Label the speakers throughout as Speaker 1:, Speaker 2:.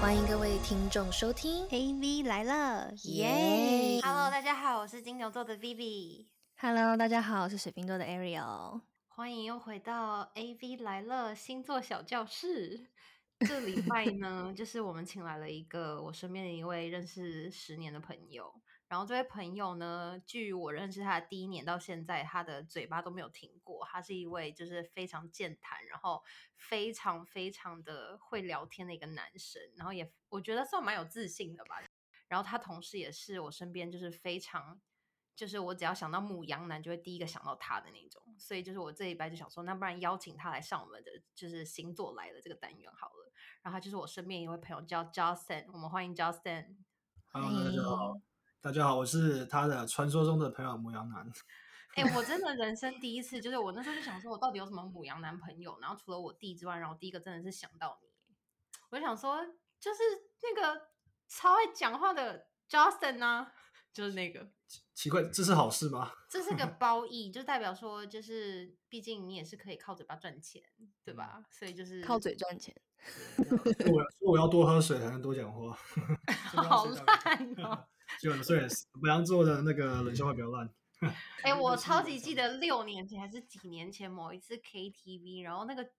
Speaker 1: 欢迎各位听众收听
Speaker 2: AV 来了，耶、
Speaker 1: 耶
Speaker 3: Hello，大家好，我是金牛座的 Vivi，
Speaker 2: Hello，大家好，我是水瓶座的 Ariel。
Speaker 3: 欢迎又回到 AV 来了星座小教室。这礼拜呢，就是我们请来了一个我身边的一位认识十年的朋友，然后这位朋友呢，据我认识他的第一年到现在，他的嘴巴都没有停过。他是一位就是非常健谈，然后非常非常的会聊天的一个男生，然后也我觉得算蛮有自信的吧，然后他同时也是我身边就是非常，就是我只要想到母羊男就会第一个想到他的那种，所以就是我这一拜就想说，那不然邀请他来上我们的就是星座来了这个单元好了。然后他就是我身边一位朋友叫 Justin，我们欢迎 Justin。
Speaker 1: 嗨
Speaker 4: Hello，大家好，大家好，我是他的传说中的朋友母羊男。
Speaker 3: 哎、我真的人生第一次，就是我那时候就想说，我到底有什么母羊男朋友？然后除了我弟之外，然后我第一个真的是想到你，我就想说，就是那个超爱讲话的 Justin 啊，就是那个。
Speaker 4: 奇怪，这是好事吗？
Speaker 3: 这 是个褒义，就代表说，就是毕竟你也是可以靠嘴巴赚钱，对吧？所以就是
Speaker 2: 嗯靠 嘴赚钱，
Speaker 4: 所以我所以我要多喝水才能多讲话。
Speaker 3: 好烂哦！
Speaker 4: 就所以母羊座的那个冷笑话比较烂。
Speaker 3: 哎、我超级记得六年前还是几年前某一次 KTV，然后那个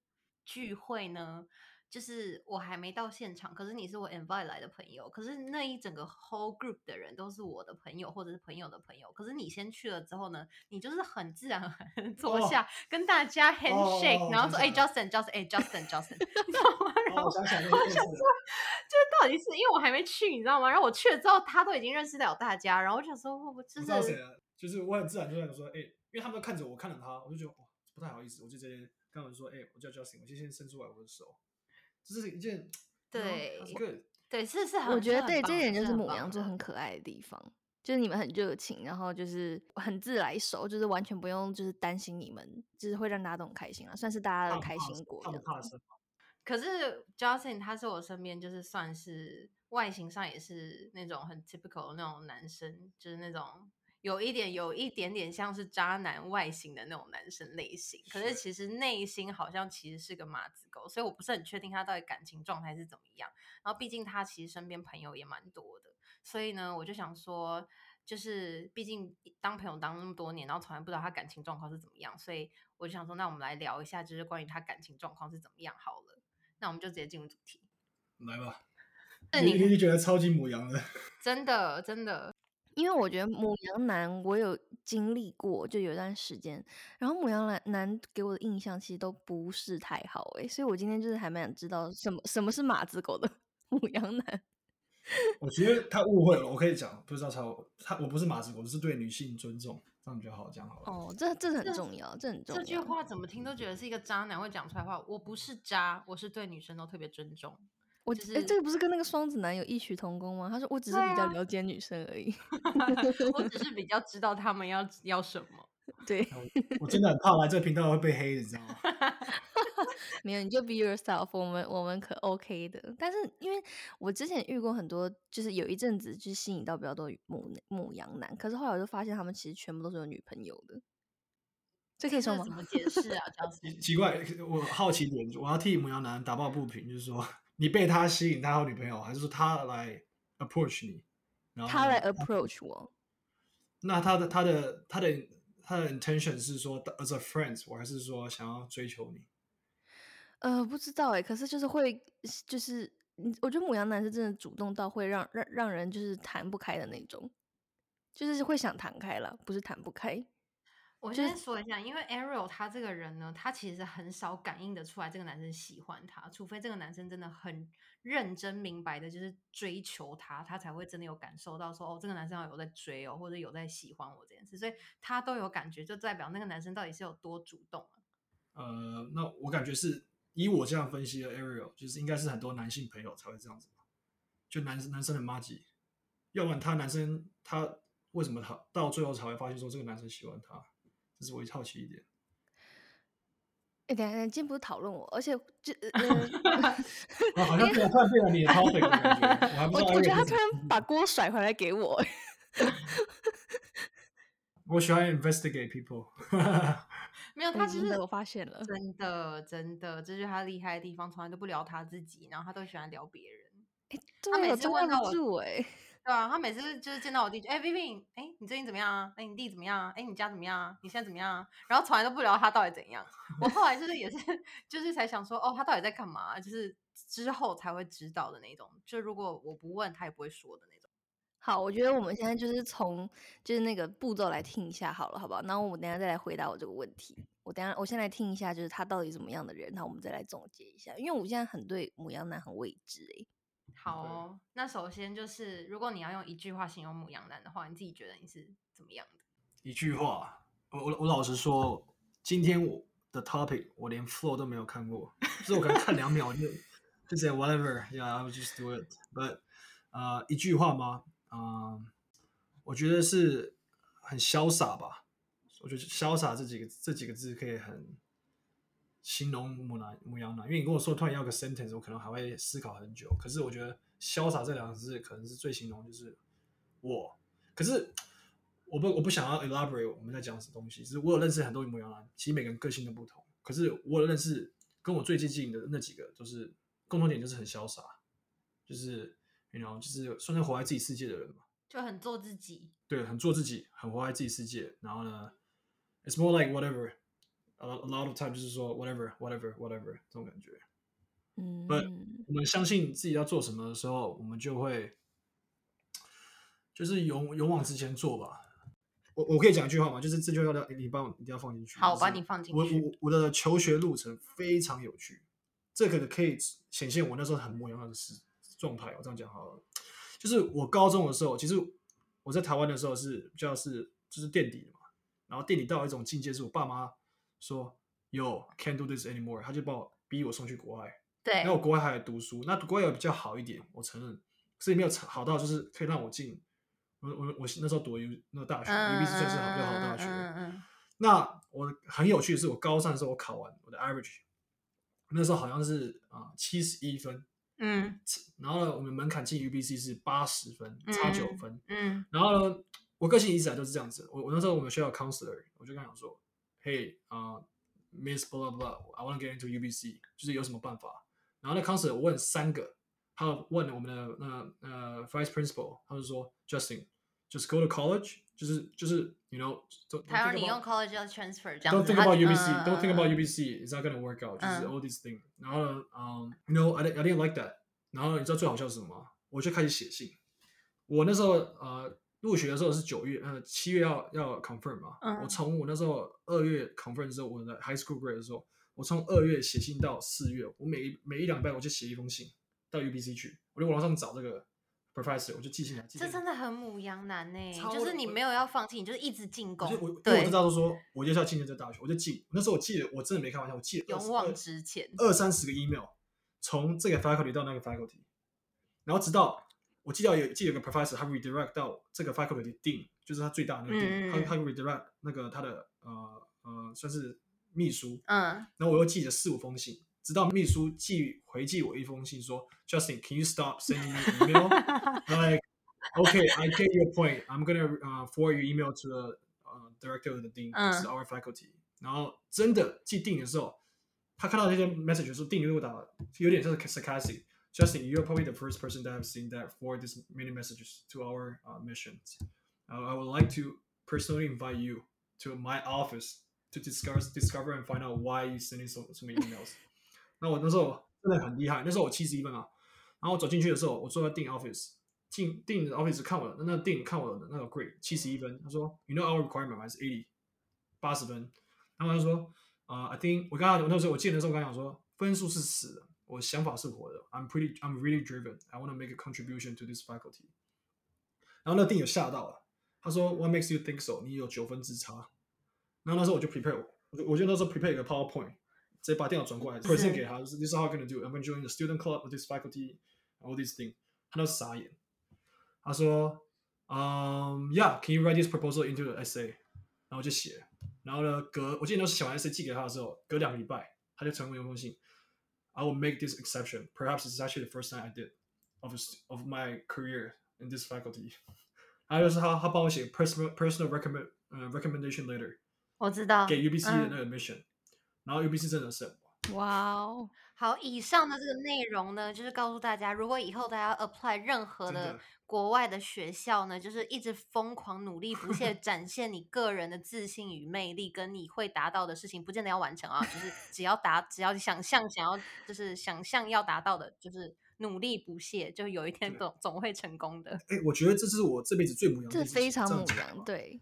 Speaker 3: 聚会呢，就是我还没到现场，可是你是我 invite 来的朋友，可是那一整个 whole group 的人都是我的朋友或者是朋友的朋友，可是你先去了之后呢，你就是很自然很坐
Speaker 4: 哦
Speaker 3: 下、跟大家 handshake，、
Speaker 4: 哦
Speaker 3: 然后说哎、
Speaker 4: 我想
Speaker 3: Justin Justin 哎、Justin Justin，
Speaker 4: 哦，我想起来那个故事了，
Speaker 3: 这到底是因为我还没去，你知道吗？然后我去了之后，他都已经认识了大家，然后我想说，哦我
Speaker 4: 我
Speaker 3: 就
Speaker 4: 知道谁
Speaker 3: 是
Speaker 4: 了，就是我很自然就在想说，哎，因为他们都看着我，我看着他，我就觉得哇，哦不太好意思，我就直接跟他们说，哎，我叫 Justin，我就先伸出来我的手，这是一件
Speaker 3: 对
Speaker 4: 一个
Speaker 3: 对，是是很，
Speaker 2: 我觉得
Speaker 3: 很
Speaker 2: 对，
Speaker 3: 棒
Speaker 2: 这点啊就是啊
Speaker 3: 很
Speaker 2: 母
Speaker 3: 棒
Speaker 2: 羊座
Speaker 3: 的
Speaker 2: 很可爱的地方，就是你们很热情，然后就是很自来熟，就是完全不用就是担心你们，就是会让大家都很开心啊，算是大家的开心果
Speaker 4: 他
Speaker 2: 这
Speaker 4: 们
Speaker 2: 样
Speaker 4: 怕
Speaker 2: 子。
Speaker 4: 生，
Speaker 3: 可是 Justin 他是我身边就是算是外形上也是那种很 typical 的那种男生，就是那种有一点有一点点像是渣男外形的那种男生类型。可是
Speaker 4: 是
Speaker 3: 其实内心好像其实是个马子狗，所以我不是很确定他到底感情状态是怎么样。然后毕竟他其实身边朋友也蛮多的，所以呢，我就想说，就是毕竟当朋友当那么多年，然后从来不知道他感情状况是怎么样，所以我就想说，那我们来聊一下，就是关于他感情状况是怎么样好了。那我们就直接进入主题。
Speaker 4: 来吧，
Speaker 3: 那
Speaker 4: 你
Speaker 3: 你
Speaker 4: 一定就觉得超级母羊的，
Speaker 3: 真的真的，
Speaker 2: 因为我觉得母羊男我有经历过，就有一段时间，然后母羊男男给我的印象其实都不是太好诶、所以我今天就是还蛮想知道什么什么是马子狗的 母羊男。
Speaker 4: 我觉得他误会了，我可以讲，不知道他他我不是马子，我是对女性尊重，这样比较好讲好了。
Speaker 2: 哦，这这很
Speaker 3: 这
Speaker 2: 重要，这很重要。
Speaker 3: 这句话怎么听都觉得是一个渣男会讲出来的话。我不是渣，我是对女生都特别尊 重。
Speaker 2: 我
Speaker 3: 就
Speaker 2: 哎、
Speaker 3: 是
Speaker 2: 这个不是跟那个双子男有异曲同工吗？他说我只是
Speaker 3: 对
Speaker 2: 比较
Speaker 3: 啊
Speaker 2: 了解女生而已。
Speaker 3: 我只是比较知道他们要要什么。
Speaker 2: 对，
Speaker 4: 我真的很怕来这个频道会被黑，你知道吗？
Speaker 2: 没有你就 be yourself，我们我们可 OK 的。但是因为我之前遇过很多，就是有一阵子就吸引到比较多母母羊男，可是后来我就发现他们其实全部都是有女朋友的。这可以说
Speaker 3: 这怎
Speaker 2: 吗？
Speaker 3: 么解释啊
Speaker 4: 奇
Speaker 3: ？Justin，
Speaker 4: 奇怪，我好奇点，我要替母羊男打抱不平，就是说你被他吸引，他有女朋友，啊还是说他来 approach 你？然后
Speaker 2: 他来 approach 我，
Speaker 4: 那他的他的他的他的 intention 是说 as a friend，我还是说想要追求你？
Speaker 2: 呃，不知道哎、可是就是会，就是嗯我觉得母羊男是真的主动到会让让让人就是谈不开的那种，就是会想谈开了，不是谈不开。
Speaker 3: 我先说一下，因为 Ariel 他这个人呢，他其实很少感应得出来这个男生喜欢他，除非这个男生真的很认真明白的，就是追求他，他才会真的有感受到说，哦，这个男生好像有在追哦，或者有在喜欢我这件事，所以他都有感觉，就代表那个男生到底是有多主动啊。
Speaker 4: 呃，那我感觉是以我这样分析的 Ariel，就是应该是很多男性朋友才会这样子吧，就男男生的妈吉，要不然他男生他为什么他到最后才会发现说这个男生喜欢他，这是我好奇一点。
Speaker 2: 哎、等一下，等一下今天不是讨论我，而且这、 呃
Speaker 4: 啊、好像突然突然变成你的 topic 的感觉，我还不
Speaker 2: 我
Speaker 4: 知道
Speaker 2: 我觉得
Speaker 4: Ariel
Speaker 2: 他
Speaker 4: 是
Speaker 2: 突
Speaker 4: 怎么。
Speaker 2: 然把锅甩回来给我，
Speaker 4: 我喜欢 investigate people，
Speaker 3: 没 有，他
Speaker 2: 哎真
Speaker 3: 只是
Speaker 2: 的我发现了。
Speaker 3: 真的真的，这就是他厉害的地方，从来都不聊他自己，然后他都喜欢聊别人。
Speaker 2: 对
Speaker 3: 他每
Speaker 2: 我
Speaker 3: 次
Speaker 2: 真
Speaker 3: 问
Speaker 2: 按
Speaker 3: 到
Speaker 2: 不
Speaker 3: 我
Speaker 2: 住哎、
Speaker 3: 对啊，他每次就是见到我弟就，哎、v i v i n 哎、你最近怎么样啊？哎、你弟怎么样啊？哎、你家怎么样啊？你现在怎么样啊？然后从来都不聊他到底怎样。我后来就是也 是就是才想说，哦，他到底在干嘛？就是之后才会知道的那种。就如果我不问，他也不会说的那种。
Speaker 2: 好，我觉得我们现在就是从就是那个步骤来听一下好了，好不好？然后我等一下再来回答我这个问题。我等一下我先来听一下，就是他到底怎么样的人，然后我们再来总结一下。因为我现在很对母羊男很未知哎、
Speaker 3: 好、哦，那首先就是，如果你要用一句话形容母羊男的话，你自己觉得你是怎么样的？
Speaker 4: 一句话，我我我老实说，今天我的 topic 我连 flow 都没有看过，就是我可能看两秒就 就 say whatever，yeah，I will just do it。But 呃，一句话吗？嗯、我觉得是很潇洒吧。我觉得潇洒这几个这几个字可以很形容母男母羊男，因为你跟我说突然要个 sentence，我可能还会思考很久。可是我觉得潇洒这两个字可能是最形容就是我可是我不我不想要 elaborate 我们在讲什么东西，只是我有认识很多母羊男，其实每个人个性都不同。可是我有认识跟我最接近的那几个，就是共同点就是很潇洒，就是然后就是算是活在自己世界的人嘛。
Speaker 3: 就很做自己。
Speaker 4: 对，很做自己，很活在自己世界。然后呢，it's more like whatever。a lot- a lot of time 就是说 whatever whatever whatever 这种感觉。
Speaker 2: 嗯，
Speaker 4: But- 我们相信自己要做什么的时候，我们就会就是勇勇往直前做吧。我我可以讲一句话吗？就是这句话要你帮我一定要放进去。
Speaker 3: 好
Speaker 4: 就是
Speaker 3: 把你放进
Speaker 4: 我
Speaker 3: 去
Speaker 4: 我我的求学路程非常有趣，这个可以显现我那时候很模样的时状态。我这样讲好了，就是我高中的时候，其实我在台湾的时候是比较是就是垫底的嘛，然后垫底到一种境界，是我爸妈说 “Yo can't do this anymore”，他就把我逼我送去国外。
Speaker 3: 对
Speaker 4: 因为我国外还有读书，那国外有比较好一点，我承认，所以没有好到就是可以让我进我我我那时候读 U 那个大学，UB 是算是好比较好的大学。
Speaker 3: 嗯嗯嗯嗯嗯
Speaker 4: 那我很有趣的是，我高三的时候我考完我的 average，那时候好像是啊七十一分，
Speaker 3: 嗯
Speaker 4: 然后呢，我们门槛进 UBC 是八十分，差九分。
Speaker 3: 嗯
Speaker 4: 然后呢，我个性一直以来都是这样子。我我那时候我们学校 counselor，我就跟他讲说，Hey，啊、m i s s blah blah，I want to get into UBC，就是有什么办法？然后那 counselor 问三个，他问我们的那呃 vice principal，他就说，Justin，just go to college，就是就是，you know，don't- don't
Speaker 3: 他让
Speaker 4: think
Speaker 3: 你
Speaker 4: about-
Speaker 3: 用 college 要 transfer 这样
Speaker 4: Don't
Speaker 3: 子
Speaker 4: think
Speaker 3: 他
Speaker 4: about
Speaker 3: 就
Speaker 4: UBC.
Speaker 3: 嗯
Speaker 4: Don't think about
Speaker 3: 嗯嗯
Speaker 4: UBC. It's not gonna work out. 就是
Speaker 3: 嗯
Speaker 4: all these things. 然后呢，嗯，No, I didn't, I didn't like that. 然后你知道最好笑是什么吗？我就开始写信。我那时候呃入学的时候是九月，呃七月要要 confirm 嘛。
Speaker 3: 嗯
Speaker 4: 我从我那时候二月 confirm 之后，我的 high school grade 的时候，我从二月写信到四月，我每一每一两个礼拜我就写一封信到 UBC 去，我就网上找这个 professor，我就寄信来。寄
Speaker 3: 这
Speaker 4: 信来
Speaker 3: 真的很母羊男呢、
Speaker 4: 超
Speaker 3: 就是
Speaker 4: 的
Speaker 3: 你
Speaker 4: 我
Speaker 3: 没有要放弃，你就是一直进
Speaker 4: 我
Speaker 3: 攻
Speaker 4: 就我，因为我
Speaker 3: 对
Speaker 4: 知，道说，我就是要进入这大学，我就寄。那时候我记得，我真的没开玩笑，我呃寄了
Speaker 3: 勇
Speaker 4: 22
Speaker 3: 往直前。
Speaker 4: 二三十个 email，从这个 faculty 到那个 faculty，然后直到我记得有记得有个 professor，他 redirect 到这个 faculty 的 dean，就是他最大的那个 dean，、
Speaker 3: 嗯嗯嗯
Speaker 4: 他他 redirect 那个他的呃呃算是秘书，
Speaker 3: 嗯，
Speaker 4: 然后我又寄了四五封信，直到秘书寄回寄我一封信说，Justin，can you stop sending me email？like, okay, I get your point. I'm gonna uh, forward your email to the uh, director of the dean, which is
Speaker 3: 嗯
Speaker 4: our faculty. 然后真的寄定的时候，他看到这些 message 的时候，定给我打，有点像是 sarcastic。Justin, you're probably the first person that I've seen that forward this many messages to our uh, missions. Uh, I would like to personally invite you to my office to discuss, discover and find out why you sending so so many emails. 那我那时候真的很厉害，那时候我七十一分啊。然后我走进去的时候，我坐在订 office，进订 office 看我的那订看我的那个 grade 七十一分，他说 You know our requirement 还是 eighty 八十分，然后他就说呃、I think 我刚刚我那时候我记得那时候我刚讲说分数是死的，我想法是活的，I'm pretty I'm really driven, I want to make a contribution to this faculty。然后那订有吓到了，他说 What makes you think so？你有九分之差。然后那时候我就 prepare 我我就我就那时候 prepare 一个 PowerPoint，直接把电脑转过来
Speaker 3: 是
Speaker 4: present 给他，就是 This is how I'm gonna do. I'm gonna join the student club with this faculty, all these things. 他都傻眼，他说嗯 yeah, can you write this proposal into the essay？然后我就写了，然后呢，隔我记得那时候写完 essay 寄给他的时候，隔两个礼拜他就传过一封信，I will make this exception. Perhaps it's actually the first time I did of of my career in this faculty. 还有就是他他帮我写 personal personal recommend 呃 recommendation letter
Speaker 3: 我知道
Speaker 4: 给 UBC 的
Speaker 3: 嗯
Speaker 4: 那个 mission，、然后 UBC 真的 accept 我，
Speaker 2: 哇哦，
Speaker 3: 好，以上的这个内容呢，就是告诉大家，如果以后大家 apply 任何
Speaker 4: 真的
Speaker 3: 的国外的学校呢，就是一直疯狂努力，不 懈展现你个人的自信与魅力，跟你会达到的事情，不见得要完成啊，就是只要达，只要你想象想要，就是想象要达到的，就是努力不懈，就有一天
Speaker 4: 对
Speaker 3: 总总会成功的。
Speaker 4: 哎、我觉得这是我这辈子最母羊
Speaker 2: 这
Speaker 4: 的一次情，
Speaker 2: 非常
Speaker 4: 这样
Speaker 2: 母
Speaker 4: 讲
Speaker 2: 羊，
Speaker 4: 吧，
Speaker 2: 对，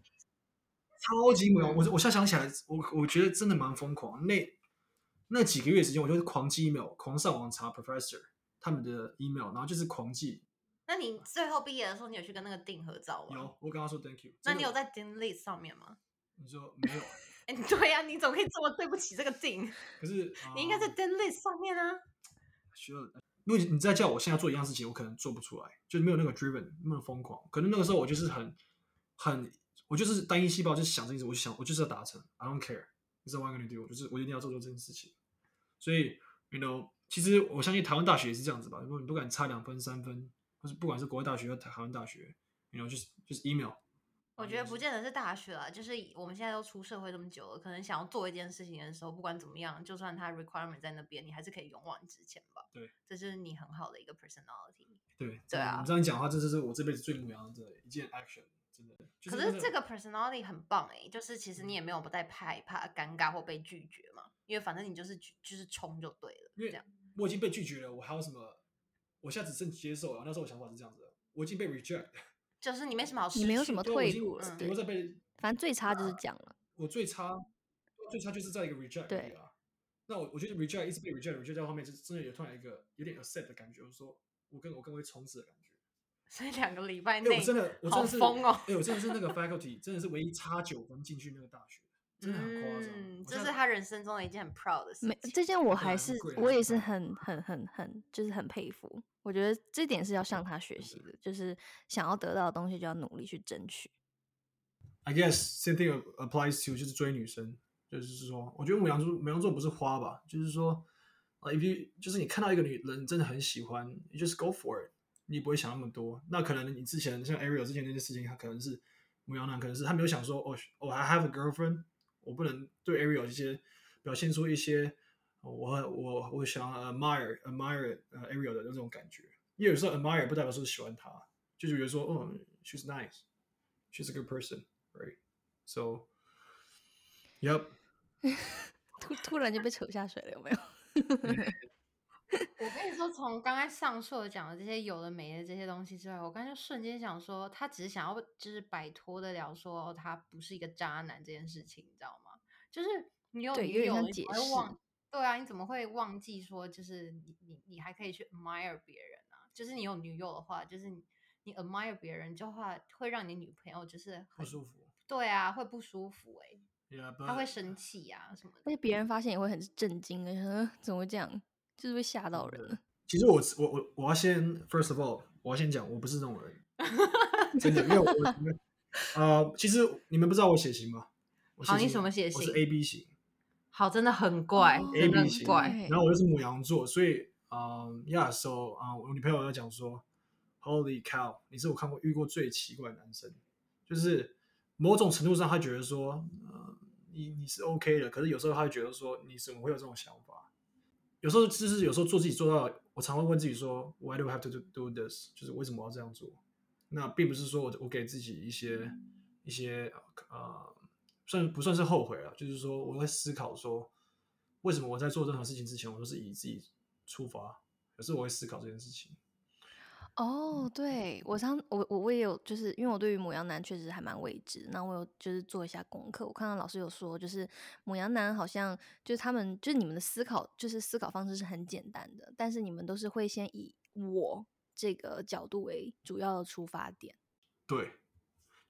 Speaker 4: 超级
Speaker 3: 嗯
Speaker 4: 母羊。我我现在想起来，我我觉得真的蛮疯狂。那那几个月时间，我就是狂寄 email，狂上网查 professor 他们的 email，然后就是狂寄。
Speaker 3: 那你最后毕业的时候，你有去跟那个定合照吗？
Speaker 4: 有，我跟他说 thank you。
Speaker 3: 那
Speaker 4: 真
Speaker 3: 你
Speaker 4: 的
Speaker 3: 有？在 Dean List 上面吗？
Speaker 4: 你说没有啊？
Speaker 3: 哎， 对呀、你怎么可以这么对不起这个 Dean？
Speaker 4: 可是
Speaker 3: 你应该在
Speaker 4: 啊
Speaker 3: Dean List 上面啊。
Speaker 4: 需要。如果你再叫我现在做一样事情，我可能做不出来，就是没有那个 driven，那么疯狂。可能那个时候我就是很很，我就是单一细胞，就是想这件事，我就想我就是要达成，I don't care，你知道 what I'm gonna do，我就是我一定要做出这件事情。所以，you know，其实我相信台湾大学也是这样子吧。如果你不敢差两分、三分，或是不管是国外大学或台湾大学，you know，就是就是 email。
Speaker 3: 我觉得不见得是大学啦，就是以我们现在都出社会这么久了，可能想要做一件事情的时候，不管怎么样，就算它 requirement 在那边，你还是可以勇往直前吧。
Speaker 4: 对，
Speaker 3: 这就是你很好的一个 personality。
Speaker 4: 对
Speaker 3: 对啊
Speaker 4: 你这样讲的话，这就是我这辈子最母羊的一件 action，真的。就
Speaker 3: 可
Speaker 4: 真
Speaker 3: 是
Speaker 4: 的
Speaker 3: 这个 personality 很棒诶、就是其
Speaker 4: 嗯
Speaker 3: 实你也没有不太害怕尴尬或被拒绝嘛，因为反正你就是去就是冲就对了，
Speaker 4: 因
Speaker 3: 这
Speaker 4: 为
Speaker 3: 样。
Speaker 4: 我已经被拒绝了，我还有什么？我现在只剩接受了。那时候我想法是这样子的，我已经被 reject，
Speaker 3: 就是你没什么好失
Speaker 2: 你没有什
Speaker 3: 去
Speaker 2: 么
Speaker 4: 对我已
Speaker 2: 退
Speaker 4: 经
Speaker 2: 路
Speaker 4: 我
Speaker 2: 了，
Speaker 3: 嗯
Speaker 2: 对
Speaker 4: 我，在被
Speaker 2: 反正最差就是讲了，
Speaker 4: 我最差，最差就是在一个 reject
Speaker 2: 对
Speaker 4: 而已啊。那我我觉得 reject 一直被 reject reject 到后面，就是真的有突然有一个有点 accept 的感觉，我说我跟我跟会冲刺的感觉。
Speaker 3: 所以两个礼拜
Speaker 4: 哎、
Speaker 3: 内，
Speaker 4: 我真的我真
Speaker 3: 好
Speaker 4: 的是
Speaker 3: 疯哦
Speaker 4: 哎、我真的是那个 faculty，真的是唯一差九分进去那个大 学，真的很夸张。
Speaker 3: 嗯，
Speaker 4: 我
Speaker 3: 这
Speaker 4: 现
Speaker 3: 是
Speaker 4: 在
Speaker 3: 他人生中的一件很 proud 的事
Speaker 2: 没
Speaker 3: 情。
Speaker 2: 这件我
Speaker 4: 对
Speaker 2: 还
Speaker 4: 啊
Speaker 2: 是
Speaker 4: 很贵啊
Speaker 2: 我也
Speaker 4: 很
Speaker 2: 是
Speaker 4: 大
Speaker 2: 很很很很就是很佩服，我觉得这点是要向他学习的，就是想要得到的东西就要努力去争取。
Speaker 4: I guess same thing applies to 就是追女生，就是说，我觉得母羊座母羊座不是花吧，就是说，呃，if you 就是你看到一个女人真的很喜欢，you just go for it，你也不会想那么多。那可能你之前像 Ariel 之前那件事情，他可能是母羊男，可能是他没有想说，哦，我、还 have a girlfriend，我不能对 Ariel 一些表现出一些呃我我我想要 admire admire 呃 Ariel 的那种感觉，因为有时候 admire 不代表说喜欢她，就是觉得说，哦，she's nice，she's a good person。right? So, yep.
Speaker 2: 突突然就被扯下水了，有没有？
Speaker 3: 我跟你说，从刚才上述的讲的这些有的没的这些东西之外，我刚才就瞬间想说，他只是想要就是摆脱得了说、哦他不是一个渣男这件事情，你知道吗？就是你有
Speaker 2: 对
Speaker 3: 女
Speaker 2: 有点
Speaker 3: 友，
Speaker 2: 像
Speaker 3: 你
Speaker 2: 解
Speaker 3: 怎么会
Speaker 2: 释
Speaker 3: 忘？对啊，你怎么会忘记说，就是你你你还可以去 admire 别人啊？就是你有女友的话，就是你你 admire 别人的话，会让你女朋友就是很对啊，会不舒服哎、
Speaker 4: Yeah,
Speaker 3: 她会
Speaker 4: but
Speaker 3: 生气啊什么的。
Speaker 2: 而且别人发现也会很震惊的，想说怎么会这样？就是会吓到人了。
Speaker 4: 其实我我我我要先，first of all，我要先讲，我不是那种 人，真的，因为我我呃，其实你们不知道我血型吗？我
Speaker 3: 好你什么血
Speaker 4: 我是
Speaker 3: 型
Speaker 4: A B 型
Speaker 3: 好，真的很怪，
Speaker 2: 哦
Speaker 4: ，A
Speaker 3: 真的
Speaker 4: B
Speaker 3: 很
Speaker 4: 型，
Speaker 3: 怪。
Speaker 4: 然后我又是母羊座，所以嗯，Yeah，so 啊、我女朋友要讲说，Holy cow，你是我看过遇过最奇怪的男生，就是某种程度上，他觉得说，呃，你你是 OK 的，可是有时候他会觉得说，你怎么会有这种想法？有时候就是有时候做自己做到，我常会问自己说，Why do I have to do do this？就是为什么要这样做？那并不是说我我给自己一些一些呃，算不算是后悔了？就是说我会思考说，为什么我在做任何事情之前，我都是以自己出发，可是我会思考这件事情。
Speaker 2: 哦，
Speaker 4: 嗯
Speaker 2: 对我常我我我也有，就是因为我对于母羊男确实还蛮未知，那我有就是做一下功课，我看到老师有说，就是母羊男好像就是他们就是你们的思考就是思考方式是很简单的，但是你们都是会先以我这个角度为主要的出发点，
Speaker 4: 对，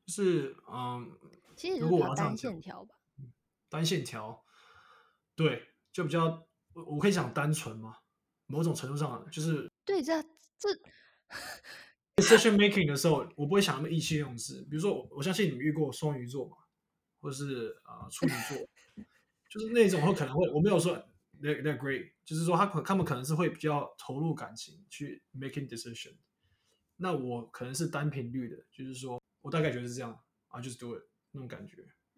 Speaker 4: 就是嗯，
Speaker 2: 其实也就
Speaker 4: 如
Speaker 2: 是
Speaker 4: 果
Speaker 2: 比
Speaker 4: 我
Speaker 2: 较
Speaker 4: 要这样
Speaker 2: 单
Speaker 4: 讲
Speaker 2: 线条吧。
Speaker 4: 单线条，对，就比较我我可以讲单纯嘛，某种程度上就是
Speaker 2: 对，这这
Speaker 4: decision making 的时候，我不会想那么意气用事。比如说我，我相信你们遇过双鱼座嘛，或是啊、呃处女 座，就是那种会可能会，我没有说 they they great，就是说他可他们可能是会比较投入感情去 making decision。那我可能是单频率的，就是说我大概觉得是这样啊，就是 do it 那种感觉。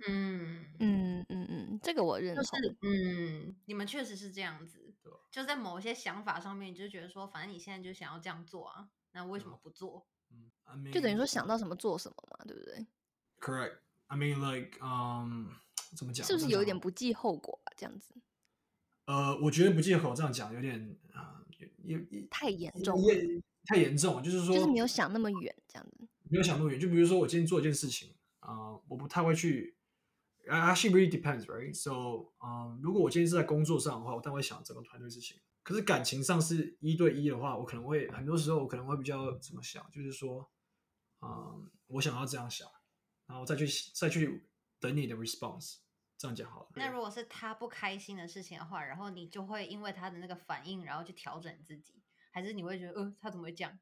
Speaker 3: 嗯，
Speaker 2: 嗯嗯嗯，这个我认
Speaker 3: 就
Speaker 2: 同。
Speaker 3: 是嗯，你们确实是这样子
Speaker 4: 对啊，
Speaker 3: 就在某一些想法上面，你就觉得说，反正你现在就想要这样做啊，那为什么不做？
Speaker 4: 嗯，I mean,
Speaker 2: 就等于说想到什么做什么嘛，对不对？
Speaker 4: correct. I mean like um 怎么讲？
Speaker 2: 是不
Speaker 4: 这
Speaker 2: 是
Speaker 4: 样
Speaker 2: 有一
Speaker 4: 讲
Speaker 2: 点不计后果啊？这样子
Speaker 4: 呃，我觉得不借口这样讲有点啊、呃，也也
Speaker 2: 太严
Speaker 4: 也
Speaker 2: 重了，
Speaker 4: 也太严重了，就是说
Speaker 2: 就是没有想那么远，这样子。
Speaker 4: 没有想那么远。就比如说我今天做一件事情啊、呃我不太会去。啊 Actually, really depends, right? So，嗯、如果我今天是在工作上的话，我当然会想整个团队事情。可是感情上是一对一的话，我可能会很多时候我可能会比较怎么想，就是说，嗯、我想要这样想，然后再去再去等你的 response。这样讲好了。
Speaker 3: 那如果是他不开心的事情的话，然后你就会因为他的那个反应，然后去调整自己，还是你会觉得，呃，他怎么会这样？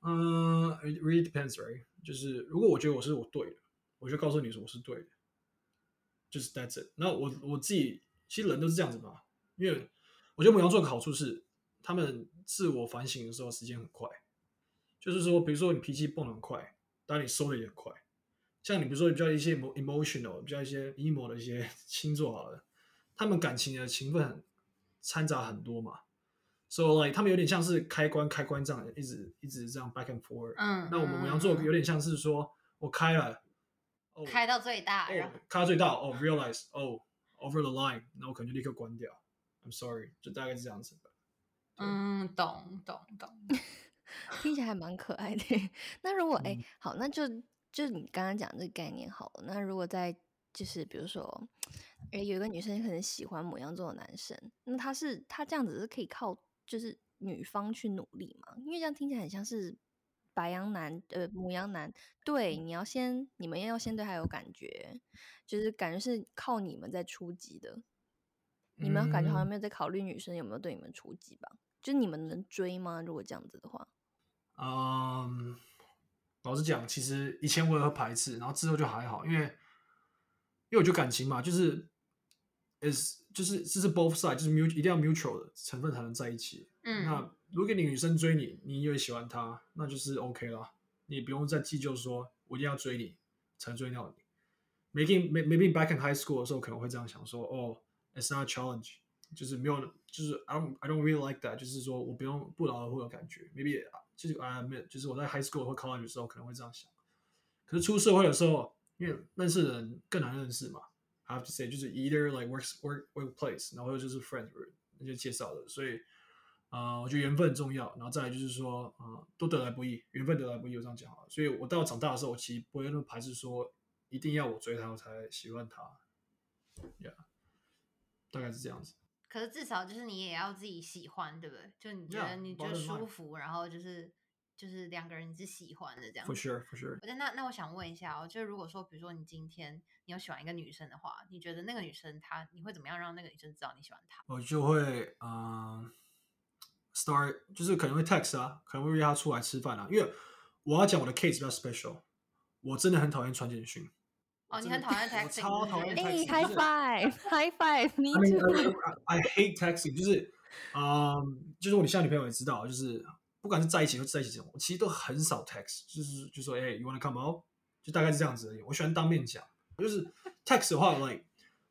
Speaker 4: 嗯、i t really depends, right？就是如果我觉得我是我对的，我就告诉你说我是对的，就是 that's it。那我我自己其实人都是这样子嘛，因为我觉得母羊座的好处是，他们自我反省的时候时间很快，就是说，比如说你脾气蹦得很快，当然你收的也很快。像你比如说比较一些 emo- emotional、比较一些 emo 的一些 星座好了，他们感情的情分很掺杂很多嘛，so like 他们有点像是开关开关这样一直一直这样 back and forth。
Speaker 3: 嗯，
Speaker 4: 啊那我们
Speaker 3: 嗯
Speaker 4: 母羊座
Speaker 3: 嗯
Speaker 4: 有点像是说，我开了，哦，
Speaker 3: 开到最大，然
Speaker 4: 哦
Speaker 3: 后，
Speaker 4: 开到最大，哦，realize，哦，over the line，那我可能就立刻关掉。I'm sorry，就大概是这样子的。对
Speaker 3: 嗯，懂懂懂，
Speaker 2: 听起来还蛮可爱的。 那如果哎、好，那就就你刚刚讲这个概念好了。那如果在就是比如说，哎、有一个女生可能喜欢某样这种男生，那她是她这样子是可以靠就是女方去努力嘛？因为这样听起来很像是白羊男呃母羊男，对，你要先你们要先对他有感觉，就是感觉是靠你们在出击的。你们感觉好像
Speaker 4: 嗯
Speaker 2: 没有在考虑女生有没有对你们出击吧？就是你们能追吗？如果这样子的话，
Speaker 4: 嗯，老实讲，其实以前我也会排斥，然后之后就还好，因为因为我觉得感情嘛，就是 is 就是这是 both side，就是 mutual 一定要 mutual 的成分才能在一起。
Speaker 3: 嗯
Speaker 4: 那如果你女生追你，你也喜欢她，那就是 OK 啦，你不用再计较说我一定要追你才追到你。Making may- maybe back in high school 的时候，可能会这样想说，哦，it's not a challenge，就是没有，就是 I don't I don't really like that，就是说我不用不劳而获的感觉。Maybe 就是 I admit，就是我在 high school 或 college 的时候可能会这样想。可是出社会的时候，因为认识的人更难认识嘛，I have to say，就是 either like works work workplace，然后就是 friends 那些介绍的，所以啊、呃我觉得缘分很重要，然后再来就是说，啊、都得来不易，缘分得来不易，我这样讲好了。所以我到长大的时候，我其实不会那么排斥说一定要我追他我才喜欢他，Yeah，大概是这样子。
Speaker 3: 可是至少就是你也要自己喜欢，对不对？就你觉
Speaker 4: Yeah，
Speaker 3: 得你觉得
Speaker 4: bottom line
Speaker 3: 舒服，然后就是就是两个人是喜欢的这样
Speaker 4: For。sure, for sure。
Speaker 3: 我那那我想问一下哦，就是如果说比如说你今天你有喜欢一个女生的话，你觉得那个女生她你会怎么样让那个女生知道你喜欢她？
Speaker 4: 我就会嗯、呃 start 就是可能会 text 啊，可能会约他出来吃饭啊，因为我要讲我的 case 比较 special，我真的很讨厌传简讯。
Speaker 3: 哦，你
Speaker 4: 真
Speaker 3: 很
Speaker 4: 的
Speaker 3: 讨厌 texting，
Speaker 4: 我超
Speaker 3: 是
Speaker 4: 讨
Speaker 3: 不
Speaker 4: 厌
Speaker 3: 是
Speaker 2: 哎、h i
Speaker 4: texting，就
Speaker 2: g
Speaker 4: 是
Speaker 2: h five，high five，me
Speaker 4: I mean,
Speaker 2: too。
Speaker 4: I, I, I hate texting，就是，嗯，就是我你像女朋友也知道，就是不管是在一起或在一起这种，我其实都很少 text，就是就说，哎、y o u wanna come out？就大概是这样子而已。我喜欢当面讲，就是 text 的话，like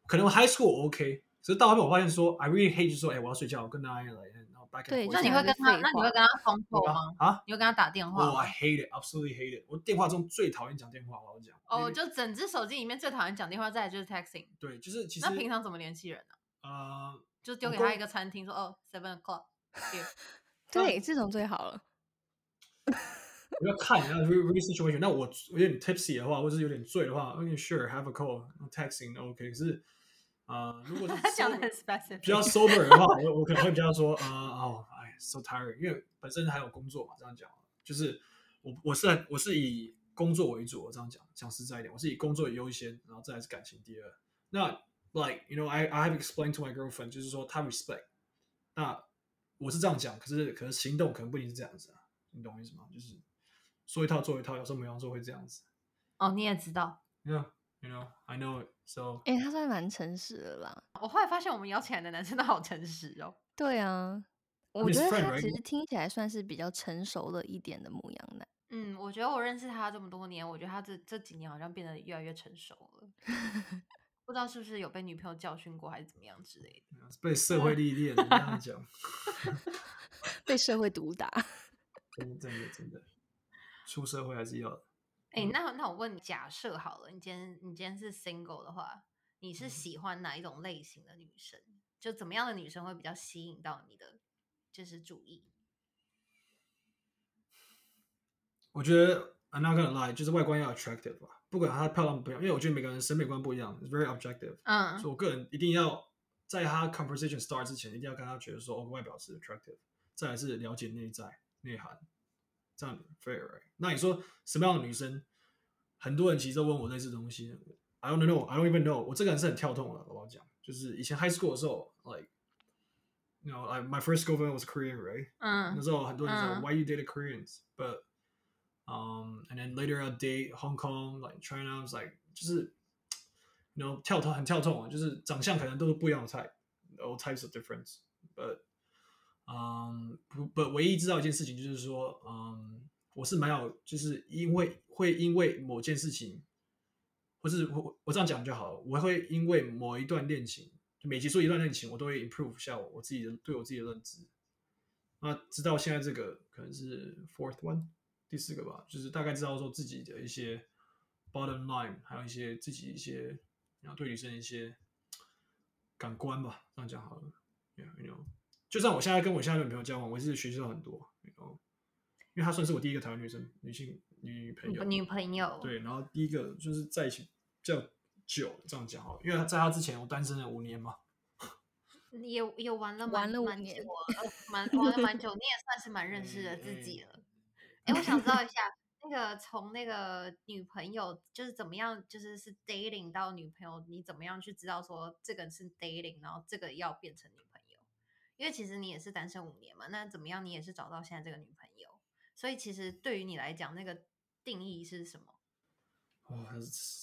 Speaker 4: 可能 high school 我 OK，可是到后面我发现说，I really hate，就说，哎、我要睡觉，good night，like, 然后 back and
Speaker 2: 对
Speaker 4: forth
Speaker 3: 那你
Speaker 2: 讲
Speaker 3: 会
Speaker 2: 的
Speaker 3: 跟
Speaker 2: 是
Speaker 3: 她，
Speaker 2: 废
Speaker 3: 那你
Speaker 2: 话
Speaker 3: 会跟她封扣
Speaker 4: 啊
Speaker 3: 吗？
Speaker 4: 啊，
Speaker 3: 你会跟她打电话
Speaker 4: 我、
Speaker 3: 吗
Speaker 4: I？hate it，absolutely hate it。我电话中最讨厌讲电话，我要讲。
Speaker 3: 哦，
Speaker 4: Maybe-
Speaker 3: 就整只手机里面最讨厌讲电话，再来就是 texting。
Speaker 4: 对，就是其实
Speaker 3: 那平常怎么联系人呢、
Speaker 4: 呃，
Speaker 3: 就丢
Speaker 4: 我
Speaker 3: 给他
Speaker 4: 跟
Speaker 3: 一个餐厅，说哦，seven o'clock here。
Speaker 2: 对，这种最好了。
Speaker 4: 我要看，然后 re re situation。那我有点 tipsy 的话，或者是有点醉的话，OK sure have a call texting OK。可是啊、呃如果是
Speaker 3: 他讲的
Speaker 4: sober-
Speaker 3: 很 specific，
Speaker 4: 比较 sober 的话，我我可能会比较说啊、呃哦，哎，so tired，因为本身还有工作嘛，这样讲，就是我我是很我是以工作为主，我这样讲讲实在一点，我是以工作优先，然后再来是感情第二。那 like you know I I have explained to my girlfriend，就是说她 respect，那我是这样讲，可是可是行动可能不一定是这样子啊，你懂我意思吗？就是说一套做一套，有时候母羊座会这样子。
Speaker 3: 哦，你也知道。
Speaker 4: Yeah, you know I know it. So
Speaker 2: 哎、他算蛮诚实的啦。
Speaker 3: 我后来发现，我们邀请来的男生都好诚实哦。
Speaker 2: 对啊，我
Speaker 4: mean,
Speaker 2: 觉
Speaker 4: it's
Speaker 2: 得
Speaker 4: friend,
Speaker 2: 他
Speaker 4: right?
Speaker 2: 其实听起来算是比较成熟了一点的母羊男。
Speaker 3: 嗯，我觉 得我认识他这么多年，我觉得他这这几年好像变得越来越成熟了。我不知道是不是有被女朋友教训过，还是怎么样之类的。
Speaker 4: 被社会历练，你这样讲，
Speaker 2: 被社会毒打。
Speaker 4: 真的真的真的，出社会还是要的。
Speaker 3: 哎、
Speaker 4: 嗯
Speaker 3: 那那我问你，假设好了，你今天你今天是 single 的话，你是
Speaker 4: 嗯
Speaker 3: 喜欢哪一种类型的女生？就怎么样的女生会比较吸引到你的就是注意？
Speaker 4: 我觉得 I'm not gonna lie，就是外观要 attractive 吧，不管她漂亮不漂亮，因为我觉得每个人审美观不一样，it's，very objective。
Speaker 3: 嗯
Speaker 4: 所以我个人一定要在他 conversation start 之前，一定要跟他觉得说，哦，外表是 attractive，再来是了解内在内涵，这样 fair、right?。那你说什么样的女生？很多人其实都问我类似的东西，I don't know, I don't even know。我这个人是很跳动的，我要讲，就是以前 high school 的时候，like you know, like my first girlfriend was Korean, right? 那
Speaker 3: 嗯
Speaker 4: 时候很多人说、
Speaker 3: 嗯
Speaker 4: Why you dated Koreans? But um, and then later I date Hong Kong, like China. I was like 就是，you know 跳脱很跳痛啊，就是长相可能都是不一样的 type, all types of difference. But um, bu- but 唯一知道一件事情就是说，嗯，我是蛮有，就是因为会因为某件事情，或是我我这样讲就好了，我会因为某一段恋情，就每结束一段恋情，我都会 improve 一下我我自己的对我自己的认知。那直到现在这个可能是 fourth one 第四个吧，就是大概知道说自己的一些 bottom line，还有一些自己一些然后对女生的一些感官吧，这样讲好了。Yeah, you know，就算我现在跟我现在的女朋友交往，我也是学习到很多，you know，因为她算是我第一个台湾女生女性女朋友，
Speaker 3: 嗯女朋友，
Speaker 4: 对，然后第一个就是在一起比较久，这样讲好了，因为在她之前我单身了五年嘛，
Speaker 3: 也也玩了
Speaker 2: 玩
Speaker 3: 蛮
Speaker 2: 了五
Speaker 3: 蛮久
Speaker 2: 年
Speaker 3: 了， 呃蛮玩了蛮久，你也算是蛮认识了
Speaker 4: 哎
Speaker 3: 自己
Speaker 2: 嗯
Speaker 4: 哎
Speaker 3: 了。哎、我想知道一下，那个从那个女朋友就是怎么样，就是是 dating 到女朋友，你怎么样去知道说这个是 dating，然后这个要变成女朋友？因为其实你也是单身五年嘛，那怎么样你也是找到现在这个女朋友，所以其实对于你来讲，那个定义是什么？
Speaker 4: 哇，哦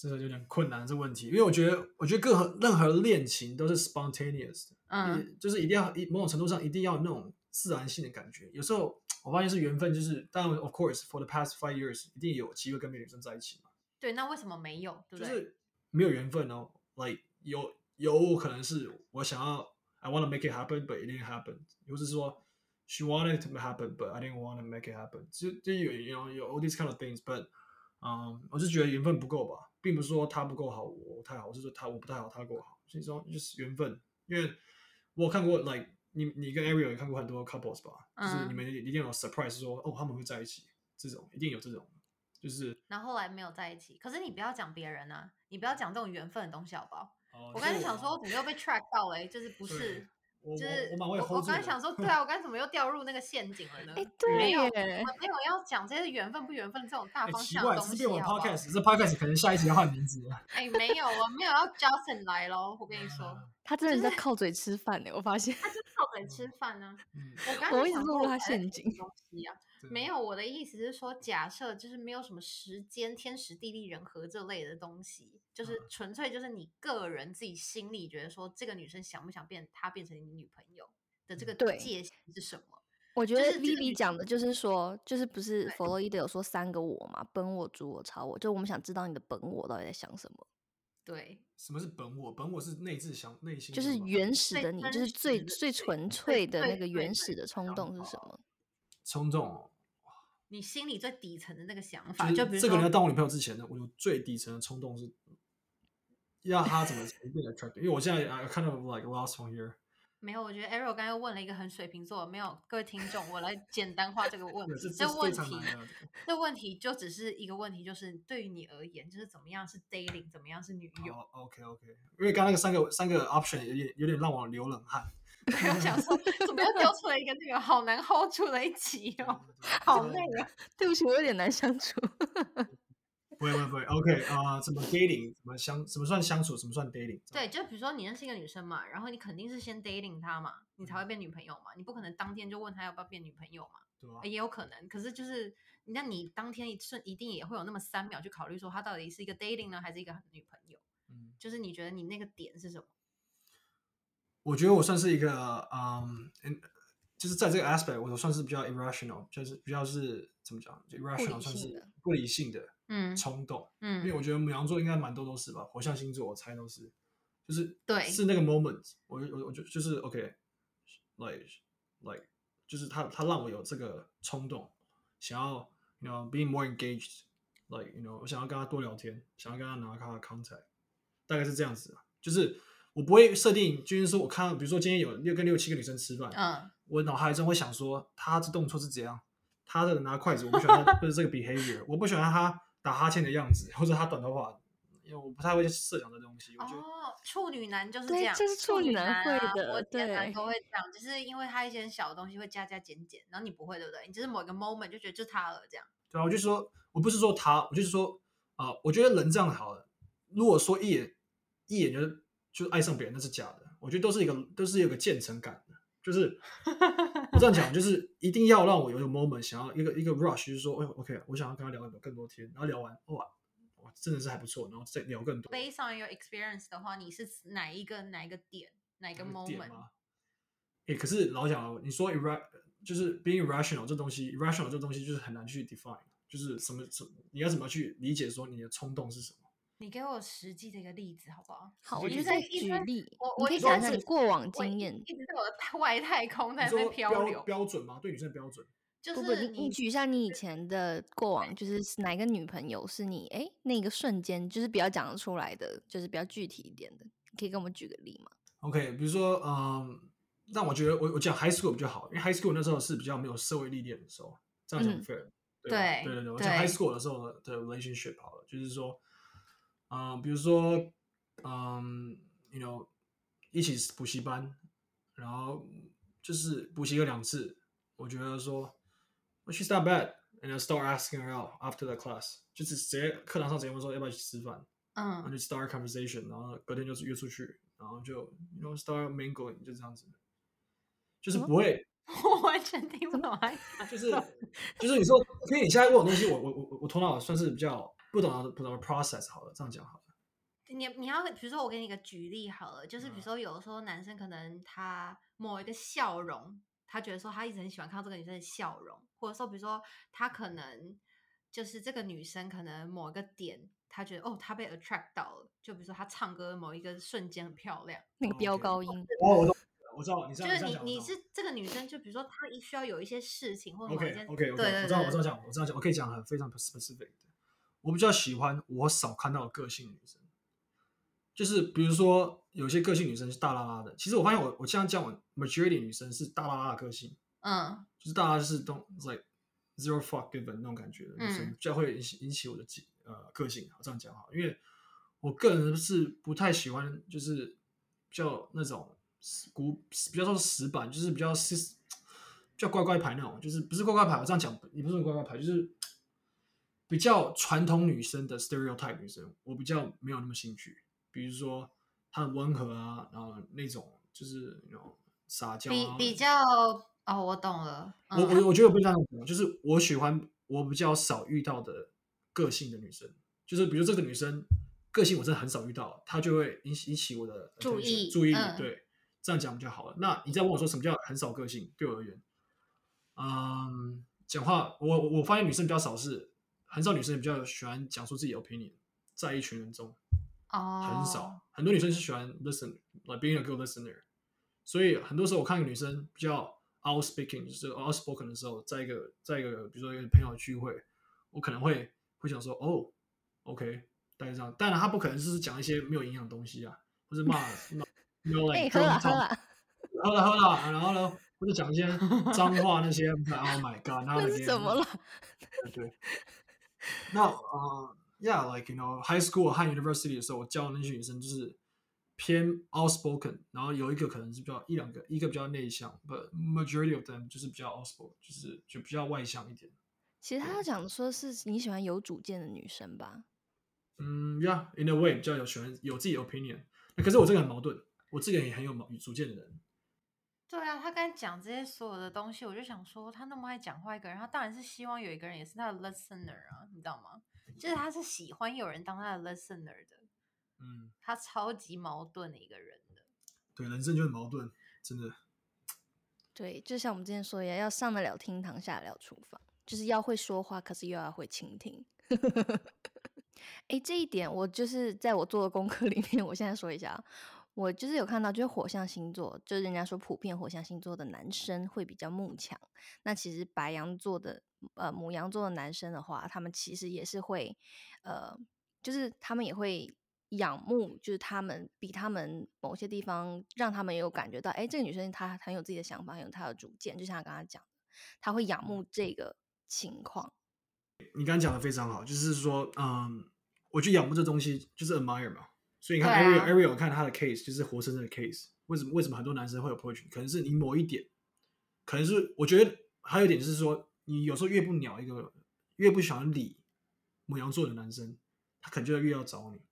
Speaker 4: 这个有点困难这问题，因为我觉得，我觉得任何任何恋情都是 spontaneous 的，
Speaker 3: 嗯
Speaker 4: 也就是一定要一某种程度上一定要有那种自然性的感觉。有时候我发现是缘分，就是当然 of course for the past five years 一定有机会跟别的女生在一起嘛，
Speaker 3: 对，那为什么没有？对不
Speaker 4: 就
Speaker 3: 对？
Speaker 4: 是没有缘分哦，like 有有可能是我想要 I want to make it happen but it didn't happen，或是说 she wanted to happen but I didn't want to make it happen，就就有有有 all these kind of things but 嗯，我是觉得缘分不够吧，并不是说他不够好，我太好，我是说他我不太好，他够好，所以说就是缘分。因为我有看过，like 你你跟 Ariel 也看过很多 couples 吧，就是你
Speaker 3: 嗯
Speaker 4: 们一定有 surprise 说哦他们会在一起，这种一定有这种，就是
Speaker 3: 然后后来没有在一起。可是你不要讲别人啊，你不要讲这种缘分的东西好不好？
Speaker 4: 哦
Speaker 3: 我刚才
Speaker 4: 就
Speaker 3: 想说，怎么 又被 track 到了欸？就是不
Speaker 4: 对
Speaker 3: 是，
Speaker 4: 我
Speaker 3: 就
Speaker 4: 我
Speaker 3: 是
Speaker 4: 我蛮会 hold
Speaker 3: 我
Speaker 4: 住
Speaker 3: 刚才
Speaker 4: 的
Speaker 3: 想 说，对啊，我刚才怎么又掉入那个陷阱了呢？
Speaker 2: 哎、
Speaker 3: 没
Speaker 2: 对
Speaker 3: 有，
Speaker 2: 耶，
Speaker 3: 我没有要讲这些缘分不缘分这种大
Speaker 4: 哎
Speaker 3: 方
Speaker 4: 奇
Speaker 3: 向的
Speaker 4: 怪，
Speaker 3: 东
Speaker 4: 这
Speaker 3: 西
Speaker 4: 边
Speaker 3: 好
Speaker 4: 我
Speaker 3: 不
Speaker 4: 的
Speaker 3: 好。
Speaker 4: podcast，这 podcast 可能下一集要换名字了。
Speaker 3: 哎，没有，我没有要 Justin 来咯，我跟你 说，
Speaker 4: 啊
Speaker 2: 他真的是在靠嘴吃饭呢、我发现。
Speaker 3: 他就靠嘴吃饭呢。
Speaker 4: 嗯，
Speaker 3: 我刚才
Speaker 2: 我
Speaker 3: 就
Speaker 2: 一直
Speaker 3: 想
Speaker 2: 落
Speaker 3: 说
Speaker 2: 入他
Speaker 3: 我在
Speaker 2: 陷
Speaker 3: 讲
Speaker 2: 阱
Speaker 3: 东西啊，
Speaker 4: 真的
Speaker 3: 没有，我的意思是说，假设就是没有什么时间、天时、地利、人和这类的东西，
Speaker 4: 嗯
Speaker 3: 就是纯粹就是你个人自己心里觉得说，这个女生想不想变，她变成你女朋友的
Speaker 4: 嗯
Speaker 3: 这个
Speaker 2: 对
Speaker 3: 界限是什么？
Speaker 2: 我觉
Speaker 3: 就
Speaker 2: 得
Speaker 3: 是这个
Speaker 2: Vivi
Speaker 3: 女
Speaker 2: 讲的就是说，就是不是
Speaker 3: 对
Speaker 2: 弗洛伊德有说三个我嘛，本我、主我、超我，就我们想知道你的本我到底在想什么，
Speaker 3: 对，
Speaker 4: 什么是本我？本我是内置想内心
Speaker 2: 就
Speaker 4: 的
Speaker 2: 是
Speaker 4: 吧
Speaker 2: 原始
Speaker 3: 最
Speaker 2: 的你，就
Speaker 3: 真
Speaker 2: 是最
Speaker 3: 实的
Speaker 2: 最
Speaker 3: 对
Speaker 2: 纯粹的
Speaker 3: 对
Speaker 2: 那个
Speaker 3: 对
Speaker 2: 原
Speaker 3: 对
Speaker 2: 始的冲
Speaker 4: 想
Speaker 2: 动是
Speaker 4: 法
Speaker 2: 什么？
Speaker 4: 冲动哦。
Speaker 3: 你心里最底层的那个想
Speaker 4: 就
Speaker 3: 法，
Speaker 4: 是
Speaker 3: 就比如
Speaker 4: 这个人要
Speaker 3: 说，
Speaker 4: 当我女朋友之前呢，我有最底层的冲动是要他 怎么才变 attractive，因为我现在 I kind of like lost from here。
Speaker 3: 没有，我觉得 Arrow 刚刚问了一个很水瓶座，没有各位听众，我来简单化这个问
Speaker 4: 对，
Speaker 3: 题
Speaker 4: 这，
Speaker 3: 这
Speaker 4: 是非
Speaker 3: 问
Speaker 4: 常
Speaker 3: 题
Speaker 4: 难的。这个
Speaker 3: 这问题就只是一个问题，就是对于你而言，就是怎么样是 dating，怎么样是女友。
Speaker 4: 好，OK OK，因为刚刚那个三个三个 option 有点有点让我流冷汗。
Speaker 3: 对我想说， 怎么又丢出了一个这个好难 hold 住的一集
Speaker 4: 对
Speaker 3: 哦，
Speaker 4: 对对
Speaker 3: 好
Speaker 4: 这个
Speaker 3: 累啊！
Speaker 2: 对不起，我有点难相处。
Speaker 4: 不会不会不会，OK 啊、怎么 dating，怎么相，怎么算相处，怎么算 dating？
Speaker 3: 对，就比如说你认识一个女生嘛，然后你肯定是先 dating 她嘛，你才会变女朋友嘛，你不可能当天就问她要不要变女朋友嘛，
Speaker 4: 对吧
Speaker 3: 呃？也有可能。可是就是，那你当天一瞬一定也会有那么三秒去考虑说，她到底是一个 dating 呢，还是一个女朋友？
Speaker 4: 嗯。
Speaker 3: 就是你觉得你那个点是什么？
Speaker 4: 我觉得我算是一个，嗯，嗯就是在这个 aspect，我算是比较 irrational，就是比较是怎么讲就，irrational
Speaker 2: 理
Speaker 4: 算
Speaker 2: 性
Speaker 4: 是
Speaker 2: 的
Speaker 4: 不理性的
Speaker 3: 嗯
Speaker 4: 冲动，因为
Speaker 3: 嗯
Speaker 4: 我觉得母羊座应该蛮多都是吧，火象星座我猜都是，就是
Speaker 3: 对
Speaker 4: 是那个 moment，我就我我就就是 OK，like like 就是他他让我有这个冲动，想要 you know being more engaged，like you know 我想要跟他多聊天，想要跟他拿他的 contact，大概是这样子啊，就是我不会设定，就是说我看到比如说今天有六跟六七个女生吃饭，
Speaker 3: 嗯，
Speaker 4: 我脑海中会想说他这动作是怎样，他的拿筷子，我不喜欢他 就是这个 behavior，我不喜欢他打哈欠的样子，或者他短头发，因为我不太会设想这东西，我觉得。
Speaker 3: 哦，处女男就是这
Speaker 2: 对
Speaker 3: 样，
Speaker 2: 这是
Speaker 3: 处
Speaker 2: 处女男
Speaker 3: 男啊
Speaker 2: 会的
Speaker 3: 我天男
Speaker 2: 对
Speaker 3: 都会这样，就是因为他一些小的东西会加加减减，然后你不会，对不对？你就是某一个 moment 就觉得就他了这样。
Speaker 4: 对啊，我就说，我不是说他，我就是说啊、我觉得人这样好了。如果说一眼一眼就就爱上别人，那是假的。我觉得都是一个都是有个渐层感的，就是我这样讲，就是一定要让我有一个 moment 想要一个一个 rush，就是说，哎呦，OK，我想要跟他聊更多天，然后聊完，哇，哇，真的是还不错，然后再聊更多。
Speaker 3: Based on your experience 的话，你是哪一个哪一个点哪一个
Speaker 4: 有点
Speaker 3: moment？
Speaker 4: 吗？哎、可是老讲啊，你说 irra 就是 being irrational 这东西，irrational 这东西就是很难去 define，就是什么什么你要怎么去理解说你的冲动是什么？
Speaker 3: 你给我实际的一个例子好不好？
Speaker 2: 好，
Speaker 4: 就
Speaker 2: 我
Speaker 4: 是
Speaker 2: 就
Speaker 4: 一
Speaker 2: 在
Speaker 3: 般一
Speaker 2: 举
Speaker 3: 般
Speaker 2: 例，
Speaker 3: 我
Speaker 2: 你
Speaker 3: 我
Speaker 2: 可
Speaker 3: 一
Speaker 2: 以讲一
Speaker 3: 开
Speaker 2: 下你
Speaker 3: 始
Speaker 2: 过往
Speaker 3: 我一
Speaker 2: 经验。
Speaker 3: 一直在我的太外太空在
Speaker 4: 你
Speaker 3: 那边
Speaker 4: 说
Speaker 3: 漂
Speaker 4: 标
Speaker 3: 流，
Speaker 4: 标准吗？对女生的标准？
Speaker 3: 就
Speaker 2: 不不，你
Speaker 3: 是
Speaker 2: 你举一下你以前的过往，就是是哪一个女朋友是你哎那个瞬间，就是比较讲得出来的，就是比较具体一点的，你可以跟我们举个例吗？
Speaker 4: OK，比如说，嗯，但我觉得我我讲 high school 比较好，因为 high school 那时候是比较没有社会历练的时候，这样讲
Speaker 2: 嗯
Speaker 4: fair、对
Speaker 3: 对
Speaker 4: 吧对对对，我讲
Speaker 3: 对
Speaker 4: high school 的时候的 relationship 好了，就是说，嗯，比如说，嗯，you know，一起补习班，然后就是补习个两次，我觉得说，Well, she's not bad。And I start asking her out after the class，就是直接课堂上直接问说要不要一起吃饭，然后
Speaker 3: 嗯
Speaker 4: 就 start a conversation，然后隔天就是约出去，然后就 you know start mingling，就这样子，就是不会，
Speaker 3: 我完全听不懂啊他讲
Speaker 4: 就 是
Speaker 3: 什么
Speaker 4: 就是你说，因为你现在问我东西，我我我我我头脑算是比较不懂得不懂得 process 好了，这样讲好了，
Speaker 3: 你你要比如说我给你一个举例好了，就是比如
Speaker 4: 嗯
Speaker 3: 说有时候男生可能他某一个笑容，他觉得说他一直很喜欢看到这个女生的笑容，或者说比如说他可能就是这个女生可能某一个点，他觉得哦他被 attract 到了，就比如说她唱歌某一个瞬间很漂亮，
Speaker 2: 那个飙
Speaker 4: OK
Speaker 2: 高音，
Speaker 4: 哦，我懂，我知道你这
Speaker 3: 就
Speaker 4: 样
Speaker 3: 是
Speaker 4: 这
Speaker 3: 你
Speaker 4: 样讲，
Speaker 3: 你
Speaker 4: 我知道
Speaker 3: 是这个女生，就比如说她一需要有一些事情或者某一
Speaker 4: OK
Speaker 3: 件
Speaker 4: OK
Speaker 3: 对
Speaker 4: OK，
Speaker 3: 对
Speaker 4: 我知道我
Speaker 3: 对
Speaker 4: 知道讲我知道讲，我可以讲很非常 specific 的，我比较喜欢我少看到的个性女生，就是比如说有些个性女生是大拉拉的，其实我发现我我这样讲，我 majority 女生是大拉拉的个性。
Speaker 3: 嗯
Speaker 4: 就是大家就是都 like zero fuck given 那种感觉的女生，
Speaker 3: 嗯
Speaker 4: 就会引起引起我的记呃个性。我这样讲哈，因为我个人是不太喜欢就是比较那种死古比较说死板，就是比较 sis 比较乖乖牌那种，就是不是乖乖牌，我这样讲也不是乖乖牌，就是比较传统女生的 stereotype 女生，我比较没有那么兴趣。比如说她很温和啊，然后那种就是那种撒娇、啊，
Speaker 3: 比比较哦我懂了，
Speaker 4: 我
Speaker 3: 嗯
Speaker 4: 我我觉得我不是这样讲，就是我喜欢我比较少遇到的个性的女生，就是比如这个女生个性我真的很少遇到，她就会引起引起我的
Speaker 3: 注
Speaker 4: attention，
Speaker 3: 意
Speaker 4: 注意力，
Speaker 3: 嗯
Speaker 4: 对，这样讲比较好了。那你再问我说什么叫很少个性？对我而言，嗯，讲话我我我发现女生比较少是很少女生比较喜欢讲出自己的 opinion，在一群人中，
Speaker 3: 哦
Speaker 4: 很少，很多女生是喜欢 listen，like being a good listener。所以很多时候我看一个女生比较 out speaking，就是 outspoken 的时候，在一个在一个比如说一个朋友聚会，我可能会会想说哦，OK，大概这样。当然她不可能就是讲一些没有营养的东西啊，或者骂 骂，没有
Speaker 2: 哎
Speaker 4: like
Speaker 2: 喝了
Speaker 4: drunk
Speaker 2: 喝
Speaker 4: talk，
Speaker 2: 了，
Speaker 4: 喝了喝了，然后呢，或者讲一些脏话那些，Oh my god，那
Speaker 2: 那是什么了？
Speaker 4: 对。那呃、y e a h l i k e you know，high school 和 university 的时候，我教的那些女生就是偏 outspoken，然后有一个可能是比较一两个，一个比较内向，but majority of them 就是比较 outspoken，就是就比较外向一点。
Speaker 2: 其实他讲说是你喜欢有主见的女生吧？
Speaker 4: 嗯，Yeah，in a way 比较有喜欢有自己的 opinion。那可是我这个很矛盾，我这个也很有矛主见的人。
Speaker 3: 对啊，他刚才讲这些所有的东西，我就想说，他那么爱讲话一个人，他当然是希望有一个人也是他的 listener 啊，你知道吗？就是他是喜欢有人当他的 listener 的，
Speaker 4: 嗯，
Speaker 3: 他超级矛盾的一个人的。
Speaker 4: 对，人生就很矛盾，真的。
Speaker 2: 对，就像我们之前说的一样，要上得了厅堂，下得了厨房，就是要会说话，可是又要会倾听。诶，这一点我就是在我做的功课里面，我现在说一下啊，我就是有看到，就是火象星座，就是人家说普遍火象星座的男生会比较慕强。那其实白羊座的呃母羊座的男生的话，他们其实也是会呃，就是他们也会。仰慕就是他们比他们某些地方让他们有感觉到，哎诶，这个女生她很有自己的想法，很有她的主见，就像我刚刚讲的，她会仰慕这个情况。
Speaker 4: 你刚刚讲的非常好，就是说，嗯，我去仰慕这东西就是 admire 嘛。所以你看
Speaker 3: 对
Speaker 4: Ariel、
Speaker 3: 啊
Speaker 4: Ariel 看他的 case 就是活生生的 case。为什么为什么很多男生会 approach？你可能是你某一点，可能是我觉得还有一点就是说，你有时候越不鸟一个，越不想理母羊座的男生，他可能就越要找你。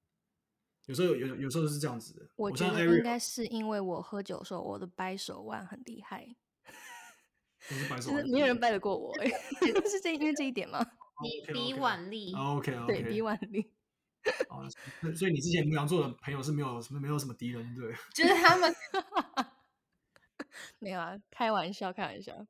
Speaker 4: 有时候有有时候是这样子的。
Speaker 2: 我
Speaker 4: 我
Speaker 2: 觉
Speaker 4: 像
Speaker 2: 得应
Speaker 4: Ariel
Speaker 2: 该是因为我喝酒的时候，我的掰手腕很厉害，
Speaker 4: 我是白手啊
Speaker 2: 就
Speaker 4: 腕
Speaker 2: 是没有人掰得过我、欸，是这因为这一点吗？
Speaker 3: 比
Speaker 4: 哦 OK，OK 哦
Speaker 3: 比腕力，
Speaker 4: OK OK，啊
Speaker 2: 对比腕力，
Speaker 4: 所以你之前母羊座的朋友是没有什么没有什么敌人，对？
Speaker 3: 就是他们。
Speaker 2: 没有啊，开玩笑，开玩笑。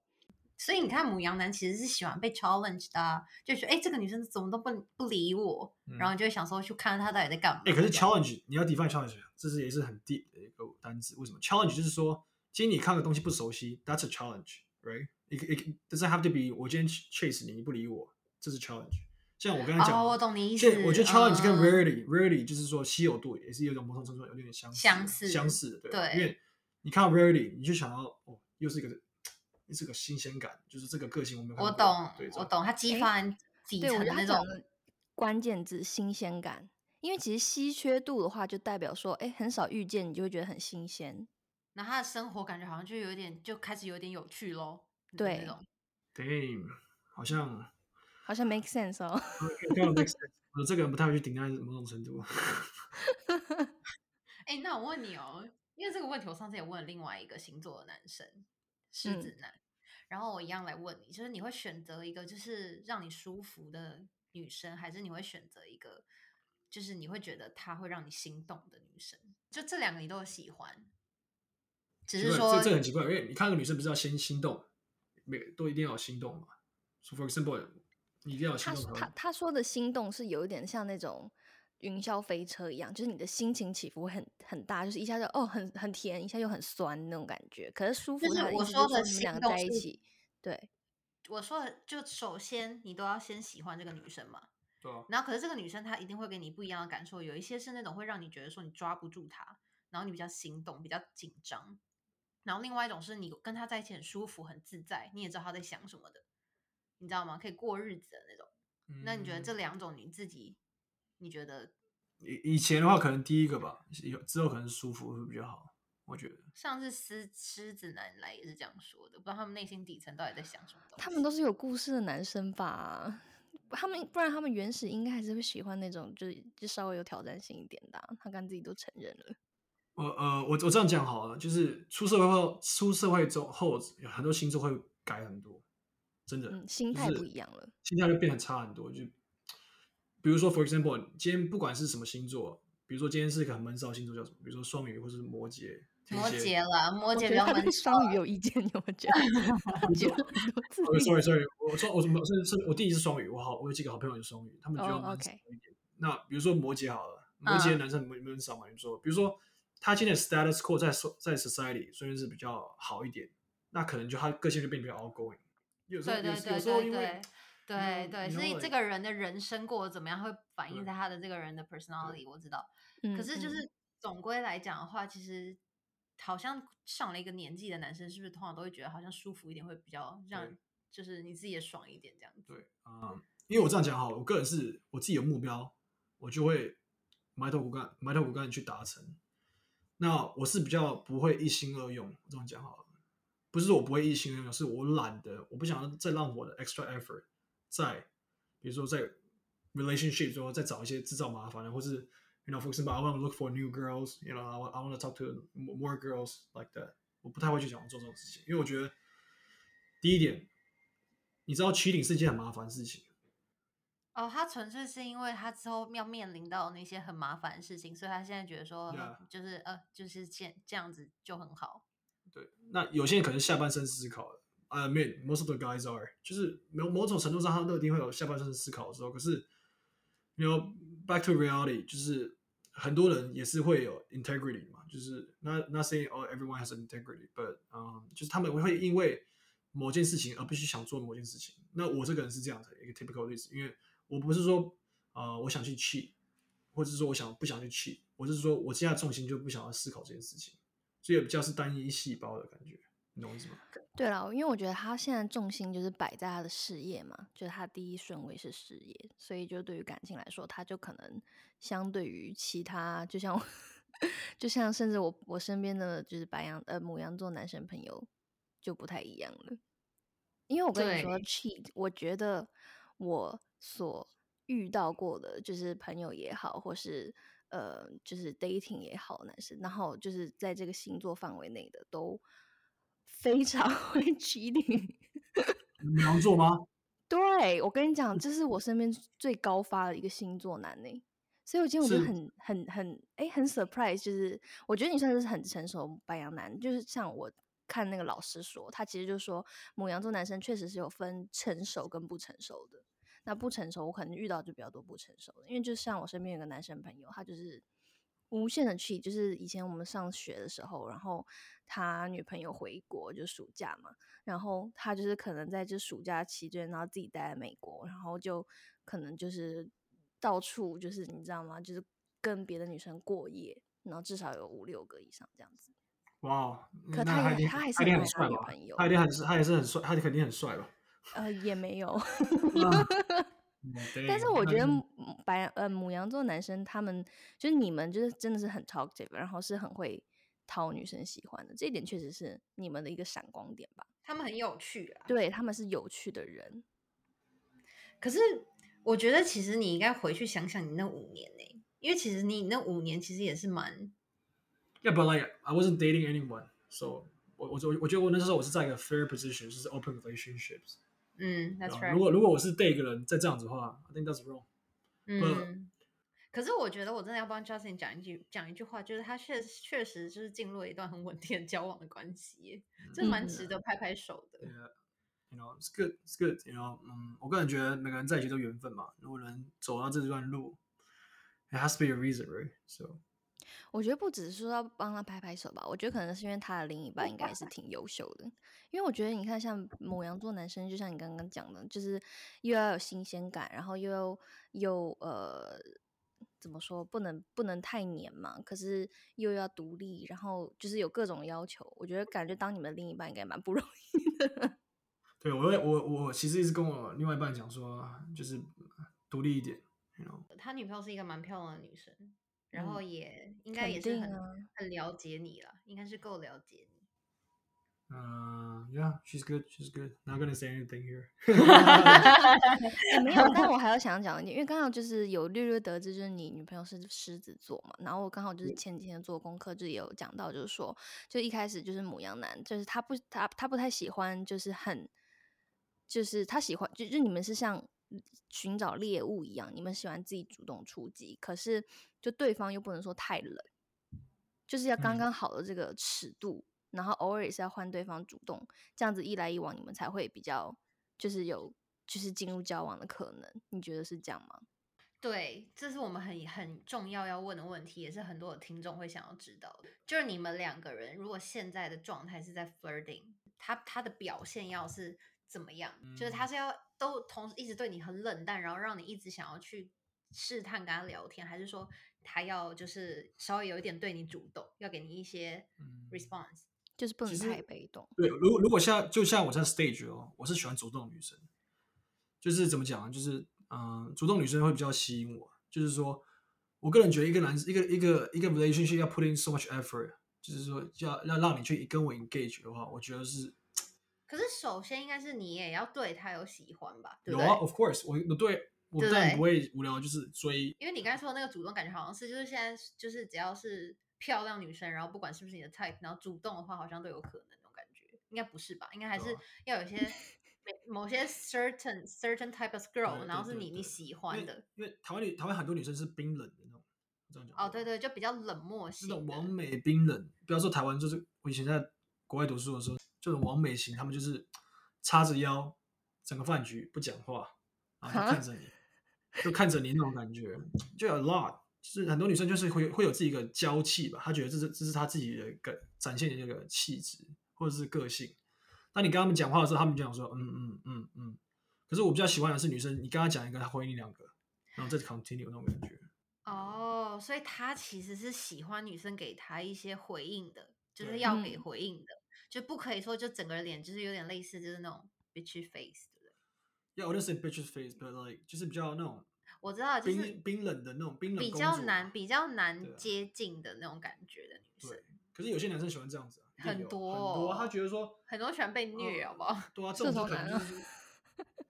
Speaker 3: 所以你看，母羊男其实是喜欢被 challenge 的、啊，就觉得哎、诶这个女生怎么都不不理我，然后你就会想说去看看她到底在干嘛。
Speaker 4: 嗯哎、可是
Speaker 3: 这样
Speaker 4: challenge 你要 define challenge，这是也是很 deep 的一个单词。为什么 challenge 就是说，今天你看个东西不熟悉，that's a challenge，right？it it doesn't have to be 我今天 chase 你，你不理我，这是 challenge。像我刚才讲，
Speaker 3: 哦，我懂你意思
Speaker 4: 现。在我觉得 challenge 跟
Speaker 3: 嗯
Speaker 4: rarely、rarely 就是说稀有度也是有一种某种程度上有点相似
Speaker 3: 相
Speaker 4: 的
Speaker 3: 似
Speaker 4: 相似的，对吧，
Speaker 3: 对
Speaker 4: 因为你看到 rarely 你就想要哦，又是一个又是个新鲜感，就是这个个性我没有看
Speaker 3: 我
Speaker 4: 过
Speaker 3: 懂
Speaker 4: 对，，这哎
Speaker 3: 我
Speaker 4: 样
Speaker 3: 懂，它激
Speaker 2: 诶
Speaker 3: 发你底
Speaker 2: 对，我
Speaker 3: 层
Speaker 2: 觉得
Speaker 3: 的
Speaker 2: 他
Speaker 3: 那
Speaker 2: 讲
Speaker 3: 种
Speaker 2: 的关键字新鲜感，因为其实稀缺度的话，就代表说，哎，很少遇见，你就会觉得很新鲜。
Speaker 3: 然后他的生活感觉好像就有点，就开始有点有趣喽。的那
Speaker 2: 对
Speaker 3: 种
Speaker 4: ，damn，好像
Speaker 2: 好像 make sense 哦，
Speaker 4: kind of makes sense 我这个 人不太会去顶在某种程度。
Speaker 3: 哎、那我问你哦，因为这个问题我上次也问了另外一个星座的男生，狮
Speaker 2: 嗯
Speaker 3: 子男，然后我一样来问你，就是你会选择一个就是让你舒服的女生，还是你会选择一个就是你会觉得她会让你心动的女生？就这两个你都有喜欢，只
Speaker 4: 奇
Speaker 3: 是
Speaker 4: 怪
Speaker 3: 说
Speaker 4: 这这很奇怪，因为你看个女生不是要先心动，每个都一定要有心动嘛。So for example，你一定要有心
Speaker 2: 他
Speaker 4: 动才
Speaker 2: 他
Speaker 4: 会。
Speaker 2: 他说的心动是有一点像那种云霄飞车一样，就是你的心情起伏会很很大，就是一下就哦很很甜，一下又很酸那种感觉。可是舒服，
Speaker 3: 是
Speaker 2: 他的意
Speaker 3: 我
Speaker 2: 思
Speaker 3: 说
Speaker 2: 是
Speaker 3: 的
Speaker 2: 你们
Speaker 3: 心
Speaker 2: 两个
Speaker 3: 动
Speaker 2: 在一
Speaker 3: 是
Speaker 2: 起，对，
Speaker 3: 我说的就首先你都要先喜欢这个女生嘛，
Speaker 4: 对啊，
Speaker 3: 然后可是这个女生她一定会给你不一样的感受，有一些是那种会让你觉得说你抓不住她，然后你比较心动，比较紧张。然后另外一种是你跟她在一起很舒服、很自在，你也知道她在想什么的，你知道吗？可以过日子的那种。那你觉得这
Speaker 4: 嗯
Speaker 3: 两种你自己，你觉得
Speaker 4: 以以前
Speaker 3: 嗯
Speaker 4: 的话，可能第一个吧，有之后可能舒服会比较好，我觉得。
Speaker 3: 上次狮狮子男来也是这样说的，不知道他们内心底层到底在想什么东西。
Speaker 2: 他们都是有故事的男生吧？他们不然他们原始应该还是会喜欢那种就是就稍微有挑战性一点的啊、他刚自己都承认了，
Speaker 4: 我呃，我我这样讲好了，就是出社会后，出社会之后，很多星座会改很多，真的。
Speaker 2: 嗯，心
Speaker 4: 就
Speaker 2: 态
Speaker 4: 是
Speaker 2: 不一样了。
Speaker 4: 心态就变得差很多。就比如说，for example，今天不管是什么星座，比如说今天是一个很闷骚的星座叫什么，比如说双鱼或者是摩羯、天
Speaker 3: 摩羯。
Speaker 4: 蝎
Speaker 3: 了，摩
Speaker 2: 我
Speaker 3: 羯
Speaker 2: 觉
Speaker 3: 比
Speaker 2: 得
Speaker 3: 较
Speaker 2: 他
Speaker 3: 闷
Speaker 2: 对双鱼有意见， 有没有觉得？他觉得很 多次
Speaker 4: s o r r y sorry，我说我什么是是我弟弟是双鱼，我好我有几个好朋友是双鱼，他们觉得
Speaker 2: 哦
Speaker 4: 我们
Speaker 2: ，OK
Speaker 4: 少一点。那比如说摩羯好了，摩羯的
Speaker 3: 嗯
Speaker 4: 男生闷闷骚嘛，你说，比如说他今天的 status quo 在 so- 在 society 虽然是比较好一点，那可能就他个性就变得比较 outgoing。有时候
Speaker 3: 对对
Speaker 4: 有时有
Speaker 3: 对
Speaker 4: 时候
Speaker 3: 对
Speaker 4: 因为
Speaker 3: 对对
Speaker 4: 嗯
Speaker 3: 对，
Speaker 4: 你
Speaker 3: 所
Speaker 4: 要
Speaker 3: 以
Speaker 4: 为
Speaker 3: 这个人的人生过得怎么样，会反映
Speaker 4: 对
Speaker 3: 在他的这个人的 personality。我知道，
Speaker 2: 嗯
Speaker 3: 可是
Speaker 2: 嗯
Speaker 3: 就是总归来讲的话，其实好像上了一个年纪的男生，是不是通常都会觉得好像舒服一点，会比较让就是你自己也爽一点这样子。
Speaker 4: 对，啊、因为我这样讲好了，我个人是我自己有目标，我就会埋头苦干，埋头苦干去达成。那我是比较不会一心二用，我这样讲好了，不是说我不会一心二用，是我懒得，我不想要再让我的 extra effort 在，比如说在 relationship 中再找一些制造麻烦的，或是 you know for example I want to look for new girls, you know I want I want to talk to more girls like that。我不太会去想做这种事情，因为我觉得第一点，你知道 cheating 是一件很麻烦的事情，
Speaker 3: 哦，他纯粹是因为他之后要面临到那些很麻烦的事情，所以他现在觉得说
Speaker 4: Yeah
Speaker 3: 就是呃，就是这这样子就很好。
Speaker 4: 对，那有些人可能下半身思考了，I mean most of the guys are，就是某某种程度上，他们都一定会有下半身思考的时候。可是，you know back to reality，就是很多人也是会有 integrity 嘛，就是 not not saying oh everyone has integrity，but 嗯、就是他们会因为某件事情而必须想做某件事情。那我这个人是这样的一个 typical 例子，因为我不是说啊、呃我想去 cheat，或者是说我想不想去 cheat，我是说我现在重心就不想要思考这件事情，所以比较是单一细胞的感觉，你懂我意思吗？
Speaker 2: 对了，因为我觉得他现在重心就是摆在他的事业嘛，就是他第一顺位是事业，所以就对于感情来说，他就可能相对于其他，就像我 就像甚至我我身边的就是白羊呃母羊座男生朋友就不太一样了，因为我跟你说
Speaker 3: 对
Speaker 2: cheat，我觉得我所遇到过的就是朋友也好，或是呃就是 dating 也好，男生，然后就是在这个星座范围内的都非常 会 cheating。
Speaker 4: 你要做吗？
Speaker 2: 对我跟你讲，这是我身边最高发的一个星座男呢、所以我今天我就是很很很哎、很 surprise，就是我觉得你算是很成熟白羊男，就是像我看那个老师说，他其实就说母羊座男生确实是有分成熟跟不成熟的。那不成熟，我可能遇到就比较多不成熟的，因为就像我身边有个男生朋友，他就是无限的去，就是以前我们上学的时候，然后他女朋友回国就暑假嘛，然后他就是可能在这暑假期间，然后自己待在美国，然后就可能就是到处就是你知道吗？就是跟别的女生过夜，然后至少有五六个以上这样子。
Speaker 4: 哇，哦
Speaker 2: 可
Speaker 4: 嗯
Speaker 2: 他
Speaker 4: 那
Speaker 2: 也
Speaker 4: 他一定
Speaker 2: 他还是
Speaker 4: 一定
Speaker 2: 很爱
Speaker 4: 很
Speaker 2: 他
Speaker 4: 帅
Speaker 2: 女
Speaker 4: 吧
Speaker 2: 朋友？
Speaker 4: 他一定很他也是很帅，他肯定很帅吧？
Speaker 2: 呃，也没 有。
Speaker 4: 嗯
Speaker 2: 但是
Speaker 4: 对
Speaker 2: 我
Speaker 4: 那
Speaker 2: 觉得
Speaker 4: 就
Speaker 2: 母白羊呃母羊座男生他们就是你们就是真的是很 talkative，然后是很会讨女生喜欢的，这一点确实是你们的一个闪光点吧？
Speaker 3: 他们很有趣
Speaker 4: 嗯
Speaker 3: 啊。
Speaker 2: 对，他们是有趣的人，
Speaker 3: 可是我觉得，其实你应该回去想想你那五年呢、因为其实你那五年其实也是蛮
Speaker 4: Yeah, but like I wasn't dating anyone, so 我我我我觉得我那时候我是在一个 fair position，就是 open relationships
Speaker 3: 嗯
Speaker 4: 对
Speaker 3: ，That's
Speaker 4: 吧。
Speaker 3: right。
Speaker 4: 如果如果我是 date 一个人再这样子的话，I think that's wrong。
Speaker 3: 嗯，可是我觉得我真的要帮 Justin 讲一句讲一句话，就是他确确实就是进入了一段很稳定的交往的关系耶，这
Speaker 2: 嗯
Speaker 3: 蛮值得拍拍手的。
Speaker 4: Yeah, you know, it's good, it's good. You know, 嗯，我个人觉得每个人在一起都缘分嘛。如果能走到这段路，it has to be a reason, right? So
Speaker 2: 我觉得不只是说要帮他拍拍手吧，我觉得可能是因为他的另一半应该也是挺优秀的，因为我觉得你看像母羊座男生，就像你刚刚讲的，就是又要有新鲜感，然后又要又呃怎么说，不能不能太黏嘛，可是又要独立，然后就是有各种要求，我觉得感觉当你们的另一半应该蛮不容易的。
Speaker 4: 对我会我我其实一直跟我另外一半讲说，啊就是独立一点，you know。
Speaker 3: 他女朋友是一个蛮漂亮的女生，然后也应该
Speaker 2: 嗯肯
Speaker 3: 也是
Speaker 2: 定
Speaker 3: 很、
Speaker 2: 啊
Speaker 3: 很了解你了，应该是够了解你。
Speaker 4: 嗯、y e a h she's good, she's good. Not gonna say anything here.
Speaker 2: 欸没有，但我还有想讲一点，因为刚好就是有略略得知，就是你女朋友是狮子座嘛，然后我刚好就是前几天做功课就也有讲到，就是说，就一开始就是母羊男，就是他不他他不太喜欢，就是很，就是他喜欢，就就你们是像寻找猎物一样，你们喜欢自己主动出击，可是就对方又不能说太冷，就是要刚
Speaker 4: 嗯
Speaker 2: 刚好的这个尺度，然后偶尔也是要换对方主动，这样子一来一往，你们才会比较就是有就是进入交往的可能。你觉得是这样吗？
Speaker 3: 对，这是我们很很重要要问的问题，也是很多的听众会想要知道的。就是你们两个人如果现在的状态是在 flirting，他他的表现要是怎么样？就是
Speaker 4: 嗯
Speaker 3: 他是要都同时一直对你很冷淡，然后让你一直想要去试探跟他聊天，还是说他要就是稍微有一点对你主动，要给你一些
Speaker 4: 嗯
Speaker 3: response？
Speaker 2: 就是不能
Speaker 4: 实
Speaker 2: 太被动。
Speaker 4: 对，如果如果像就像我在 stage 哦，我是喜欢主动的女生，就是怎么讲啊，就是嗯、呃主动女生会比较吸引我。就是说，我个人觉得一个男一个一个一个 relationship 要 put in so much effort，就是说要要让你去跟我 engage 的话，我觉得是
Speaker 3: 可是首先应该是你也要对他有喜欢吧，对
Speaker 4: 有
Speaker 3: 不
Speaker 4: 啊
Speaker 3: 对？
Speaker 4: ，of course，我我对我
Speaker 3: 对
Speaker 4: 当然
Speaker 3: 对
Speaker 4: 不会无聊，就是追
Speaker 3: 因为你刚才说的那个主动，感觉好像是就是现在是就是只要是漂亮女生，然后不管是不是你的 type，然后主动的话，好像都有可能那种感觉，应该不是吧？应该还
Speaker 4: 对
Speaker 3: 是
Speaker 4: 啊
Speaker 3: 要有一些某某些 certain certain type of
Speaker 4: 对
Speaker 3: girl，然后
Speaker 4: 对
Speaker 3: 是
Speaker 4: 对
Speaker 3: 你
Speaker 4: 对
Speaker 3: 你喜欢
Speaker 4: 因为
Speaker 3: 的
Speaker 4: 因为台湾女台湾很多女生是冰冷的那种，这样讲
Speaker 3: 哦，
Speaker 4: 过
Speaker 3: 对
Speaker 4: 吗
Speaker 3: 对，就比较冷漠
Speaker 4: 这
Speaker 3: 型
Speaker 4: 种
Speaker 3: 的
Speaker 4: 完美冰冷，不要说台湾，就是我以前在国外读书的时候，这种完美型，他们就是叉着腰，整个饭局不讲话，然后就
Speaker 2: 哈
Speaker 4: 看着你，就看着你那种感觉，就有 a lot，就是很多女生就是会会有自己一个娇气吧，她觉得这是这是她自己的个展现的那个气质或者是个性。当你跟他们讲话的时候，他们就想说嗯嗯嗯嗯。可是我比较喜欢的是女生，你跟她讲一个，她回你两个，然后再 continue 那种感觉。
Speaker 3: 哦，所以他其实是喜欢女生给他一些回应的，就是
Speaker 4: 对
Speaker 3: 要给
Speaker 2: 嗯
Speaker 3: 回应的，就不可以说就整个脸就是有点类似就是那种 bitch face，对不对？
Speaker 4: Yeah, I wouldn't say bitch's face, but like 就是比较那种
Speaker 3: 我知道，就
Speaker 4: 冰
Speaker 3: 是
Speaker 4: 冰冷的那种冰冷
Speaker 3: 比
Speaker 4: 公
Speaker 3: 较
Speaker 4: 主
Speaker 3: 难、
Speaker 4: 啊
Speaker 3: 比较
Speaker 4: 对啊
Speaker 3: 难接近的那种感觉的女生
Speaker 4: 对，可是有些男生喜欢这样子、啊，一定
Speaker 3: 很
Speaker 4: 有
Speaker 3: 多
Speaker 4: 很多啊，他
Speaker 3: 哦
Speaker 4: 觉得说，
Speaker 3: 很多喜欢被
Speaker 4: 哦
Speaker 3: 虐，好不好？
Speaker 4: 对啊，这
Speaker 2: 射
Speaker 4: 种就
Speaker 2: 手
Speaker 4: 可能
Speaker 2: 男啊
Speaker 4: 就是，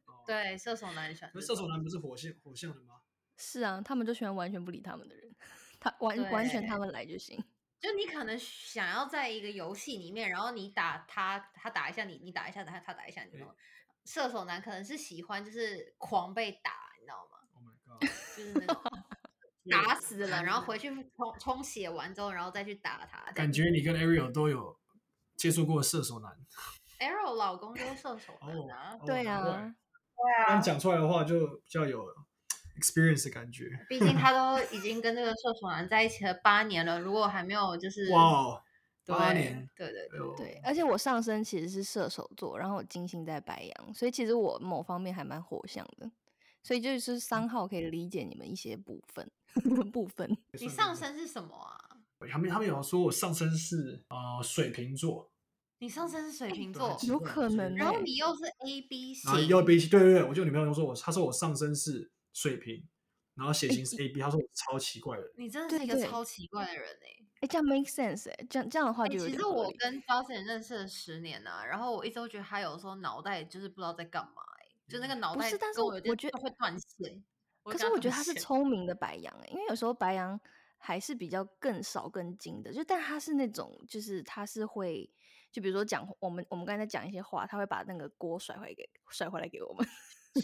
Speaker 4: 哦，
Speaker 3: 对，射手男也喜欢
Speaker 4: 可
Speaker 3: 这
Speaker 4: 是射手
Speaker 3: 种
Speaker 4: 男不是火象火象的吗？
Speaker 2: 是啊，他们就喜欢完全不理他们的人，他完完全他们来就行。
Speaker 3: 就你可能想要在一个游戏里面，然后你打他，他打一下你，你打一下他，他打一下你。
Speaker 4: 对
Speaker 3: 然后射手男可能是喜欢就是狂被打，你知道吗？
Speaker 4: Oh my god！
Speaker 3: 就是那种 打死了，然后回去冲冲血完之后，然后再去打他。这
Speaker 4: 感
Speaker 3: 样
Speaker 4: 觉你跟 Ariel 都有接触过射手男
Speaker 3: Arrow 老公就是射手
Speaker 4: 哦
Speaker 3: 男啊，
Speaker 4: 哦
Speaker 2: 对
Speaker 4: 难怪
Speaker 2: 啊，
Speaker 4: 这样讲出来的话就比较有 experience 的感觉。
Speaker 3: 毕竟 他都已经跟这个射手男在一起了八年了，如果还没有就是
Speaker 4: 哇哦，
Speaker 3: 对
Speaker 4: 八年，
Speaker 3: 对对
Speaker 4: 哎
Speaker 3: 对，
Speaker 4: 呦
Speaker 2: 对，，而且我上身其实是射手座，然后我金星在白羊，所以其实我某方面还蛮火象的，所以就是
Speaker 3: 嗯
Speaker 2: 三号可以理解你们一些部分 部 分。
Speaker 3: 你上身是什么啊？
Speaker 4: 他们他们有说我上身是呃水瓶座，
Speaker 3: 你上身是水瓶
Speaker 4: 对很
Speaker 3: 座
Speaker 4: 奇，
Speaker 2: 有
Speaker 4: 怪
Speaker 2: 可
Speaker 4: 所以
Speaker 2: 能
Speaker 3: 然后
Speaker 2: 欸
Speaker 3: 你又是 A B
Speaker 4: 然后
Speaker 3: 型，
Speaker 4: 又 B 对对对，我就有女朋友说我，她说我上身是水瓶，然后血型是 AB，她说我超奇怪的人。
Speaker 3: 你真的是
Speaker 2: 对
Speaker 3: 一个
Speaker 2: 对
Speaker 3: 超奇怪的人哎、欸
Speaker 2: 哎，这样 make sense 哎、这样这样的话就有
Speaker 3: 其
Speaker 2: 点
Speaker 3: 实
Speaker 2: 合
Speaker 3: 我
Speaker 2: 理
Speaker 3: 跟 Justin 认识了十年呐、然后我一直都觉得他有时候脑袋就是不知道在干嘛哎、就那
Speaker 4: 嗯
Speaker 3: 个脑
Speaker 2: 不
Speaker 3: 袋
Speaker 2: 是但是
Speaker 3: 跟
Speaker 2: 我
Speaker 3: 我有点
Speaker 2: 我觉得
Speaker 3: 会断线。
Speaker 2: 可
Speaker 3: 跟
Speaker 2: 是我觉得
Speaker 3: 断
Speaker 2: 他是
Speaker 3: 线
Speaker 2: 聪明的白羊、欸，因为有时候白羊还是比较更少更精的，就但他是那种就是他是会，就比如说讲我们我们刚才在讲一些话，他会把那个锅甩回给甩回来给我们。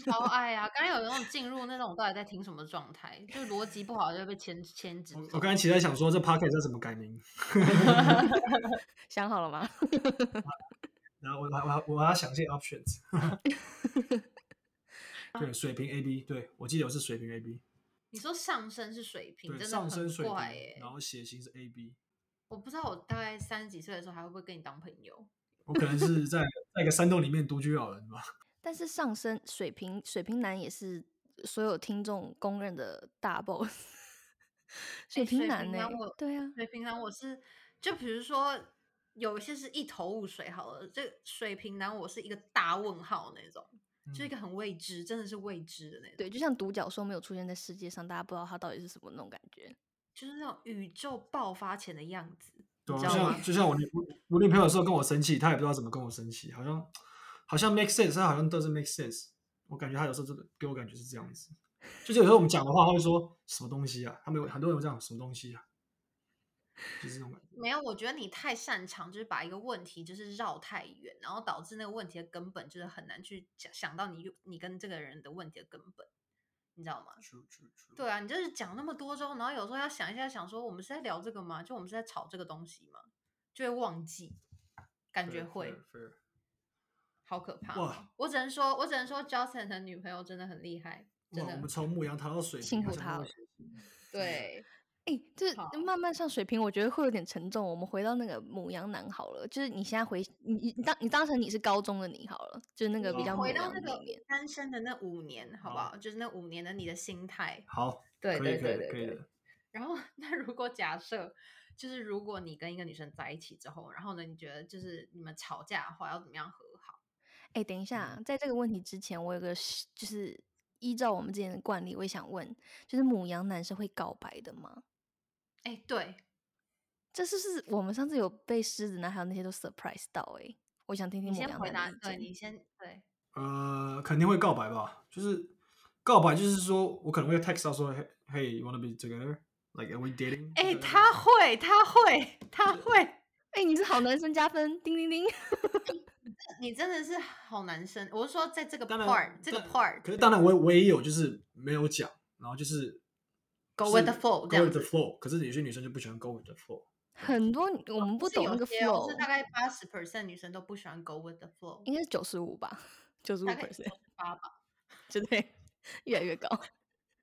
Speaker 3: 超爱啊！刚刚有那种进入那种到底在听什么状态，就是逻辑不好就会被牵牵制
Speaker 4: 我
Speaker 3: 住。
Speaker 4: 我刚才其实在想说这 p o c k e t 要怎么改名，
Speaker 2: 想好了吗？
Speaker 4: 然后我我我我还要想一些 options。对，水瓶 AB，对我记得我是水瓶 AB，
Speaker 3: 你说上身是水平，
Speaker 4: 对，
Speaker 3: 真的
Speaker 4: 上
Speaker 3: 很
Speaker 4: 身水
Speaker 3: 怪
Speaker 4: 瓶，
Speaker 3: 耶、
Speaker 4: 然后血型是 AB，
Speaker 3: 我不知道我大概三十几岁的时候还会不会跟你当朋友。
Speaker 4: 我可能是在在一个山洞里面独居老 人吧。
Speaker 2: 但是上升水平水平男也是所有听众公认的大 boss，水
Speaker 3: 诶水
Speaker 2: 平男
Speaker 3: 瓶
Speaker 2: 呢、
Speaker 3: 男我
Speaker 2: 对啊，
Speaker 3: 所以平常我是，就比如说有一些是一头雾水好了，这水瓶男我是一个大问号那种，就是一
Speaker 4: 嗯
Speaker 3: 个很未知，真的是未知的那种，
Speaker 2: 对，就像独角兽没有出现在世界上，大家不知道它到底是什么那种感觉。
Speaker 3: 就是那种宇宙爆发前的样子，
Speaker 4: 对、
Speaker 3: 你
Speaker 4: 啊，
Speaker 3: 知
Speaker 4: 就
Speaker 3: 道吗
Speaker 4: 像？就像我女我我女朋友有时候跟我生气，她也不知道怎么跟我生气，好像好像 make sense，她好像 doesn't make sense。我感觉她有时候真的给我感觉是这样子，就是有时候我们讲的话，她会说什么东西啊？他们有很多人有这样什么东西啊，就是这种感觉。
Speaker 3: 没有，我觉得你太擅长，就是把一个问题就是绕太远，然后导致那个问题的根本就是很难去讲想到你你跟这个人的问题的根本，你知道吗？
Speaker 4: True, true, true
Speaker 3: 对啊，你就是讲那么多之后，然后有时候要想一下，想说我们是在聊这个吗？就我们是在吵这个东西吗？就会忘记，感觉
Speaker 4: Fair,
Speaker 3: 会
Speaker 4: fair, fair
Speaker 3: 好可怕
Speaker 4: 哇
Speaker 3: 哦。我只能说，我只能说，Johnson 的女朋友真的很厉害，真
Speaker 4: 哇，我们
Speaker 3: 的
Speaker 4: 从母羊谈到水瓶，
Speaker 2: 辛
Speaker 4: 好
Speaker 2: 苦
Speaker 4: 像
Speaker 2: 她
Speaker 4: 都
Speaker 2: 了
Speaker 4: 是
Speaker 3: 对。
Speaker 2: 哎、这
Speaker 3: 好
Speaker 2: 慢慢上水平，我觉得会有点沉重。我们回到那个母羊男好了，就是你现在回你你你当你当成你是高中的你好了，就是那个比
Speaker 3: 你
Speaker 2: 较母
Speaker 3: 哦回到
Speaker 2: 羊
Speaker 3: 那
Speaker 2: 的
Speaker 3: 个
Speaker 2: 里面。
Speaker 3: 单身的那五年，好不
Speaker 4: 好
Speaker 3: 好？就是那五年的你的心态，
Speaker 4: 好，
Speaker 3: 对
Speaker 4: 可
Speaker 3: 对
Speaker 4: 以可
Speaker 3: 对
Speaker 4: 以
Speaker 3: 对
Speaker 4: 可以
Speaker 3: 对。
Speaker 4: 的。
Speaker 3: 然后，那如果假设，就是如果你跟一个女生在一起之后，然后呢，你觉得就是你们吵架的话，要怎么样和好？
Speaker 2: 哎、等一
Speaker 3: 嗯
Speaker 2: 下，在这个问题之前，我有个是就是依照我们之前的惯例，我也想问，就是母羊男是会告白的吗？
Speaker 3: 哎，对，
Speaker 2: 这是不是我们上次有被狮子男还有那些都 surprise 到、欸？哎，我想听听
Speaker 3: 你
Speaker 2: 母
Speaker 3: 先
Speaker 2: 羊
Speaker 3: 回
Speaker 2: 男
Speaker 3: 答，
Speaker 2: 的意
Speaker 3: 对
Speaker 2: 见。
Speaker 3: 你先对。
Speaker 4: 呃，肯定会告白吧，就是告白，就是说我可能会 text 她说，Hey, you wanna be together? Like are we dating?
Speaker 3: 哎、
Speaker 4: 就是
Speaker 3: 他会，他会，他会，
Speaker 2: 哎、你是好男生加分，叮叮叮！
Speaker 3: 你真的是好男生。我是说，在这个
Speaker 4: 当然
Speaker 3: part，这个
Speaker 4: 但
Speaker 3: part
Speaker 4: 可是当然我也我也有就是没有讲，然后就是
Speaker 3: Go
Speaker 4: 就是
Speaker 3: with the flow 这
Speaker 4: go
Speaker 3: 样
Speaker 4: with the
Speaker 3: 子
Speaker 4: flow。可是有些女生就不喜欢 go with the flow，
Speaker 2: 很多女我们不
Speaker 3: 是
Speaker 2: 懂
Speaker 3: 有
Speaker 2: 那个
Speaker 3: 些哦是大
Speaker 2: flow，
Speaker 3: 概八十 percent 女生都不喜欢 go with the flow，
Speaker 2: 应该是九十五吧，九十五
Speaker 3: 大概
Speaker 2: percent，
Speaker 3: 九十八吧。
Speaker 2: 对不对？越来越高。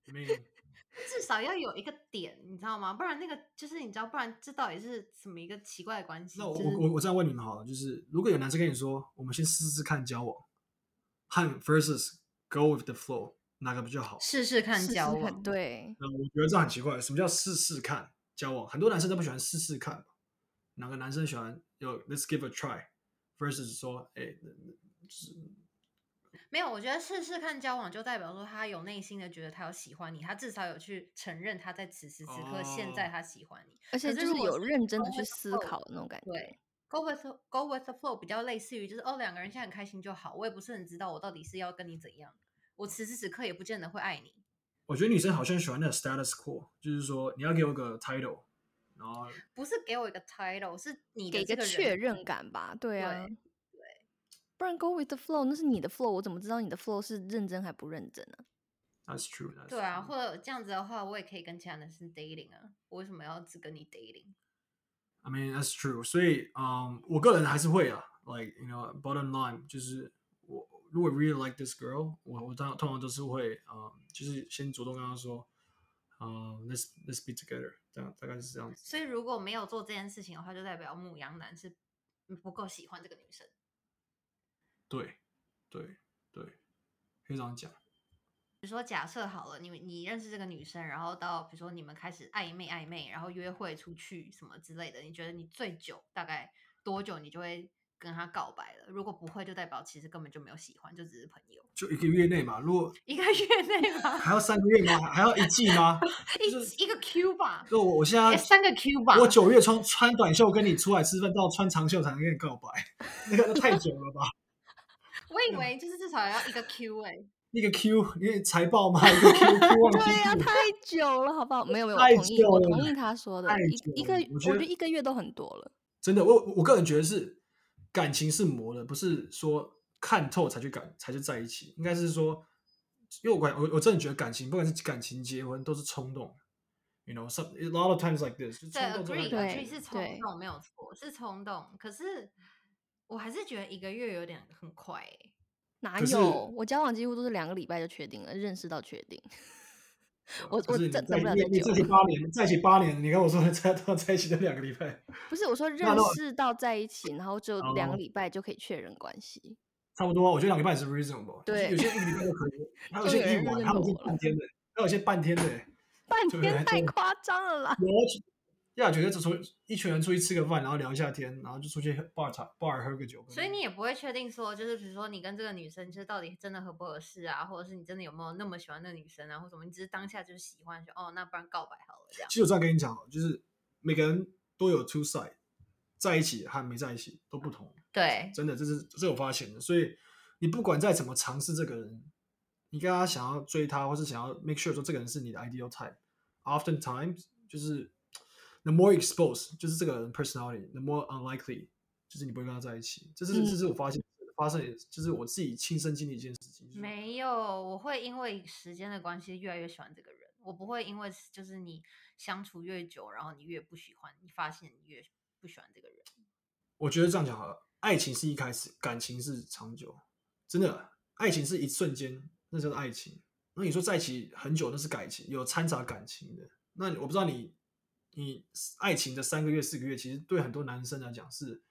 Speaker 4: 没
Speaker 3: 至少要有一个点，你知道吗？不然那个就是你知道，不然这到底是怎么一个奇怪的关系？
Speaker 4: 那我
Speaker 3: 就是
Speaker 4: 我我这样问你们好了，就是如果有男生跟你说，我们先试试看交往，和 versus go with the flow，哪个比较好？
Speaker 3: 试试看
Speaker 2: 试试
Speaker 3: 交
Speaker 2: 看
Speaker 3: 往，
Speaker 2: 对，
Speaker 4: 那呃我觉得这很奇怪，什么叫试试看交往？很多男生都不喜欢试试看吧，哪个男生喜欢有 let's give a try，versus 说，哎、就是
Speaker 3: 没有，我觉得试试看交往就代表说他有内心的觉得他有喜欢你，他至少有去承认他在此时此刻、现在
Speaker 4: 哦
Speaker 3: 他喜欢你。
Speaker 2: 而且
Speaker 3: 是
Speaker 2: 就
Speaker 3: 如
Speaker 2: 是
Speaker 3: 果
Speaker 2: 有
Speaker 3: 是
Speaker 2: 认真的
Speaker 3: go
Speaker 2: 去
Speaker 3: with the
Speaker 2: 思
Speaker 3: flow
Speaker 2: 考的那种感觉。
Speaker 3: 对，go with the- go with the flow 比较类似于就是哦，两个人现在很开心就好，我也不是很知道我到底是要跟你怎样，我此时此刻也不见得会爱你。
Speaker 4: 我觉得女生好像喜欢那个 status quo，就是说你要给我个 title，然后
Speaker 3: 不是给我一个 title，是你
Speaker 2: 给
Speaker 3: 的
Speaker 2: 一
Speaker 3: 这
Speaker 2: 个
Speaker 3: 个人
Speaker 2: 确认感吧，对啊，
Speaker 3: 对
Speaker 2: 不然 go with the flow 那是你的 flow，我怎么知道你的 flow 是认真还不认真啊呢、
Speaker 4: that's true，that's
Speaker 3: 对啊，
Speaker 2: 嗯
Speaker 4: true
Speaker 3: 或者这样子的话，我也可以跟其他男生 dating 啊，我为什么要只跟你 dating？
Speaker 4: I mean that's true，所以，嗯、我个人还是会啊，like you know，bottom line 就是我如果 really like this girl，我我当通常都是会，嗯、就是先主动跟她说，嗯、l e t s let's be together，这样大概是这样子。
Speaker 3: 所以如果没有做这件事情的话，就代表牧羊男是嗯不够喜欢这个女生。
Speaker 4: 对，对，对，可以这样讲。
Speaker 3: 比如说，假设好了，你们你认识这个女生，然后到比如说你们开始暧昧暧昧，然后约会出去什么之类的，你觉得你最久大概多久你就会跟她告白了？如果不会，就代表其实根本就没有喜欢，就只是朋友。
Speaker 4: 就一个月内嘛，如果
Speaker 3: 一个月 内吗？
Speaker 4: 还要三个月吗？还要一季吗？就是
Speaker 3: 一一个 Q 吧，
Speaker 4: 就我我现在
Speaker 3: 诶哎三个 Q 吧。
Speaker 4: 我九月穿穿短袖跟你出来吃饭，到穿长袖才能跟你告白，那个都太久了吧？
Speaker 3: 我
Speaker 4: 嗯
Speaker 3: 以为就是至少要一个 Q 哎、
Speaker 4: 一个 Q，因为财报嘛，一个 Q Q 忘
Speaker 2: 对 呀、
Speaker 4: 记
Speaker 2: 太久了，好不好？没有没有，我
Speaker 4: 太
Speaker 2: 同意，我
Speaker 4: 久
Speaker 2: 同
Speaker 4: 了
Speaker 2: 意他说的
Speaker 4: 太，
Speaker 2: 一一
Speaker 4: 久
Speaker 2: 个
Speaker 4: 了
Speaker 2: 我
Speaker 4: 我觉
Speaker 2: 觉得
Speaker 4: 得
Speaker 2: 一个月都很多了。
Speaker 4: 真的，我我个人觉得是感情是磨的，不是说看透才去感才去在一起，应该是说，因为我感我我真的觉得感情，不管是感情结婚都是冲动，you know some a lot of times like this，就
Speaker 3: 对
Speaker 4: 冲动这种
Speaker 3: ，agree
Speaker 4: 感
Speaker 3: agree
Speaker 4: 觉
Speaker 3: 是
Speaker 2: 对
Speaker 3: 冲动没有错，是冲动。可是我还是觉得一个月有点很快、欸，
Speaker 2: 哪
Speaker 4: 可是
Speaker 2: 有？我交往几乎都是两个礼拜就确定了，认识到确定。我
Speaker 4: 就
Speaker 2: 我
Speaker 4: 是
Speaker 2: 这等
Speaker 4: 你在
Speaker 2: 不了
Speaker 4: 你
Speaker 2: 再
Speaker 4: 你
Speaker 2: 久
Speaker 4: 在一起
Speaker 2: 了，
Speaker 4: 八年，在一起八年，你跟我说在 到在一起的两个礼拜，
Speaker 2: 不是我说认
Speaker 4: 那如果
Speaker 2: 识到在一起，然后就两个
Speaker 4: 哦
Speaker 2: 礼拜就可以确认关系。
Speaker 4: 差不多，啊我觉得两个礼拜是 reasonable，就是
Speaker 2: 对
Speaker 4: 有些一个礼 拜都可以，还有
Speaker 2: 就
Speaker 4: 些
Speaker 2: 有人
Speaker 4: 一晚，
Speaker 2: 认
Speaker 4: 还有
Speaker 2: 我
Speaker 4: 些
Speaker 2: 了
Speaker 4: 半天的，还有些半天的欸、
Speaker 2: 半
Speaker 4: 对
Speaker 2: 天
Speaker 4: 对
Speaker 2: 太
Speaker 4: 对
Speaker 2: 夸张了啦！
Speaker 4: 有啊，亚觉得只出一群人出去吃个饭，然后聊一下天，然后就出去 bar 茶 bar 喝个酒。
Speaker 3: 所以你也不会确定说，就是比如说你跟这个女生，就是到底真的合不合适啊，或者是你真的有没有那么喜欢那个女生啊，或什么？你只是当下就是喜欢，就哦，那不然告白好了这样。
Speaker 4: 其实我这样跟你讲哦，就是每个人都有 two side，在一起和没在一起都不同，
Speaker 3: 对，
Speaker 4: 真的，这是这是我发现的。所以你不管再怎么尝试这个人，你跟他想要追他，或是想要 make sure 说这个人是你的 ideal type，oftentimes 就是 the more exposed，就是这个人 personality，the more unlikely，就是你不会跟他在一起。这
Speaker 3: 嗯
Speaker 4: 是这是我发现发生，就是我自己亲身经历一件事情。就是
Speaker 3: 没有，我会因为时间的关系越来越喜欢这个人，我不会因为是就是你相处越久，然后你越不喜欢，你发现你越不喜欢这个人。
Speaker 4: 我觉得这样讲好了，爱情是一开始，感情是长久，真的，爱情是一瞬间，那就是爱情。那你说在一起很久，那是感情，有掺杂感情的。那我不知道你，你爱情的三个月、四个月，其实对很多男生来讲是，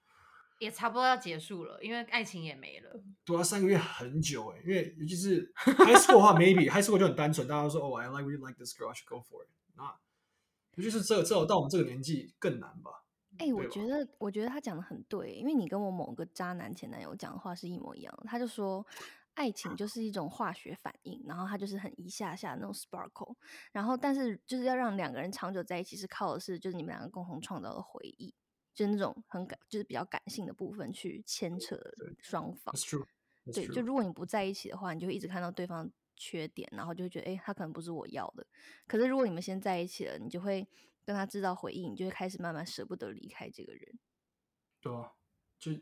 Speaker 3: 也差不多要结束了，因为爱情也没了。
Speaker 4: 对啊，三个月很久哎、因为尤其是 high school 的话，maybe high school 就很单纯，大家都说哦、i like really like this girl, I should go for it。那尤其是这这到我们这个年纪更难吧？
Speaker 2: 哎、我
Speaker 4: 对
Speaker 2: 觉
Speaker 4: 吧
Speaker 2: 得，我觉得他讲的很对，因为你跟我某个渣男前男友讲的话是一模一样的。他就说，爱情就是一种化学反应，然后他就是很一下下那种 sparkle，然后但是就是要让两个人长久在一起，是靠的是就是你们两个共同创造的回忆，就是那种很感，就是比较感性的部分去牵扯
Speaker 4: 对
Speaker 2: 双方。
Speaker 4: ，That's true。
Speaker 2: 对，就如果你不在一起的话，你就会一直看到对方缺点，然后就会觉得，哎、他可能不是我要的。可是如果你们先在一起了，你就会跟他制造回忆，你就会开始慢慢舍不得离开这个人。
Speaker 4: 对啊，就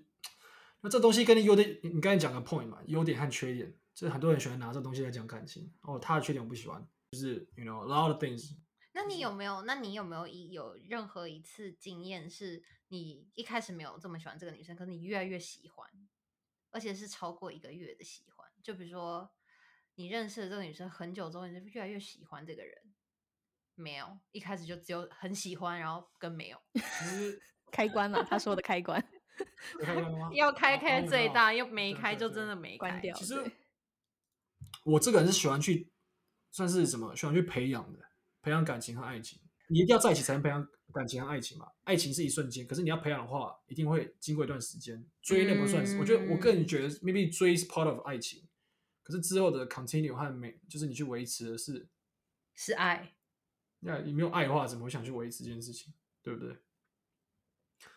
Speaker 4: 那这东西跟你优点，你你刚才讲的 point 嘛，优点和缺点，这很多人喜欢拿这东西来讲感情。哦，他的缺点我不喜欢，就是 you know a lot of things。
Speaker 3: 那你有没有？那你有没有一有任何一次经验是你一开始没有这么喜欢这个女生，可是你越来越喜欢，而且是超过一个月的喜欢？就比如说你认识了这个女生很久之后，你就越来越喜欢这个人。没有，一开始就只有很喜欢，然后跟没有，
Speaker 4: 其实
Speaker 2: 开关嘛，他说的开关
Speaker 4: 有开 关吗
Speaker 3: 要开
Speaker 4: 哦
Speaker 3: 开
Speaker 4: 哦
Speaker 3: 最
Speaker 4: 有
Speaker 3: 大，又没
Speaker 4: 对
Speaker 3: 开
Speaker 4: 对
Speaker 3: 就
Speaker 4: 对
Speaker 3: 真的没
Speaker 2: 关
Speaker 3: 开
Speaker 2: 掉
Speaker 4: 其实
Speaker 2: 对
Speaker 4: 我这个人是喜欢去，算是什么？喜欢去培养的，培养感情和爱情。你一定要在一起才能培养感情和爱情嘛。爱情是一瞬间，可是你要培养的话，一定会经过一段时间。追那不算是，我觉得我个人觉得，maybe 追是 part of 爱情，可是之后的 continue 和每就是你去维持的是，
Speaker 3: 是爱。
Speaker 4: 那你没有爱的话，怎么会想去维持这件事情？对不对？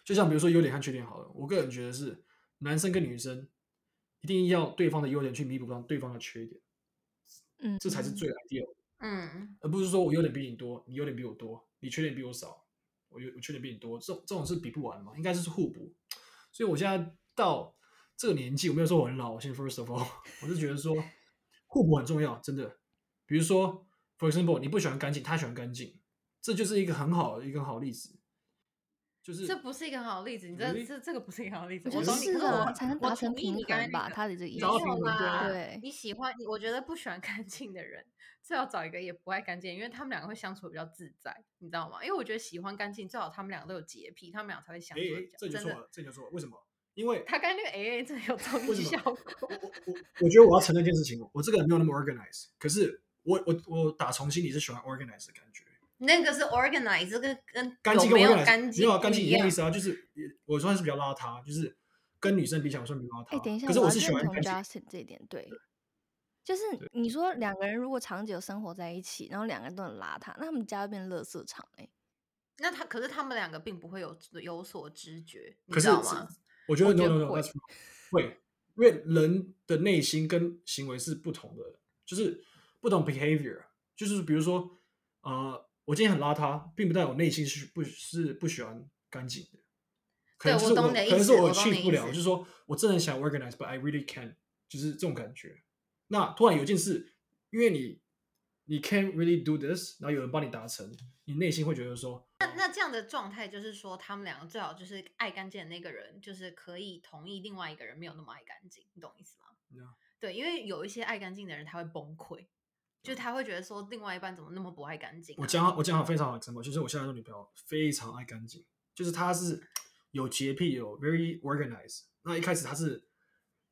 Speaker 4: 就像比如说优点和缺点好了，我个人觉得是男生跟女生一定要对方的优点去弥补上对方的缺点，
Speaker 2: 嗯，
Speaker 4: 这才是最 ideal 的。
Speaker 3: 嗯，
Speaker 4: 而不是说我优点比你多，你优点比我多，你缺点比我少，我优我缺点比你多，这种这种是比不完嘛，应该就是互补。所以我现在到这个年纪，我没有说我很老，我先 first of all，我 是觉得说互补很重要，真的。比如说，for example，你不喜欢干净，他喜欢干净，这就是一个很好的一个很好的例子，就是
Speaker 3: 这不是一个好例子，你这
Speaker 4: Really？
Speaker 3: 这这个不是一个好例子。
Speaker 2: 我觉
Speaker 3: 我
Speaker 2: 得
Speaker 3: 懂你，
Speaker 2: 是
Speaker 3: 可我
Speaker 2: 啊，才能
Speaker 3: 我
Speaker 2: 达成
Speaker 3: 同意
Speaker 2: 平
Speaker 3: 你刚才
Speaker 2: 衡吧，
Speaker 3: 那个
Speaker 2: 他的这个意思
Speaker 3: 没
Speaker 4: 然后
Speaker 3: 有
Speaker 4: 平衡对
Speaker 3: 啦，
Speaker 4: 啊
Speaker 2: 对
Speaker 3: 你喜欢，我觉得不喜欢 干净的人，最好找一个也不爱干净，因为他们两个会相处比较自在，你知道吗？因为我觉得喜欢干净，最好他们两个都有洁癖，他们俩才会相
Speaker 4: 哎、
Speaker 3: 处得
Speaker 4: 诶
Speaker 3: 比较
Speaker 4: 这就
Speaker 3: 真
Speaker 4: 错
Speaker 3: 的。
Speaker 4: 了，这就错了，为什么？因为
Speaker 3: 他刚才那个 A A 真的有综
Speaker 4: 为
Speaker 3: 艺
Speaker 4: 什
Speaker 3: 效
Speaker 4: 么
Speaker 3: 果，
Speaker 4: 我我我觉得我要承认一件事情，哦我这个人没有那么 organize，可是我我我打从心里是喜欢 organize 的感觉。
Speaker 3: 那个是 organize，这个跟
Speaker 4: 干净
Speaker 3: 有
Speaker 4: 跟
Speaker 3: 没有
Speaker 4: 我本来
Speaker 3: 干净
Speaker 4: 没有啊干净
Speaker 3: 不
Speaker 4: 一
Speaker 3: 一
Speaker 4: 样的
Speaker 3: 样
Speaker 4: 意思啊，就是我算是比较邋遢，就是跟女生比起来我算比较邋遢。
Speaker 2: 哎、等一下，
Speaker 4: 可是
Speaker 2: 我
Speaker 4: 我
Speaker 2: 要
Speaker 4: 是喜
Speaker 2: 认
Speaker 4: 欢
Speaker 2: 同
Speaker 4: 干净。
Speaker 2: Justin 这一点，对，就是你说两个人如果长久生活在一起，然后两个人都很邋遢，那他们家就变垃圾场哎、
Speaker 3: 那他可是他们两个并不会有有所知觉，你
Speaker 4: 可
Speaker 3: 知
Speaker 4: 是
Speaker 3: 道吗？
Speaker 4: 我觉得
Speaker 2: 我觉
Speaker 4: no
Speaker 2: 得
Speaker 4: no no，
Speaker 2: 会
Speaker 4: that's wrong 会，因为人的内心跟行为是不同的，就是不同 behavior，就是比如说，呃，我今天很邋遢，并不代表我内心是不是不喜欢干净的。可能
Speaker 3: 对
Speaker 4: 就
Speaker 3: 我
Speaker 4: 是
Speaker 3: 懂
Speaker 4: 我
Speaker 3: 你的意
Speaker 4: 可能是
Speaker 3: 思
Speaker 4: 我
Speaker 3: 我懂你
Speaker 4: achieve
Speaker 3: 的
Speaker 4: 不
Speaker 3: 意
Speaker 4: 了，
Speaker 3: 思
Speaker 4: 就是说我真的很想 organize，but I really can't，就是这种感觉。那突然有件事，因为你你 can't really do this，然后有人帮你达成，你内心会觉得说，
Speaker 3: 那那这样的状态就是说，他们两个最好就是爱干净的那个人，就是可以同意另外一个人没有那么爱干净，你懂意思吗
Speaker 4: Yeah.
Speaker 3: 对，因为有一些爱干净的人他会崩溃，就是他会觉得说另外一半怎么那么不爱干净啊、
Speaker 4: 啊我讲我讲好非常好 example，就是我现在的女朋友非常爱干净，就是她是有洁癖，有 very organized。那一开始她是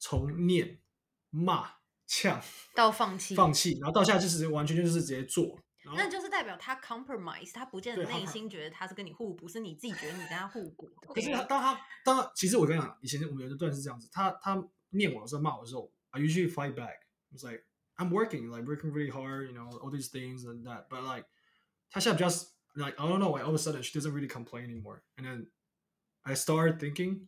Speaker 4: 从念、骂、呛、
Speaker 3: 到放弃，
Speaker 4: 放弃，然后到现在就是完全就是直接做。然后
Speaker 3: 那就是代表他 compromise，他不见得
Speaker 4: 对他
Speaker 3: 内
Speaker 4: 怕
Speaker 3: 心觉得他是跟你互补，是你自己觉得你跟他互 补。
Speaker 4: 可是
Speaker 3: OK？
Speaker 4: 她当她当她，其实我跟你讲，以前我们有一段是这样子，她她念我的时候骂我的时候，I usually fight back. I was like I'm working, like working really hard, you know, all these things and that. But like 她现在比较 s- like I don't know, like all of a sudden she doesn't really complain anymore. And then I started thinking,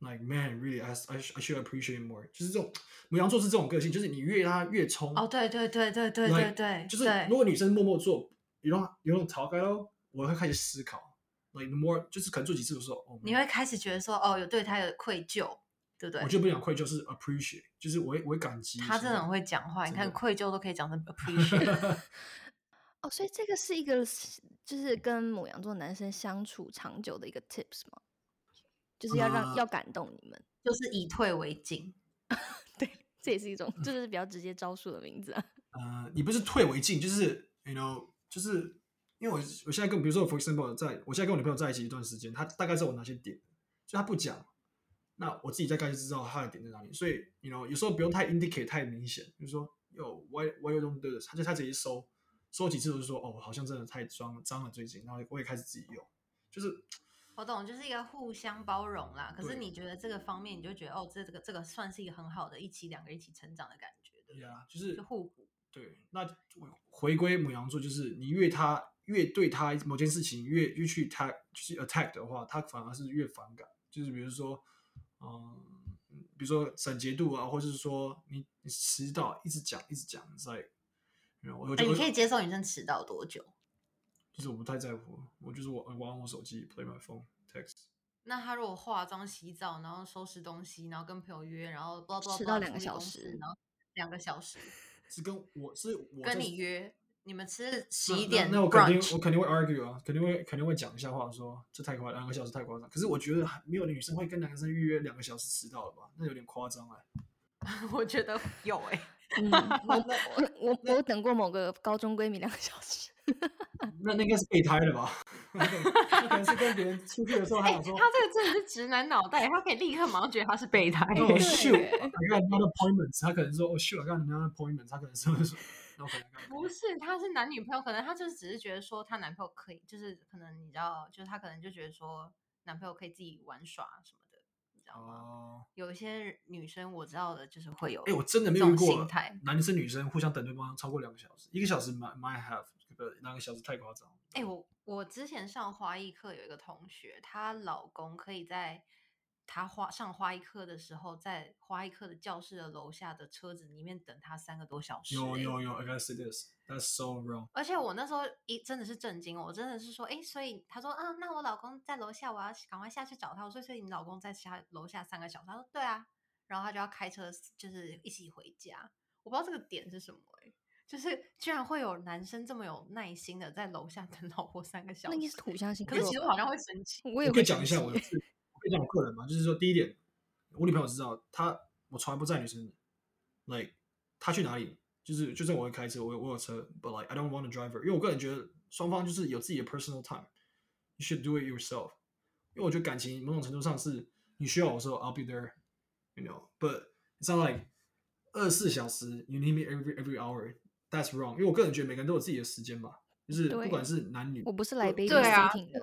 Speaker 4: like man, really, I I, sh- I should appreciate it more. 就是这种母羊座是这种个性，就是你越让她越冲
Speaker 3: 哦，对对对对对对
Speaker 4: Like，
Speaker 3: 对，
Speaker 4: 就是
Speaker 3: 对
Speaker 4: 如果女生默默做，有种有种逃开喽，我会开始思考，like the more 就是可能做几次的时候，哦，
Speaker 3: 你会开始觉得说，哦，有对他有愧疚，对不对
Speaker 4: 我？就不想愧疚，是 appreciate，就是我会我会感激
Speaker 3: 他真的很会讲话，你看愧疚都可以讲成 appreciate。
Speaker 2: 哦，所以这个是一个是就是跟母羊座男生相处长久的一个 tips 吗？就是要让、
Speaker 3: 呃
Speaker 2: 要感动你们，
Speaker 3: 就是以退为进。
Speaker 2: 对，这也是一种就是比较直接招数的名字啊。
Speaker 4: 呃，你不是退为进，就是 you know，就是因为我我现在跟比如说我 for example 在我现在跟我女朋友在一起一段时间，她大概知道我哪些点，就她不讲，那我自己大概就知道她的点在哪里，所以 you know 有时候不用太 indicate 太明显，就是说 yo why why you don't do this，她就她直接收收几次就是说哦好像真的太脏脏了最近，然后我也开始自己用，就是
Speaker 3: 我懂，就是一个互相包容啦。可是
Speaker 4: 对
Speaker 3: 你觉得这个方面，你就觉得哦，这这个这个算是一个很好的一起两个人一起成长的感觉，对不对？
Speaker 4: 呀就是
Speaker 3: 就互补。
Speaker 4: 对，那回归母羊座就是你越他越对他某件事情越越去他就是 attack 的话，他反而是越反感。就是比如说，嗯，比如说整洁度啊，或者是说你你迟到一直讲一直讲，在我我
Speaker 3: 哎，
Speaker 4: 就
Speaker 3: 你可以接受女生迟到多久？
Speaker 4: 就是我不太在乎，我就是我我玩我手机 play my phone text。
Speaker 3: 那她如果化妆、洗澡，然后收拾东西，然后跟朋友约，然后 blah blah
Speaker 2: 迟
Speaker 3: blah，
Speaker 2: 到两
Speaker 3: 处
Speaker 2: 个
Speaker 3: 理
Speaker 2: 小
Speaker 3: 公事
Speaker 2: 时
Speaker 3: 然后两个小时
Speaker 4: 是跟我是我
Speaker 3: 跟
Speaker 4: 在
Speaker 3: 你约，你们吃十
Speaker 4: 那
Speaker 3: 一
Speaker 4: 那
Speaker 3: 点
Speaker 4: 那我肯定
Speaker 3: brunch
Speaker 4: 我肯定会 argue 啊，肯定会肯定会讲一下话说这太夸张，两个小时太夸张。可是我觉得还没有女啊 生会跟男生预约两个小时迟到了吧？那有点夸张哎、
Speaker 3: 我觉得有哎、
Speaker 2: 嗯，我我我我等过某个高中闺蜜两个小时，
Speaker 4: 那那应该是备胎了吧？ 那可能是跟别人出去的时候，他
Speaker 3: 哎、
Speaker 4: 想
Speaker 3: 他这
Speaker 4: 说，哦
Speaker 3: 个真的是直男脑袋，他可以立刻马上觉得他是备胎。欸
Speaker 4: 那我
Speaker 2: 对
Speaker 4: shoot，I got another appointment，他可能说，哦 shoot，I got another appointment，他可能是会说，那我可能 got
Speaker 3: 不是，他是男女朋友，可能他就是只是觉得说她男朋友可以，就是可能你知道，就是她可能就觉得说男朋友可以自己玩耍什么的，你知道吗？
Speaker 4: 哦，
Speaker 3: 有一些女生我知道的，就是会有，
Speaker 4: 哎，我真的没
Speaker 3: 这
Speaker 4: 有遇
Speaker 3: 种
Speaker 4: 过
Speaker 3: 心态
Speaker 4: 男生女生互相等对方超过两个小时，一个小时 might might have，不，两个小时太夸张。
Speaker 3: 哎、我我之前上花艺课有一个同学，她老公可以在她花上花艺课的时候，在花艺课的教室的楼下的车子里面等她三个多小时、
Speaker 4: 有
Speaker 3: 欸。
Speaker 4: 有有，I gotta say this，that's so wrong。
Speaker 3: 而且我那时候一真的是震惊，我真的是说，哎，所以他说，嗯，那我老公在楼下，我要赶快下去找他。我说，所以你老公在下楼下三个小时？他说，对啊。然后他就要开车，就是一起回家。我不知道这个点是什么、欸，就是居然会有男生这么有耐心的在楼下 等老婆三个小
Speaker 2: 那
Speaker 3: 时。
Speaker 2: 应该是土象星
Speaker 3: 可
Speaker 2: 座吧。
Speaker 3: 是其实我好像会生气，
Speaker 2: 我也
Speaker 4: 我可
Speaker 2: 会
Speaker 4: 以
Speaker 2: 生
Speaker 4: 讲一下
Speaker 2: 气
Speaker 4: 我的
Speaker 2: 耶
Speaker 4: 自，我可以讲我个人嘛，就是说，第一点，我女朋友知道，她我从来不载女生，like 她去哪里，就是就算我会开车，我有我有车，but like I don't want a driver，因为我个人觉得双方就是有自己的 personal time，you should do it yourself，因为我觉得感情某种程度上是你需要我说 I'll be there，you know，but it's not like 二十四小时 you need me every every hour，that's wrong，因为我个人觉得每个人都有自己的时间嘛，就是不
Speaker 2: 对
Speaker 4: 管是男女，
Speaker 2: 我不是来 baby
Speaker 3: 对啊
Speaker 2: sitting 的，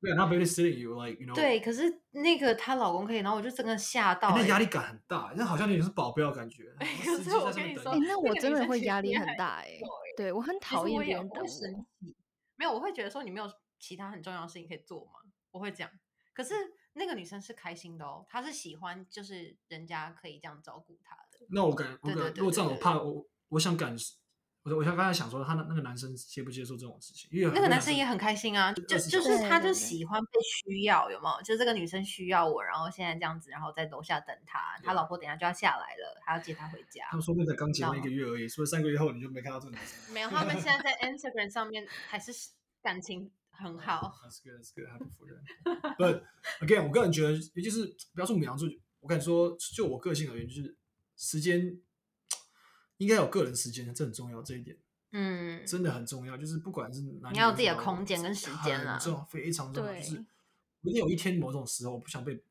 Speaker 4: 对啊，not babysitting you，like you know，
Speaker 3: 对，可是那个她老公可以，然后我就整个吓到、
Speaker 4: 欸那
Speaker 3: 欸
Speaker 4: 压力感很大，那好像有点是保镖的感 觉。
Speaker 3: 哎
Speaker 4: 然
Speaker 3: 可
Speaker 4: 后司
Speaker 3: 是
Speaker 4: 机
Speaker 3: 我
Speaker 4: 在
Speaker 3: 跟你
Speaker 4: 这边等
Speaker 3: 说
Speaker 2: 哎，
Speaker 4: 你
Speaker 2: 那
Speaker 3: 这
Speaker 2: 我
Speaker 3: 个
Speaker 2: 真
Speaker 3: 女
Speaker 2: 的
Speaker 3: 生
Speaker 2: 会
Speaker 3: 其
Speaker 2: 压
Speaker 3: 实
Speaker 2: 力
Speaker 3: 也
Speaker 2: 很
Speaker 3: 很
Speaker 2: 大哎
Speaker 3: 有，
Speaker 2: 对我很
Speaker 3: 其实
Speaker 2: 讨厌
Speaker 3: 我
Speaker 2: 别
Speaker 3: 也
Speaker 2: 人
Speaker 3: 我
Speaker 2: 等我
Speaker 3: 会生。气。没有，我会觉得说你没有其他很重要的事情可以做吗？我会这样。可是那个女生是开心的哦，她是喜欢，就是人家可以这样照顾她的。
Speaker 4: 那我感我
Speaker 3: 对对
Speaker 4: 感，
Speaker 3: 对
Speaker 4: 如果
Speaker 3: 对
Speaker 4: 这样，
Speaker 3: 对
Speaker 4: 我怕我我想感，我我想刚才想说，他那那个男生接不接受这种事情？因为很
Speaker 3: 那个
Speaker 4: 多
Speaker 3: 男生也很开心啊，就
Speaker 4: 20
Speaker 3: 就是
Speaker 2: 小
Speaker 3: 他
Speaker 2: 时
Speaker 3: 就喜欢被需要，有没有？就这个女生需要我，然后现在这样子，然后在楼下等他，他
Speaker 2: 啊
Speaker 3: 老婆等一下就要下来了，他要接他回家
Speaker 2: 嗯
Speaker 4: 他。们说不定才刚结婚一
Speaker 3: 知道
Speaker 4: 个月而已，所以三个月后你就没看到这个男生。
Speaker 3: 没有，
Speaker 2: 啊
Speaker 3: 他们现在 在 Instagram 上面还是感情很
Speaker 2: 啊
Speaker 3: 好。
Speaker 4: That's good, that's good，他不否认。But again，我个人觉得，尤其是不要说母羊座，我敢说，就我个性而言，就是时间应该有个人时间，这很重要，这一点。
Speaker 3: 嗯，
Speaker 4: 真的很重要，就是不管是男女
Speaker 3: 你要有
Speaker 4: 都
Speaker 3: 自己的
Speaker 4: 好
Speaker 3: 空间跟时间
Speaker 4: 很
Speaker 3: 啦
Speaker 4: 重要，非常重要。就是
Speaker 2: 对
Speaker 4: 我一定有一天某种时候，我不想被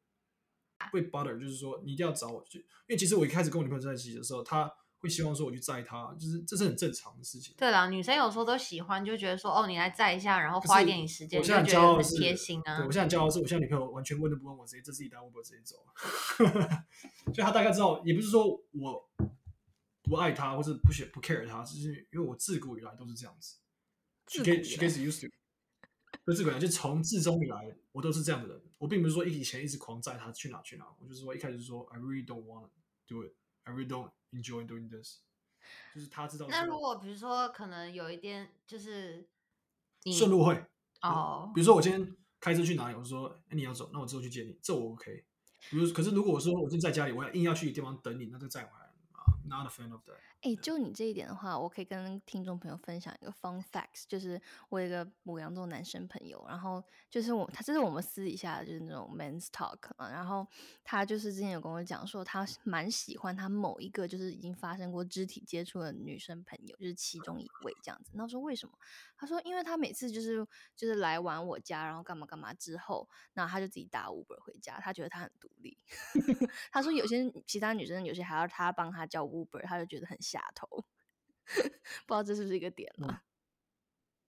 Speaker 3: 啊
Speaker 4: 被 bother，就是说你一定要找我去，因为其实我一开始跟我女朋友在一起的时候，她会希望说我去载她，就是这是很正常的事情。
Speaker 3: 对啦，女生有时候都喜欢，就觉得说哦，你来载一下，然后
Speaker 4: 可
Speaker 3: 花一
Speaker 4: 是
Speaker 3: 点你时间，
Speaker 4: 我
Speaker 3: 就
Speaker 4: 现在很
Speaker 3: 觉
Speaker 4: 骄
Speaker 3: 得
Speaker 4: 傲
Speaker 3: 很
Speaker 4: 是
Speaker 3: 贴心啊
Speaker 4: 对我。现在很骄傲是，我现在女朋友完全问都不问我，直接这是一单 Uber 直接走了， 就她大概知道，也不是说我不爱她，或是不喜不 care 她，就是因为我自古以来都是这样子。
Speaker 2: 自
Speaker 4: she gets
Speaker 2: 古以
Speaker 4: she
Speaker 2: 来
Speaker 4: gets used to，it 不是自古 以来，就从自中以来，我都是这样的人。我并不是说以前一直狂载她去哪去哪，我就是说一开始就说 I really don't want to do it, I really don't enjoy doing this，就是她知道
Speaker 3: 那
Speaker 4: 说
Speaker 3: 如果比如说可能有一点就是你
Speaker 4: 顺路会。
Speaker 3: 哦
Speaker 4: 比，如说我今天开车去哪里，我就说、哎，你要走，那我之后去接你，这我 OK。比如，可是如果我说我就在家里，我要硬要去一个地方等你，那就再回来啊，not a fan of that。
Speaker 2: 哎，就你这一点的话，我可以跟听众朋友分享一个 fun facts，就是我有一个母羊座男生朋友，然后就是我，他这是我们私底下的就是那种 men's talk 嘛，然后他就是之前有跟我讲说，他是蛮喜欢他某一个就是已经发生过肢体接触的女生朋友，就是其中一位这样子。那我说为什么？他说因为他每次就是就是来玩我家，然后干嘛干嘛之后，那他就自己打 Uber 回家，他觉得他很独立。他说有些其他女生有些还要他帮他叫 Uber，他就觉得很下头。 不知道这是不是一个点
Speaker 3: 嗯
Speaker 2: 了？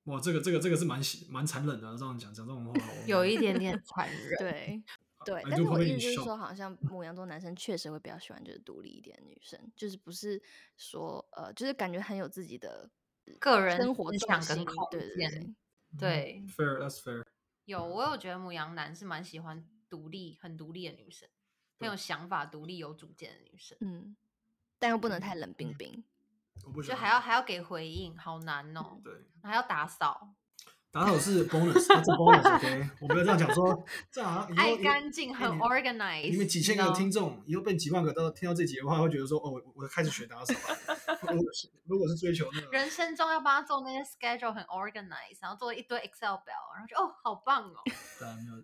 Speaker 4: 哇，这个这个这个是蛮喜蛮残忍的，这样讲讲这种话，我嗯
Speaker 3: 有一点点 残忍。
Speaker 2: 对对
Speaker 4: I，
Speaker 2: 但是
Speaker 4: do
Speaker 2: 我
Speaker 4: find
Speaker 2: 意思
Speaker 4: it
Speaker 2: 就是
Speaker 4: shock
Speaker 2: 说，好像母羊座男生确实会比较喜欢就是独立一点的女生，就是不是说呃，就是感觉很有自己的
Speaker 3: 个人
Speaker 2: 生活
Speaker 3: 思
Speaker 2: 重
Speaker 3: 想跟
Speaker 2: 心，
Speaker 3: 空
Speaker 2: 对对
Speaker 3: 间
Speaker 2: 对。
Speaker 4: 嗯
Speaker 3: 对，
Speaker 4: fair that's fair。
Speaker 3: 有我有觉得母羊男是蛮喜欢独立、很独立的女生，很
Speaker 4: 对
Speaker 3: 有想法、独立、有主见的女生，
Speaker 2: 嗯，但又不能太冷
Speaker 3: 嗯
Speaker 2: 冰冰。
Speaker 4: 我不喜
Speaker 3: 就
Speaker 4: 欢
Speaker 3: 还要还要给回应，好难哦，
Speaker 4: 对
Speaker 3: 还要打扫，
Speaker 4: 打扫是 bonus，它是 bonus，OK、我不要这样讲说，这样啊好像以后
Speaker 3: 爱
Speaker 4: 以后
Speaker 3: 干净，很
Speaker 4: 哎你
Speaker 3: organized。
Speaker 4: 你们几千
Speaker 3: 知
Speaker 4: 个
Speaker 3: 道
Speaker 4: 听众，以后变几万个，到听到这集的话，会觉得说，哦，我我开始学打扫了。 如果是如果是追求那 个
Speaker 3: 人生中要帮他做那些 schedule 很 organize，然后做一堆 Excel 表，然后就哦，好棒 哦！
Speaker 4: 当啊然没有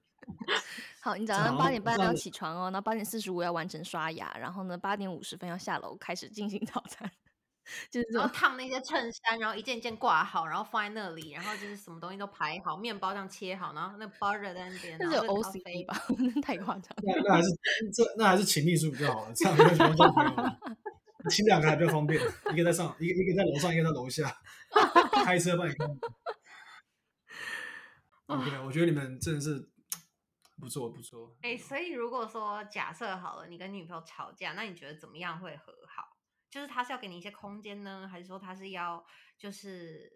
Speaker 2: 好，你早
Speaker 4: 早
Speaker 2: 上八
Speaker 4: 上
Speaker 2: 点半
Speaker 4: 上
Speaker 2: 要
Speaker 4: 午
Speaker 2: 起床哦，然后八点四十五要完成刷牙，然后呢八点五十分要下楼开始进行早餐， 就是这
Speaker 3: 然后
Speaker 2: 种。
Speaker 3: 烫那些衬衫，然后一件一件挂好，然后放在那里，然后就是什么东西都排好，面包这样切好，然后那包热在那边，
Speaker 2: 这
Speaker 3: 然
Speaker 2: 是有
Speaker 3: 后咖
Speaker 2: OCD
Speaker 3: 啡？
Speaker 2: 吧？ 那太夸张了。
Speaker 4: 那那还是这那还是请秘书比较好了，这样没有什么交朋友了。请两个还比较方便，一个在上，一个一个在楼上，一个在楼下，开车帮你看。OK，我觉得你们真的是不错不错。
Speaker 3: 哎、所以如果说假设好了，你跟女朋友吵架，那你觉得怎么样会和好？就是他是要给你一些空间呢，还是说他是要就是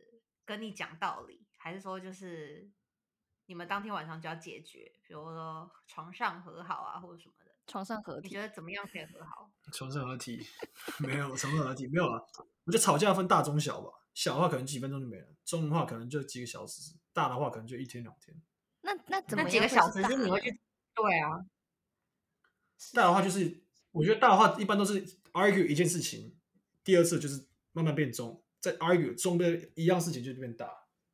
Speaker 3: 跟你讲道理，还是说就是你们当天晚上就要解决，比如说床上和好啊，或者什么的？
Speaker 2: 床上合体
Speaker 3: 你觉，得怎么样可以和好？
Speaker 4: 床上合体 没有，床上合体没有了。我觉得吵架分大中小吧，小的话可能几分钟就没了，中的话可能就几个小时，大的话可能就一天两天。
Speaker 2: 那那怎么
Speaker 3: 那几个
Speaker 2: 样会
Speaker 3: 小
Speaker 2: 是
Speaker 3: 时
Speaker 2: 大
Speaker 3: 是你会
Speaker 2: 呢
Speaker 3: 去？对啊，
Speaker 4: 大的话就是，我觉得大的话一般都是 argue 一件事情，第二次就是慢慢变中，再 argue 中的一样事情就变大，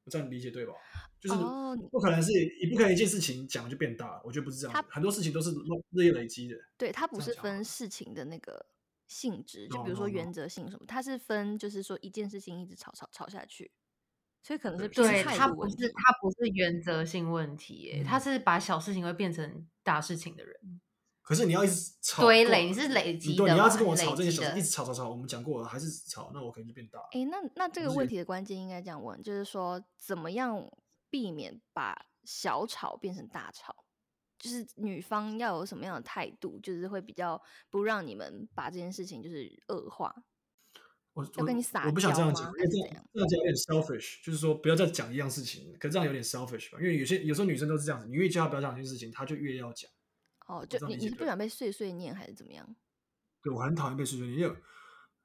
Speaker 4: 我这样理解对吧？就是
Speaker 2: 哦你
Speaker 4: 不可能是，你不可能一件事情讲就变大，我觉得不是这样
Speaker 2: 它
Speaker 4: 子，很多事情都是日夜累积的。
Speaker 2: 对，它不
Speaker 4: 这样
Speaker 2: 是
Speaker 4: 讲好
Speaker 2: 分
Speaker 4: 了
Speaker 2: 事情的那个性质，就
Speaker 4: 懂
Speaker 2: 比如说
Speaker 4: 懂懂
Speaker 2: 原则性什么，它是分就是说一件事情一直吵吵吵下去，所以可能是
Speaker 4: 对
Speaker 2: 就是
Speaker 3: 对
Speaker 4: 态
Speaker 3: 他
Speaker 2: 度
Speaker 3: 不
Speaker 2: 问
Speaker 3: 是
Speaker 2: 题
Speaker 3: 他不是原则性问题耶，他
Speaker 4: 嗯
Speaker 3: 是把小事情会变成大事情的人。
Speaker 4: 可是你要一直吵
Speaker 3: 堆
Speaker 4: 够
Speaker 3: 累你是累积
Speaker 4: 对，
Speaker 3: 的
Speaker 4: 你要
Speaker 3: 嘛
Speaker 4: 是跟我
Speaker 3: 累
Speaker 4: 吵这件
Speaker 3: 积
Speaker 4: 小事，
Speaker 3: 的
Speaker 4: 一直吵吵吵，我们讲过了，还是吵，那我可能就变大了。
Speaker 2: 诶，那那这
Speaker 4: 不
Speaker 2: 个
Speaker 4: 是
Speaker 2: 问
Speaker 4: 有
Speaker 2: 题的关键应该这样问，就是说怎么样避免把小吵变成大吵，就是女方要有什么样的态度，就是会比较不让你们把这件事情就是恶化。
Speaker 4: 我
Speaker 2: 要跟
Speaker 4: 我
Speaker 2: 你撒
Speaker 4: 我不想这
Speaker 2: 娇
Speaker 4: 样
Speaker 2: 吗
Speaker 4: 讲，因
Speaker 2: 还
Speaker 4: 为
Speaker 2: 是
Speaker 4: 这
Speaker 2: 怎
Speaker 4: 样
Speaker 2: 样
Speaker 4: 这样讲有点 selfish，就是说不要再讲一样事情，可这样有点 selfish 吧。因为有些有时候女生都是这样子，你越叫她不要讲一件事情，她就越要讲。
Speaker 2: 哦，就
Speaker 4: 这样
Speaker 2: 你
Speaker 4: 理
Speaker 2: 你
Speaker 4: 解
Speaker 2: 是不
Speaker 4: 对
Speaker 2: 想被碎碎念还是怎么样？
Speaker 4: 对我很讨厌被碎碎念，因为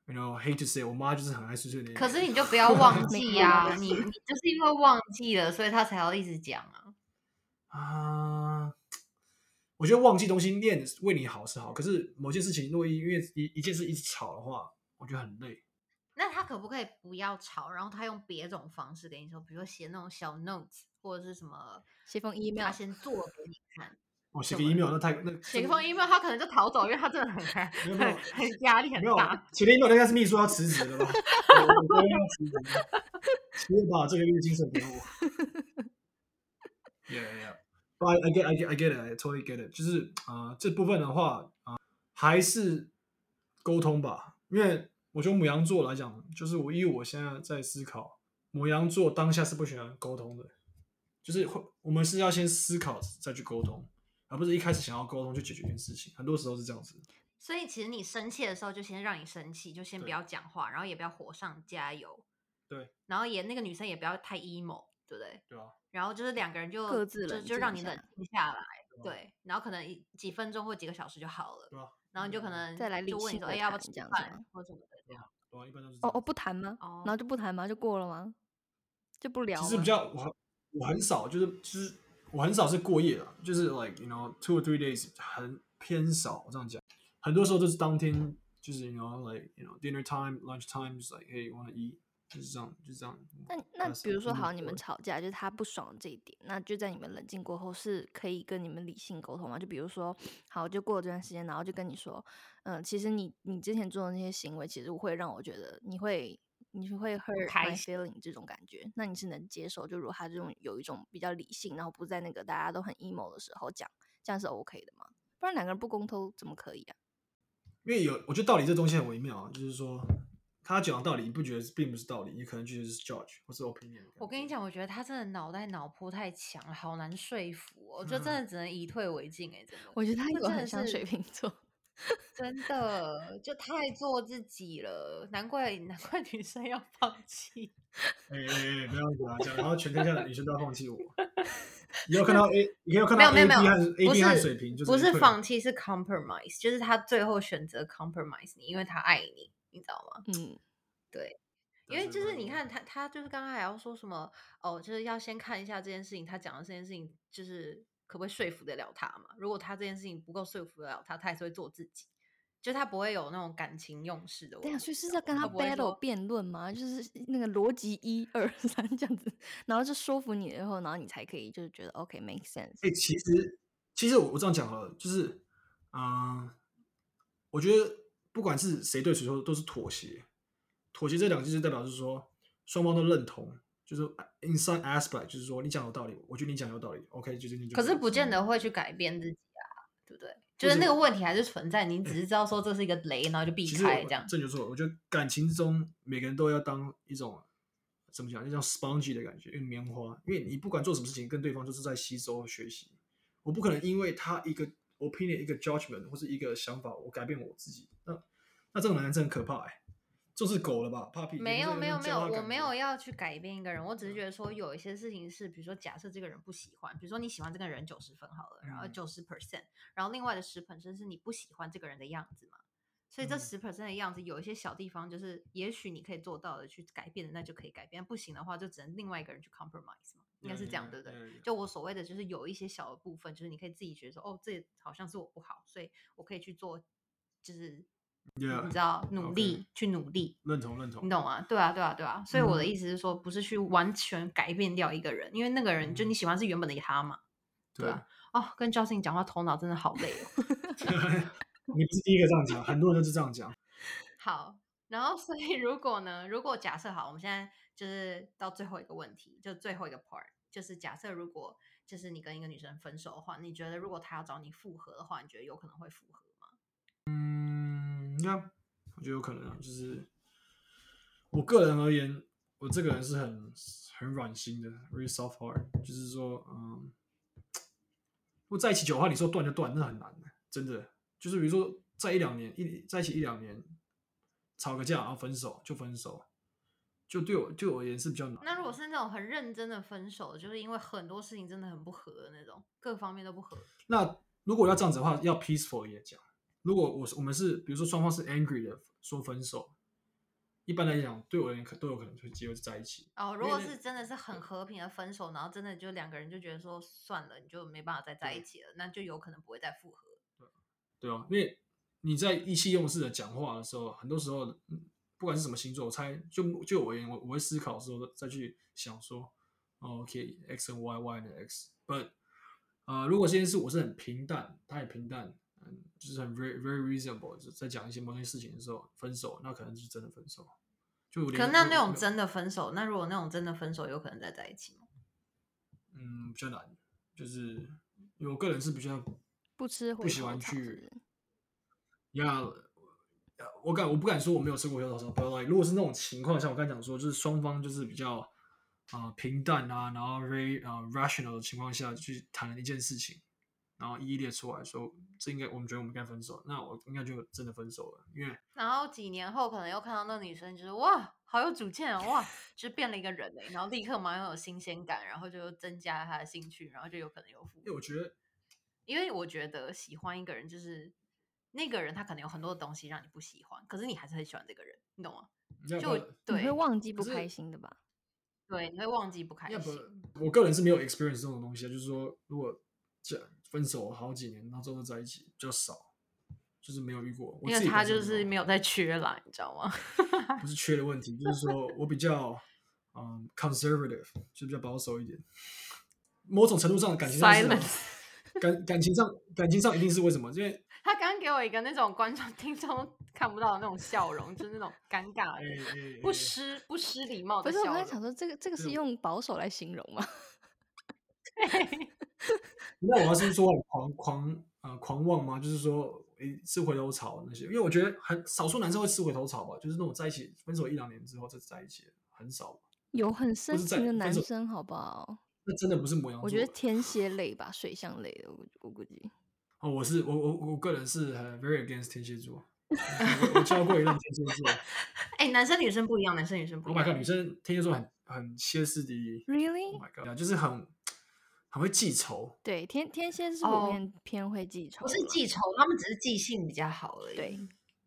Speaker 4: you know hate to say，我妈就是很爱碎碎念。
Speaker 3: 可是你就不 要忘
Speaker 2: 没
Speaker 3: 记
Speaker 2: 有
Speaker 3: 呀、你你就是因为忘记了，所以他才要一直讲啊。
Speaker 4: 啊，我觉得忘记东西念为你好是好，可是某件事情如果因为一一件事一直吵的话，我觉得很累。
Speaker 3: 那他可不可以不要吵，然后他用别种方式跟你说，比如说写那种小 notes 或者是什么，
Speaker 2: 写封
Speaker 3: 他
Speaker 2: email，
Speaker 3: 先做给你看，
Speaker 4: 我哦写
Speaker 3: 怎么
Speaker 4: 个 email 那太那
Speaker 3: 写一
Speaker 4: 真
Speaker 3: 封 email 他可能就逃走，因为他真的很
Speaker 4: 没
Speaker 3: 很
Speaker 4: 有没有
Speaker 3: 很压力很
Speaker 4: 没有
Speaker 3: 大。，
Speaker 4: 写个 email 应该是秘书要辞职了吧？我我我要辞 职了，请把这个月薪水给我。Yeah, yeah. But I, I get, I get, I get it. I totally get it. 就是啊、呃这部分的话啊、呃还是沟通吧。因为我觉得母羊座来讲，就是我以我现在在思考，母羊座当下是不喜欢沟通的，就是会我们是要先思考再去沟通，而不是一开始想要沟通就解决一件事情。很多时候是这样子。
Speaker 3: 所以其实你生气的时候，就先让你生气，就先不
Speaker 4: 对
Speaker 3: 要讲话，然后也不要火上加油。
Speaker 4: 对，
Speaker 3: 然后也那个女生也不要太 emo，对不对？
Speaker 4: 对啊，
Speaker 3: 然后就是两个人就
Speaker 2: 各自
Speaker 3: 就
Speaker 2: 冷
Speaker 3: 就
Speaker 2: 静
Speaker 3: 让
Speaker 2: 一
Speaker 3: 你
Speaker 2: 下嗯
Speaker 3: 冷静下来，
Speaker 4: 对啊
Speaker 3: 对，然后可能一几分钟或几个小时就好了，
Speaker 4: 对吧？
Speaker 3: 然后你就可
Speaker 4: 嗯
Speaker 3: 能
Speaker 2: 再来理
Speaker 3: 就问你
Speaker 2: 性
Speaker 3: 说，
Speaker 2: 地
Speaker 3: 哎，要不要
Speaker 2: 谈
Speaker 3: 吃
Speaker 2: 这样子啊吗
Speaker 3: 饭或什么的这样。
Speaker 4: 对啊，一般都是这
Speaker 2: 哦
Speaker 4: 样
Speaker 2: 哦，
Speaker 4: 子
Speaker 2: 不谈吗？
Speaker 3: 哦
Speaker 2: 然后就不谈吗？就过了吗？就不聊吗？
Speaker 4: 其实比较我很我很少，就是就是我很少是过夜啦，就是 like you know two or three days 很偏少我这样讲，很多时候都是当天就是 you know like you know dinner time lunch time 就是 like hey wanna eat 就是这样就是这样。
Speaker 2: 那那
Speaker 4: ，that's
Speaker 2: 比
Speaker 4: it，
Speaker 2: 如说，
Speaker 4: 就是
Speaker 2: 好，你们
Speaker 4: 我
Speaker 2: 吵架，就是他不爽这一点，那就在你们冷静过后，是可以跟你们理性沟通嘛？就比如说，好，就过了这段时间，然后就跟你说，嗯、其实你你之前做的那些行为，其实会让我觉得你会你是会 hurt
Speaker 3: 开
Speaker 2: my
Speaker 3: 心
Speaker 2: feeling 这种感觉，那你是能接受？就如果他这种有一种比较理性，然后不在那个大家都很 emo 的时候讲，这样是 OK 的吗？不然两个人不沟通怎么可以啊？
Speaker 4: 因为有我觉得道理这东西很微妙啊，就是说他讲的道理，你不觉得并不是道理，你可能觉得是 judge 或是 opinion。
Speaker 3: 我跟你，讲，我觉得他真的脑袋脑波太强了，好难说服哦，我觉得真
Speaker 4: 嗯
Speaker 3: 的只能以退为进哎、真的。
Speaker 2: 我觉得他
Speaker 3: 这
Speaker 2: 有
Speaker 3: 真
Speaker 2: 很
Speaker 3: 的
Speaker 2: 像水
Speaker 3: 是
Speaker 2: 瓶座，
Speaker 3: 真的就太做自己了，难怪难怪女生要放弃。
Speaker 4: 哎哎哎，不要讲讲，然后全天下的女生都要 放弃我。以后看到 A，以后看
Speaker 3: 没
Speaker 4: 到
Speaker 3: 有没
Speaker 4: A
Speaker 3: 有没有
Speaker 4: B 和 A
Speaker 3: 不
Speaker 4: B 和
Speaker 3: 是
Speaker 4: 水平，就是
Speaker 3: 不是
Speaker 4: 退
Speaker 3: 放弃是 compromise，就是他最后选择 compromise 你，因为他爱你，你知道吗？
Speaker 2: 嗯，
Speaker 3: 因
Speaker 4: 但
Speaker 3: 为
Speaker 4: 是
Speaker 3: 就是
Speaker 4: 我
Speaker 3: 你看他，他就是刚刚还要说什么哦，就是要先看一下这件事情，他讲的这件事情就是可不可以说服得了他嘛？如果他这件事情不够说服得了他，他还是会做自己。就他不会有那种感情用事的
Speaker 2: 对
Speaker 3: 问
Speaker 2: 呀，
Speaker 3: 题。
Speaker 2: 所以是在跟
Speaker 3: 他
Speaker 2: 他
Speaker 3: 不会
Speaker 2: battle
Speaker 3: 说
Speaker 2: 辩论吗？就是那个逻辑一二三这样子，然后就说服你，然后然后你才可以就是觉得 OK make sense。
Speaker 4: 哎、其实其实我我这样讲好了，就是嗯、呃我觉得不管是谁对谁错，都是妥协。妥协这两个字就代表是说双方都认同，就是 in some aspect，就是说你讲有道理，我觉得你讲有道理，OK，就是你就
Speaker 3: 可是不见
Speaker 4: 嗯
Speaker 3: 得会去改变自己啊，对不对？就
Speaker 4: 或
Speaker 3: 是那
Speaker 4: 者
Speaker 3: 个问题还是存在，你只是知道说这是一个雷，然后就避
Speaker 4: 其实
Speaker 3: 开
Speaker 4: 我
Speaker 3: 这样。
Speaker 4: 这就是我，我觉得感情中每个人都要当一种怎么讲，就像 spongy 的感觉，因为棉花，因为你不管做什么事情，跟对方就是在吸收学习。我不可能因为他一个 opinion、一个 judgment 或是一个想法，我改变我自己。那那这种男人真的很可怕哎、就是狗了吧，Papi？
Speaker 3: 没有没有没有，我没有
Speaker 4: 要。
Speaker 3: 要去改变一个人，我
Speaker 4: 嗯
Speaker 3: 只是觉得说有一些事情是，比如说假设这个人不喜欢，比如说你喜欢这个人九十分好了，然后
Speaker 4: 嗯
Speaker 3: 九十 percent，然后另外的十 percent 是你不喜欢这个人的样子嘛。所以这
Speaker 4: 嗯
Speaker 3: 十 percent 的样子，有一些小地方就是，也许你可以做到的，去改变的那就可以改变，不行的话就只能另外一个人去 compromise 嘛，应该是这
Speaker 4: 嗯
Speaker 3: 样，对不对？
Speaker 4: 对
Speaker 3: 就我所谓的，就是有一些小的部分，就是你可以自己觉得说，哦，这好像是我不好，所以我可以去做，就是你
Speaker 4: Yeah，
Speaker 3: 知道，努
Speaker 4: 啊 OK
Speaker 3: 力去努力，
Speaker 4: 认同认
Speaker 3: 你
Speaker 4: 同。
Speaker 3: 懂吗？对啊，对啊，对啊。所以我的
Speaker 4: 嗯
Speaker 3: 意思是说，不是去完全改变掉一个人，因为那个人就你喜欢是原本的他嘛。对
Speaker 4: 对，
Speaker 3: 啊哦，跟 Justin 讲话头脑真的好累哦。
Speaker 4: 啊 你不是第一个这样讲，很多人都是这样讲。
Speaker 3: 好，然后所以如果呢，如果假设好，我们现在就是到最后一个问题，就最后一个 part，就是假设如果就是你跟一个女生分手的话，你觉得如果她要找你复合的话，你觉得有可能会复合吗？
Speaker 4: 嗯，那我觉得有可能啊，就是我个人而言，我这个人是很很软心的，very soft heart，就是说，嗯，如果在一起久的话，你说断就断，那很难的，真的。就是比如说在一两年一在一起一两年，吵个架然后分手就分手，就对我对我而言是比较难的。
Speaker 3: 那如果是那种很认真的分手，就是因为很多事情真的很不合的那种，各方面都不合，
Speaker 4: 那如果要这样子的话，要 peaceful 也讲。如果我是我们是比如说双方是 angry 的说分手，一般来讲对我而言可都有可能会结果就在一起。
Speaker 3: 哦，如
Speaker 4: 因为
Speaker 3: 果
Speaker 4: 那
Speaker 3: 是真的是很和平的分手，然后真的就两个人就觉得说算了，你就没办法再在一
Speaker 4: 对
Speaker 3: 起了，那就有可能不会再复合。
Speaker 4: 对啊，因为你在意气用事的讲话的时候，很多时候嗯不管是什么星座，我猜就就我而言，我我会思考的时候再去想说、哦、，OK X 和 Y Y 的 X，but 呃，如果这件事我是很平淡，他也平淡，嗯，就是很 very very reasonable，就在讲一些某些事情的时候分手，那可能是真的分手。就有
Speaker 3: 可
Speaker 4: 点
Speaker 3: 能那
Speaker 4: 我
Speaker 3: 那种
Speaker 4: 我
Speaker 3: 真的分手，那如果那种真的分手，有可能再在一起吗？
Speaker 4: 嗯比较难，就是因为我个人是比较
Speaker 2: 不吃回
Speaker 4: 不喜
Speaker 2: 头
Speaker 4: 欢
Speaker 2: 草是
Speaker 4: 去呀。呃我敢，我不敢说我没有吃过回头草，but like 如果是那种情况下，我刚才讲说，就是双方就是比较啊、呃平淡啊，然后 very 啊、rational 的情况下去谈一件事情，然后一一列出来说，这应该我们觉得我们该分手，那我应该就真的分手了，因为
Speaker 3: 然后几年后可能又看到那女生，就是哇，好有主见哦，哇，就变了一个人嘞，然后立刻马上有新鲜感，然后就增加了她的兴趣，然后就有可能有复
Speaker 4: 因为
Speaker 3: 合
Speaker 4: 我。觉得
Speaker 3: 因为我觉得喜欢一个人，就是那个人他可能有很多东西让你不喜欢，可是你还是很喜欢这个人，你懂吗？
Speaker 4: 要
Speaker 3: 就
Speaker 4: 不
Speaker 3: 我
Speaker 4: 然
Speaker 2: 你
Speaker 3: 对
Speaker 2: 会忘记
Speaker 4: 可
Speaker 2: 不
Speaker 4: 是
Speaker 2: 开心的吧？
Speaker 3: 对，你会忘记不开
Speaker 4: 要不
Speaker 3: 心。
Speaker 4: 我个人是没有 experience 这种东西啊，就是说如果这分手好几年，然后之后在一起比较少，就是没有遇过。我
Speaker 3: 因
Speaker 4: 自
Speaker 3: 为
Speaker 4: 己
Speaker 3: 他
Speaker 4: 本身
Speaker 3: 就是没有在缺啦，你知道吗？
Speaker 4: 不是缺的问题，就是说我比较嗯 conservative，就比较保守一点。某种程度上，感情上是
Speaker 3: Silence
Speaker 4: 感感情上感情上一定是为什么？因为
Speaker 3: 他刚刚给我一个那种观众听众 看不到的那种笑容，就是那种尴尬
Speaker 4: 哎
Speaker 3: 的、
Speaker 4: 哎
Speaker 3: 不
Speaker 4: 哎
Speaker 3: 失不失礼貌
Speaker 2: 不
Speaker 3: 的
Speaker 2: 是，
Speaker 3: 笑
Speaker 2: 我刚
Speaker 3: 容。
Speaker 2: 才想说这个这个是
Speaker 4: 对
Speaker 2: 用保守来形容吗？
Speaker 4: 那我要是说很狂狂呃狂妄吗？就是说，诶，吃回头草那些，因为我觉得很少数男生会吃回头草吧，就是那种在一起分手一两年之后再在一起的，很少。
Speaker 2: 有很深
Speaker 4: 是在
Speaker 2: 情的
Speaker 4: 分
Speaker 2: 男
Speaker 4: 手
Speaker 2: 生，好不好？
Speaker 4: 那真的不是母羊座。
Speaker 2: 我觉得天蝎类吧，水象类的，我我估计。
Speaker 4: 哦，我是我我我个人是很 very against 天蝎座， 我我教过一任天蝎座，
Speaker 3: 哎、男生女生不一样，男生女生不一
Speaker 4: Oh
Speaker 3: 样。
Speaker 4: my god，女生天蝎座很很歇斯底里。
Speaker 3: 嗯
Speaker 4: Oh
Speaker 2: Really？
Speaker 4: my god，就是很很会记仇。
Speaker 2: 对，天天蝎是
Speaker 3: 哦
Speaker 2: 普遍偏会记仇
Speaker 3: 不
Speaker 2: 啦，
Speaker 3: 是记仇，他们只是记性比较好而已。
Speaker 2: 对，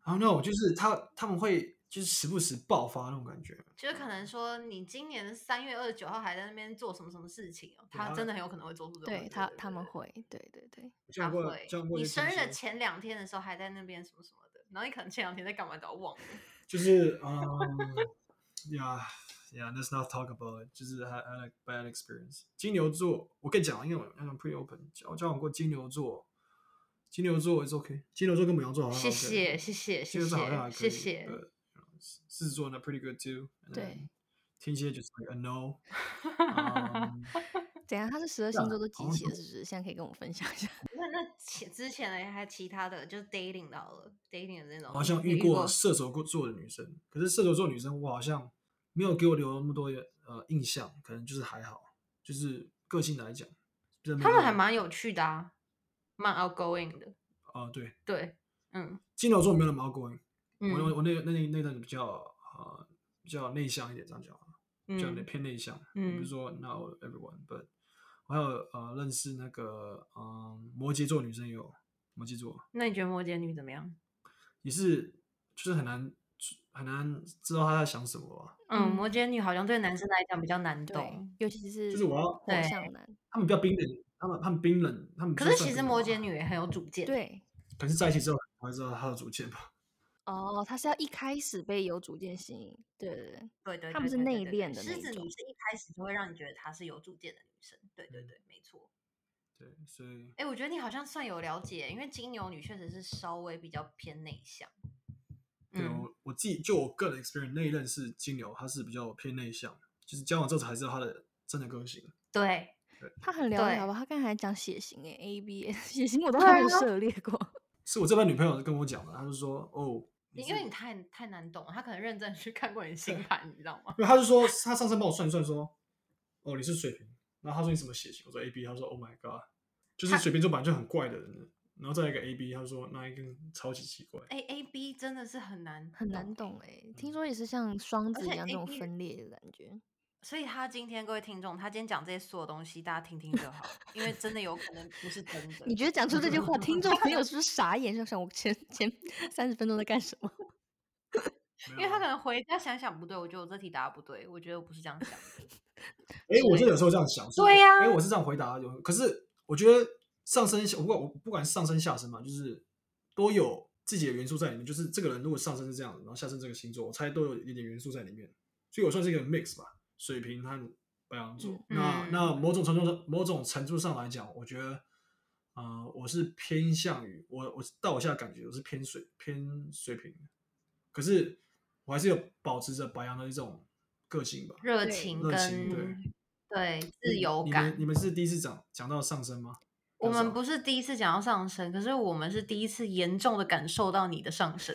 Speaker 4: 然后 no，就是他他们会就是时不时爆发那种感觉。
Speaker 3: 就是可能说你今年三月二十九号还在那边做什么什么事情哦，
Speaker 4: 对
Speaker 3: 他
Speaker 4: 他
Speaker 3: 真的很有可能会做出这种事。
Speaker 2: 对他
Speaker 3: 对
Speaker 2: 他们
Speaker 3: 对
Speaker 2: 会，对对对，
Speaker 4: 教
Speaker 3: 他
Speaker 4: 过
Speaker 3: 会
Speaker 4: 教。过
Speaker 3: 你
Speaker 4: 一个
Speaker 3: 生
Speaker 4: 天
Speaker 3: 日的
Speaker 4: 蝎
Speaker 3: 前两天的时候还在那边什么什么的，然后你可能前两天在干嘛都忘了。
Speaker 4: 就是嗯，yeah yeah let's not talk about it，就是还还 like bad experience。金牛座，我跟你讲，因为我因为我 pretty open，我交往过金牛座，金牛座 is OK，金牛座跟母羊座好像
Speaker 3: 谢
Speaker 4: 哦 OK，
Speaker 3: 谢谢谢
Speaker 4: 金
Speaker 3: 谢
Speaker 4: 牛座好像还
Speaker 3: 谢
Speaker 4: 可
Speaker 3: 谢
Speaker 4: 以，
Speaker 3: 谢
Speaker 4: but，you know，狮狮子座呢 pretty good too，and
Speaker 2: 对
Speaker 4: then 天蝎就是 like a no，嗯
Speaker 2: 怎样？他是十二
Speaker 4: 这样
Speaker 2: 星座都
Speaker 4: 好
Speaker 2: 集
Speaker 4: 像
Speaker 2: 齐了，
Speaker 4: 是
Speaker 2: 是不是？现在可以跟我们分享一下？
Speaker 3: 那那前之前呢，还有其他的，就是 dating 到了 dating 的那种，
Speaker 4: 好像
Speaker 3: 你
Speaker 4: 遇过射手座的女生，可是射手座女生我好像没有给我留那么多呃印象，可能就是还好，就是个性来讲，真的没
Speaker 3: 他
Speaker 4: 有
Speaker 3: 们还蛮有趣的啊，蛮 outgoing 的，
Speaker 4: 啊、对，
Speaker 3: 对，嗯
Speaker 4: 金牛座没有那么 outgoing，、
Speaker 3: 嗯
Speaker 4: 我我那那那那段比较呃比较内向一点，这样讲好了，比较内
Speaker 3: 嗯
Speaker 4: 偏内向，
Speaker 3: 嗯
Speaker 4: 比如说 not everyone，but 我还有呃认识那个嗯、摩羯座女生也有，摩羯座
Speaker 3: 那你觉得摩羯女怎么样？
Speaker 4: 也是就是很难很难知道她在想什么啊。
Speaker 3: 嗯，
Speaker 2: 嗯
Speaker 3: 摩羯女好像对男生来讲比较难
Speaker 2: 对
Speaker 3: 懂，，
Speaker 2: 尤其是
Speaker 4: 就是我要
Speaker 2: 火
Speaker 3: 对
Speaker 2: 象男，
Speaker 4: 他们比较冰冷，他们他们冰冷，他们
Speaker 3: 可
Speaker 4: 就是啊算
Speaker 3: 其实
Speaker 4: 冰
Speaker 3: 摩
Speaker 4: 冷
Speaker 3: 羯
Speaker 4: 吧，
Speaker 3: 女也很有主见，，
Speaker 2: 对。
Speaker 4: 可是在一起之后才会知道他的主见吧。
Speaker 2: 哦，他是要一开始被有主见吸引，对对对，
Speaker 3: 对对，
Speaker 2: 她
Speaker 3: 对
Speaker 2: 们是
Speaker 3: 对对
Speaker 2: 内
Speaker 3: 对对
Speaker 2: 敛的
Speaker 3: 狮
Speaker 2: 那
Speaker 3: 子女
Speaker 2: 种
Speaker 3: 是一开始就会让你觉得她是有主见的女生，对对
Speaker 4: 嗯
Speaker 3: 对，没错。
Speaker 4: 对，所以
Speaker 3: 哎，我觉得你好像算有了解，因为金牛女确实是稍微比较偏内向。
Speaker 4: 对
Speaker 3: 嗯，
Speaker 4: 我我自己就我个人 experience 那一任是金牛，他是比较偏内向，就是交往之后才知道他的真的个性。
Speaker 3: 对，
Speaker 2: 他很了解，好
Speaker 3: 对
Speaker 2: 吧？他刚才还讲血型诶 a B，血 型我都
Speaker 3: 对
Speaker 2: 还没有
Speaker 3: 啊
Speaker 2: 涉猎过。
Speaker 4: 是我这边女朋友跟我讲的，她就说哦，你
Speaker 3: 因为
Speaker 4: 是
Speaker 3: 你太太难懂了，她可能认真去看过你的星盘，你知道吗？
Speaker 4: 因为他就说，他上次帮我算一算说，哦，你是水瓶，然后他说你什么血型？我说 A B，他说 Oh my God，就是水瓶座本来就很怪的人了，然后再一个 A B，他说那一根超级奇怪，
Speaker 3: 哎，A B 真的是很难
Speaker 2: 很难
Speaker 3: 欸，
Speaker 2: 懂哎、欸，听说也是像双子
Speaker 3: 且
Speaker 2: 一样那种
Speaker 3: AB
Speaker 2: 分裂的感觉。
Speaker 3: 所以他今天各位听众，他今天讲这些所有东西，大家听听就好，因为真的有可能不是真的。
Speaker 2: 你觉得讲出这句话，听众朋友是不 是傻眼？就想我前前 三十分钟在干什么？
Speaker 4: 因
Speaker 3: 因
Speaker 4: 啊
Speaker 3: 为他可能回家想想不对，我觉得我这题答不对，我觉得我不是这样想 的。
Speaker 4: 哎、我就有时候这样想，是
Speaker 3: 对呀
Speaker 4: 哎、我是这样回答有，可是我觉得上身下，我不管我不管是上身下身嘛，就是都有自己的元素在里面。就是这个人如果上身是这样子，然后下身这个星座，我猜都有一点元素在里面，所以我算是一个 mix 吧，水瓶和白羊座。
Speaker 2: 嗯
Speaker 4: 那
Speaker 3: 嗯
Speaker 4: 那某种程度上，某种程度上来讲，我觉得。啊、我是偏向于我，我到我现在感觉我是偏水偏水平，可是我还是有保持着白羊的一种个性吧，
Speaker 3: 热
Speaker 2: 对
Speaker 3: 情
Speaker 4: 热
Speaker 3: 跟
Speaker 4: 情对。
Speaker 3: 对自
Speaker 4: 你
Speaker 3: 由
Speaker 4: 你
Speaker 3: 感
Speaker 4: 们，你们是第一次讲讲到上升吗？
Speaker 3: 我
Speaker 4: 多少
Speaker 3: 们不是第一次讲到上升，可是我们是第一次严重的感受到你的上升。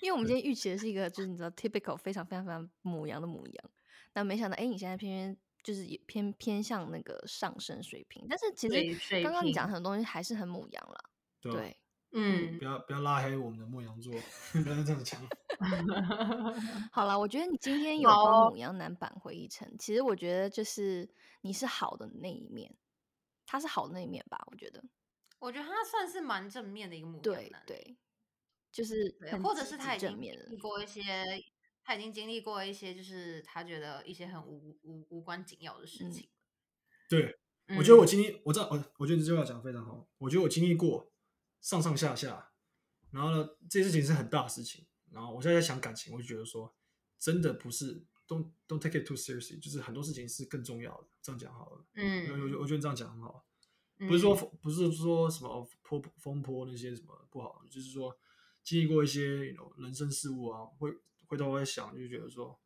Speaker 2: 因为我们今天预期的是一个，就是你知道 typical 非常非常非常母羊的母羊，但没想到哎、你现在偏偏就是也偏偏向那个上升水平。但是其
Speaker 3: 对
Speaker 2: 实
Speaker 3: 水
Speaker 2: 刚刚你
Speaker 3: 平
Speaker 2: 讲的很多东西还是很母羊了，
Speaker 4: 对吧
Speaker 2: 对，
Speaker 3: 嗯
Speaker 4: 不，要不要拉黑我们的牧羊 座，不要这样讲。
Speaker 2: 好了，我觉得你今天有
Speaker 3: 好
Speaker 2: 帮
Speaker 3: 哦
Speaker 2: 母羊男版回忆成，其实我觉得就是你是好的那一面，他是好的那一面吧，我觉得。
Speaker 3: 我觉得他算是蛮正面的一个母羊
Speaker 2: 对
Speaker 3: 男，
Speaker 2: 对，就是
Speaker 3: 对
Speaker 2: 很
Speaker 3: 或者
Speaker 2: 积
Speaker 3: 是
Speaker 2: 极
Speaker 3: 他已
Speaker 2: 正
Speaker 3: 经
Speaker 2: 面
Speaker 3: 经历
Speaker 2: 的，
Speaker 3: 过一些，他已经经历过一些，就是他觉得一些很无无无关紧要的事
Speaker 2: 嗯
Speaker 3: 情。
Speaker 4: 对，我觉得我
Speaker 3: 嗯
Speaker 4: 经历，我知道，我我觉得你这句话讲得非常好。我觉得我经历过上上下下，然后呢，这件事情是很大的事情。然后我现在在想感情，我就觉得说，真的不是 don't don't take it too seriously，就是很多事情是更重要的。这样讲好了，我我
Speaker 3: 嗯，
Speaker 4: 我觉得你这样讲很好。不是说
Speaker 3: 嗯
Speaker 4: 不是说什么坡风波那些什么不好，就是说经历过一些 you know, 人生事物啊，会回头我在想，就觉得说，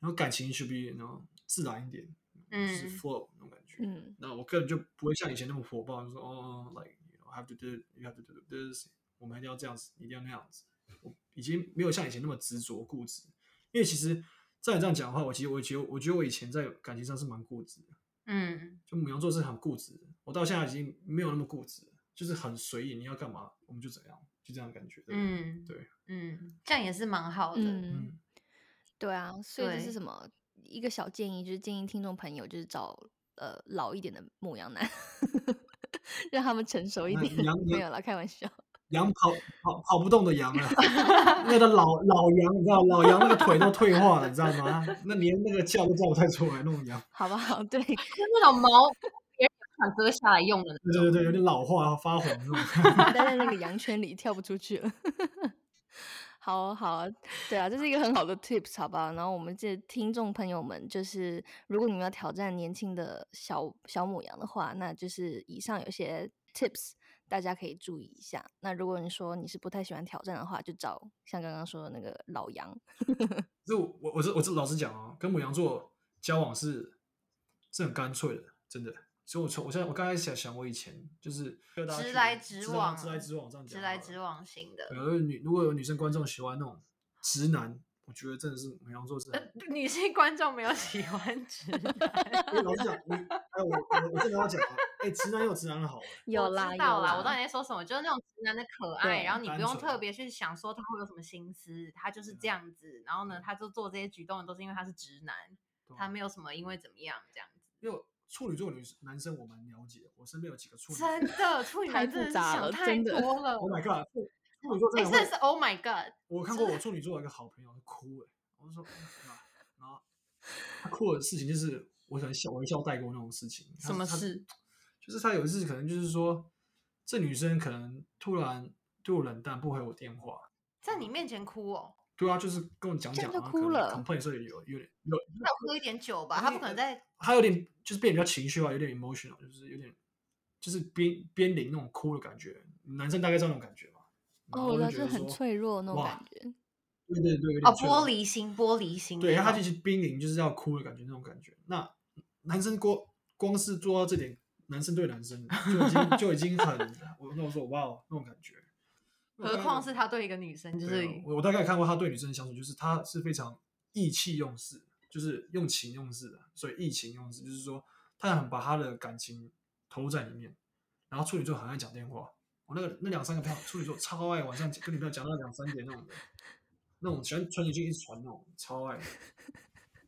Speaker 4: 然后感情 should be 然后自然一点，就是
Speaker 3: 嗯
Speaker 4: flow 那种感觉。
Speaker 2: 嗯，
Speaker 4: 那我个人就不会像以前那么火爆，就说哦，like you know, have to do it, you have to do this，我们一定要这样子，一定要那样子。我已经没有像以前那么执着固执，因为其实照你这样讲的话，我其实我觉得我觉得我以前在感情上是蛮固执的。
Speaker 3: 嗯
Speaker 4: 就母羊座是很固执的，我到现在已经没有那么固执了，就是很随意，你要干嘛我们就怎样，就这样的感觉。对不对，
Speaker 3: 嗯
Speaker 4: 对
Speaker 3: 嗯，这样也是蛮好的。
Speaker 2: 嗯，
Speaker 4: 嗯，
Speaker 2: 对啊，所以这是
Speaker 3: 对
Speaker 2: 什么一个小建议，就是建议听众朋友就是找呃老一点的牧羊男， 让他们成熟一
Speaker 4: 那
Speaker 2: 点
Speaker 4: 羊。
Speaker 2: 没
Speaker 4: 羊
Speaker 2: 有啦，开玩笑。
Speaker 4: 羊跑跑跑不动的 羊啊，那个老老羊，你知道老羊那个腿都退化了，你知道吗？那连那个叫都叫不太出来那种羊。
Speaker 2: 好不好？对，
Speaker 3: 就那种毛别人也款割下来用的那
Speaker 4: 对
Speaker 3: 种。
Speaker 4: 对对，有点老化发红那种。
Speaker 2: 待在那个羊圈里跳不出去了。 好好啊，对啊，这是一个很好的 tips，好吧？然后我们这听众朋友们，就是如果你们要挑战年轻的小小母羊的话，那就是以上有些 tips，大家可以注意一下。那如果你说你是不太喜欢挑战的话，就找像刚刚说的那个老羊，
Speaker 4: 这我我我是我是老实讲啊，跟母羊座交往是是很干脆的，真的。所以我从我现在我刚才想想，我以前就是各大家
Speaker 3: 直
Speaker 4: 去
Speaker 3: 来直往
Speaker 4: 直来直往这样讲，
Speaker 3: 直来直。往型的
Speaker 4: 对，如果女如果有女生观众喜欢那种直男，我觉得真的是母羊座是很。
Speaker 3: 女性观众没有喜欢直男
Speaker 4: 因为老实讲，你哎，我我我真的要讲啊，哎，直男有直男的好玩，
Speaker 2: 有
Speaker 3: 我
Speaker 2: 啦
Speaker 3: 知
Speaker 2: 有
Speaker 3: 道啦，我知道
Speaker 2: 啦
Speaker 3: 你在说什么，就是那种直男的可爱，
Speaker 2: 对
Speaker 3: 然后你不
Speaker 4: 单
Speaker 3: 用
Speaker 4: 纯啊
Speaker 3: 特别去想说他会有什么心思，他就是这样子。然后呢，他就做这些举动都是因为他是直男，
Speaker 4: 对吧
Speaker 3: 他没有什么因为怎么样这样子。
Speaker 4: 因为处女座女男生我蛮了解，我身边有几个处女座。
Speaker 3: 真的，处女
Speaker 2: 太
Speaker 3: 男真的
Speaker 2: 复
Speaker 3: 是
Speaker 2: 杂
Speaker 3: 想
Speaker 2: 了
Speaker 3: 太
Speaker 2: 真的
Speaker 3: 多了。
Speaker 4: Oh my god！处处女座
Speaker 3: 哎、真
Speaker 4: 真的会
Speaker 3: 的是 Oh my God！
Speaker 4: 我看过我处女座有一个好朋友，他哭哎、我就说，嗯对吧然后他哭的事情就是我可能笑我一笑带过那种事情。他
Speaker 3: 什么
Speaker 4: 他
Speaker 3: 事？
Speaker 4: 就是他有一次可能就是说，这女生可能突然对我冷淡，不回我电话。
Speaker 3: 在你面前哭哦，
Speaker 4: 对啊，就是跟我讲
Speaker 2: 这
Speaker 4: 讲
Speaker 2: 样
Speaker 4: 啊，
Speaker 2: 就哭了
Speaker 4: c o m p l a i n 所以有有点有，
Speaker 3: 他有喝一点酒吧，他不可能在
Speaker 4: 他有点就是变得比较情绪化，有点 emotional，就是有点就是边边临那种哭的感觉。男生大概知道那种感觉嘛。然后
Speaker 2: 哦，
Speaker 4: 我
Speaker 2: 那
Speaker 4: 觉
Speaker 2: 是
Speaker 4: 得
Speaker 2: 很
Speaker 4: 说
Speaker 2: 脆弱那种感。
Speaker 4: 哇
Speaker 2: 觉。
Speaker 4: 对对对，有点
Speaker 3: 哦
Speaker 4: 脆弱
Speaker 3: 玻璃哦心，玻璃心那种。
Speaker 4: 对，他就是濒临就是要哭的感觉，那种感觉。那男生光光是做到这点，男生对男生就已经就已经很， 我那我说哇哦那种感觉。那我
Speaker 3: 何
Speaker 4: 大概
Speaker 3: 况是他对一个女生，就
Speaker 4: 对
Speaker 3: 是
Speaker 4: 啊我我大概看过他对女生的相处，就是他是非常意气用事，就是用情用事的，所以意情用事就是说他很把他的感情投入在里面。然后处女座很爱讲电话，我那个那两三个朋友处女座超爱晚上跟女朋友讲到两三点那种的，那种喜欢传简讯一直传那种，超爱。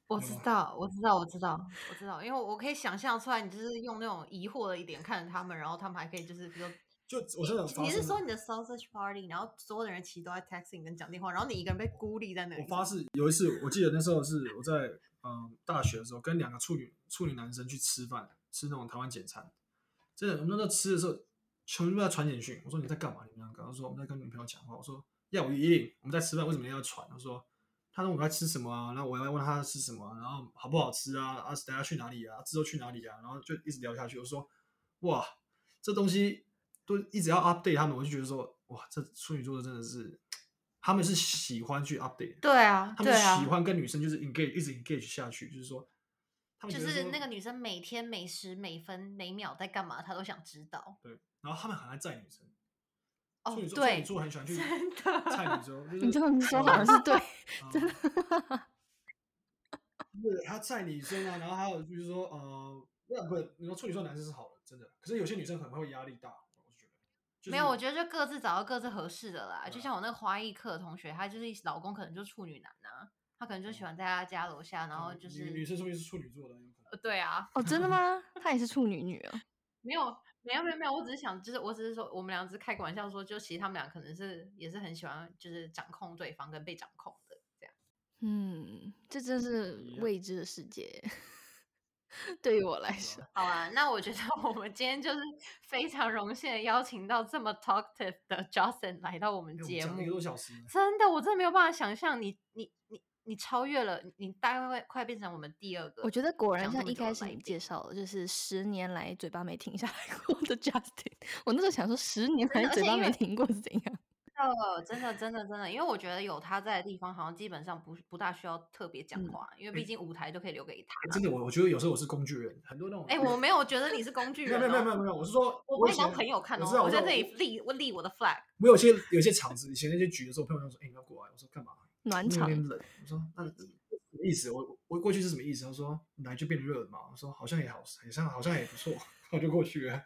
Speaker 3: 我知
Speaker 4: 嗯
Speaker 3: 道，我知道，我知道，我知道，因为我可以想象出来，你就是用那种疑惑的一点看着他们，然后他们还可以就是，比如
Speaker 4: 就我现在有发
Speaker 3: 你是
Speaker 4: 生
Speaker 3: 说
Speaker 4: 了
Speaker 3: 你的 sausage party，然后所有的人其实都在 texting 跟讲电话，然后你一个人被孤立在那里。
Speaker 4: 我发誓有一次，我记得那时候是我在嗯大学的时候，跟两个处女处女男生去吃饭，吃那种台湾简餐。真的，我们那时候吃的时候，全部都在传简讯。我说你在干嘛？你们两个？他说我们在跟女朋友讲话。我说要我一定我们在吃饭，为什么要传？他说他问我在吃什么啊，然后我要问他吃什么啊、然后好不好吃啊，啊等下去哪里啊，之后去哪里啊，然后就一直聊下去。我说哇，这东西都一直要 update 他们，我就觉得说哇，这处女座真的是，他们是喜欢去 update。
Speaker 3: 对啊，
Speaker 4: 他
Speaker 3: 对
Speaker 4: 们喜
Speaker 3: 啊，
Speaker 4: 欢跟女生就是 engage 一直 engage 下去，就是说，他们
Speaker 3: 就
Speaker 4: 觉得
Speaker 3: 是
Speaker 4: 说
Speaker 3: 那个女生每天每时每分每秒在干嘛，她都想知道。
Speaker 4: 对，然后他们很爱载女生，
Speaker 3: 哦
Speaker 4: 处女，座处
Speaker 3: 对
Speaker 4: 女，座很喜欢去
Speaker 3: 真 的
Speaker 4: 载女生，就是
Speaker 2: 你这样子说好像是对，
Speaker 4: 真的，对，他载女生啊，然后还有就是说，呃，那不，你说处女座男生是好的，真的，可是有些女生可能会压力大，我觉得，就是、
Speaker 3: 没有，我觉得就各自找到各自合适的啦。
Speaker 4: 对
Speaker 3: 就
Speaker 4: 啊
Speaker 3: 像我那个花艺课的同学，她就是老公可能就处女男呐、他可能就喜欢在他家楼下，然后
Speaker 4: 嗯
Speaker 3: 就是
Speaker 4: 女女生说明是处女座的，有可能。
Speaker 3: 呃对啊，
Speaker 2: 哦，真的吗？她也是处女女哦。
Speaker 3: 没有，没有，没有，没有，我只是想，就是我只是说，我们俩只是开个玩笑说，就其实他们俩可能是也是很喜欢，就是掌控对方跟被掌控的这样。
Speaker 2: 嗯，这真是
Speaker 4: 一样
Speaker 2: 未知的世界。 对于我来
Speaker 4: 是
Speaker 2: 说，
Speaker 3: 好啊，那我觉得我们今天就是非常荣幸的邀请到这么 talkative 的 Justin 来到我们
Speaker 4: 因哎为我们
Speaker 3: 节
Speaker 4: 讲了一个
Speaker 3: 目
Speaker 4: 多，小时了，
Speaker 3: 真的，我真的没有办法想象你你你你超越了，你你大概会快变成我们第二个。
Speaker 2: 我觉得果然
Speaker 3: 讲这
Speaker 2: 像
Speaker 3: 么
Speaker 2: 一
Speaker 3: 久的
Speaker 2: 开始
Speaker 3: 来
Speaker 2: 你
Speaker 3: 宾
Speaker 2: 介绍的，就是十年来嘴巴没停下来过的 Justin。我那时候想说，十年来
Speaker 3: 真的而
Speaker 2: 嘴
Speaker 3: 且
Speaker 2: 巴
Speaker 3: 因
Speaker 2: 没
Speaker 3: 为
Speaker 2: 停过是怎 样？
Speaker 3: 的，真的，真的，真的，因为我觉得有他在的地方，好像基本上不不大需要特别讲
Speaker 2: 嗯
Speaker 3: 话，因为
Speaker 4: 哎
Speaker 3: 毕竟舞台都可以留给他。
Speaker 4: 哎真的，我我觉得有时候我是工具人，很多那种，
Speaker 3: 哎、我没有觉得你是工具
Speaker 4: 没
Speaker 3: 人、
Speaker 4: 有
Speaker 3: 哦，
Speaker 4: 没有没有没有没有，我是说，
Speaker 3: 我不会
Speaker 4: 以
Speaker 3: 当
Speaker 4: 前
Speaker 3: 朋友看哦，
Speaker 4: 我知道，
Speaker 3: 我
Speaker 4: 我知
Speaker 3: 在
Speaker 4: 道
Speaker 3: 这里
Speaker 4: 我
Speaker 3: 立我立我的 flag。
Speaker 4: 我有些有些场子，以前那些局的时候，朋友就说：“哎、你要过来。”我说：“干嘛？”
Speaker 2: 暖
Speaker 4: 因为有
Speaker 2: 场
Speaker 4: 点冷。我说：“那什么意思？我我过去是什么意思？”他说：“你来就变热了嘛。”我说：“好像也好，好像好像也不错。”我就过去了。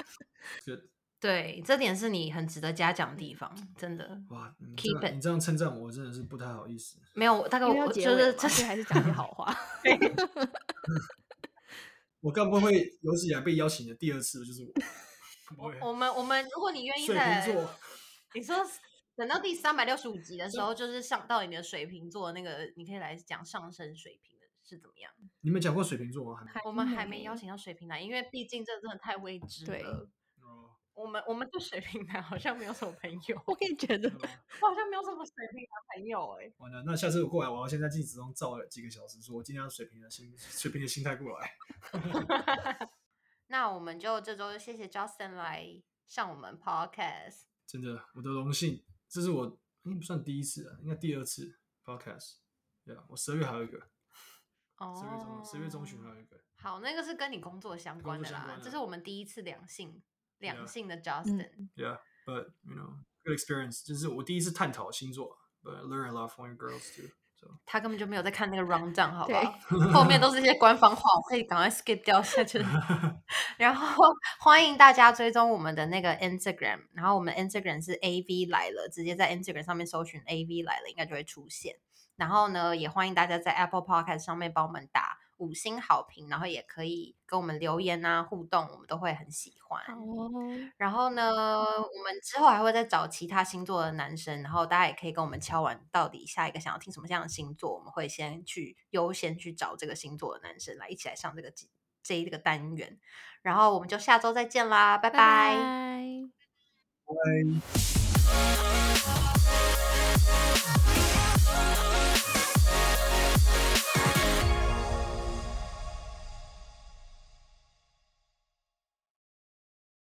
Speaker 4: 就
Speaker 3: 对，这点是你很值得嘉奖的地方，真的
Speaker 4: 哇，你
Speaker 3: Keep
Speaker 4: 这样你这样称赞我，真的是不太好意思。
Speaker 3: 没有。大概
Speaker 2: 因为要
Speaker 3: 我
Speaker 2: 结
Speaker 3: 就
Speaker 2: 尾
Speaker 3: 是
Speaker 2: 了嘛
Speaker 3: 这
Speaker 2: 所以还是讲些好话。
Speaker 4: 我该不会有史以来被邀请的第二次就是我？不会
Speaker 3: 我们我们，如果你愿意
Speaker 4: 水
Speaker 3: 在
Speaker 4: 瓶座，
Speaker 3: 你说等到第三百六十五集的时候，就是上到你的水瓶座那个，你可以来讲上升水瓶的是怎么样。
Speaker 4: 你们讲过水瓶座吗？还没
Speaker 2: 还
Speaker 3: 我们还
Speaker 2: 没
Speaker 3: 没邀请到水瓶男，因为毕竟这真的太未知
Speaker 2: 对
Speaker 3: 了。
Speaker 4: 哦
Speaker 3: 我们我们对水瓶男好像没有什么朋友，
Speaker 2: 我也觉得
Speaker 4: 对吧
Speaker 3: 我好像没有什么水瓶男朋友哎、
Speaker 4: 完了，那下次我过来，我要先在镜子中照几个小时，说我今天要水平的心，水平的心态过来。
Speaker 3: 那我们就这周就谢谢 Justin 来上我们 podcast。
Speaker 4: 真的，我的荣幸，这是我应不算第一次啊，应该第二次 podcast。对啊，我十二月还有一个，
Speaker 3: 哦
Speaker 4: 十月中，十月中旬还有一个。
Speaker 3: 好，那个是跟你工作相
Speaker 4: 工
Speaker 3: 关
Speaker 4: 作
Speaker 3: 的
Speaker 4: 相
Speaker 3: 啦
Speaker 4: 关，
Speaker 3: 这
Speaker 4: 的啊嗯
Speaker 3: 是我们第一次两性两
Speaker 4: Yeah
Speaker 3: 性的 Justin。
Speaker 4: Yeah，but you know, good experience，就是我第一次探讨星座，but I learn a lot from you girls too。So
Speaker 3: 他根本就没有在看那个 round down，好
Speaker 2: 对
Speaker 3: 吧？后面都是一些官方话，可以赶快 skip 掉下去。 然后欢迎大家追踪我们的那个 Instagram，然后我们 Instagram 是 AV 来了，直接在 Instagram 上面搜寻 AV 来了，应该就会出现。然后呢，也欢迎大家在 Apple Podcast 上面帮我们打五星好评，然后也可以跟我们留言啊互动，我们都会很喜欢。
Speaker 2: 好哦，
Speaker 3: 然后呢，我们之后还会再找其他星座的男生，然后大家也可以跟我们敲完到底下一个想要听什么样的星座，我们会先去优先去找这个星座的男生来一起来上这个节这一个单元，然后我们就下周再见啦，拜拜
Speaker 2: 拜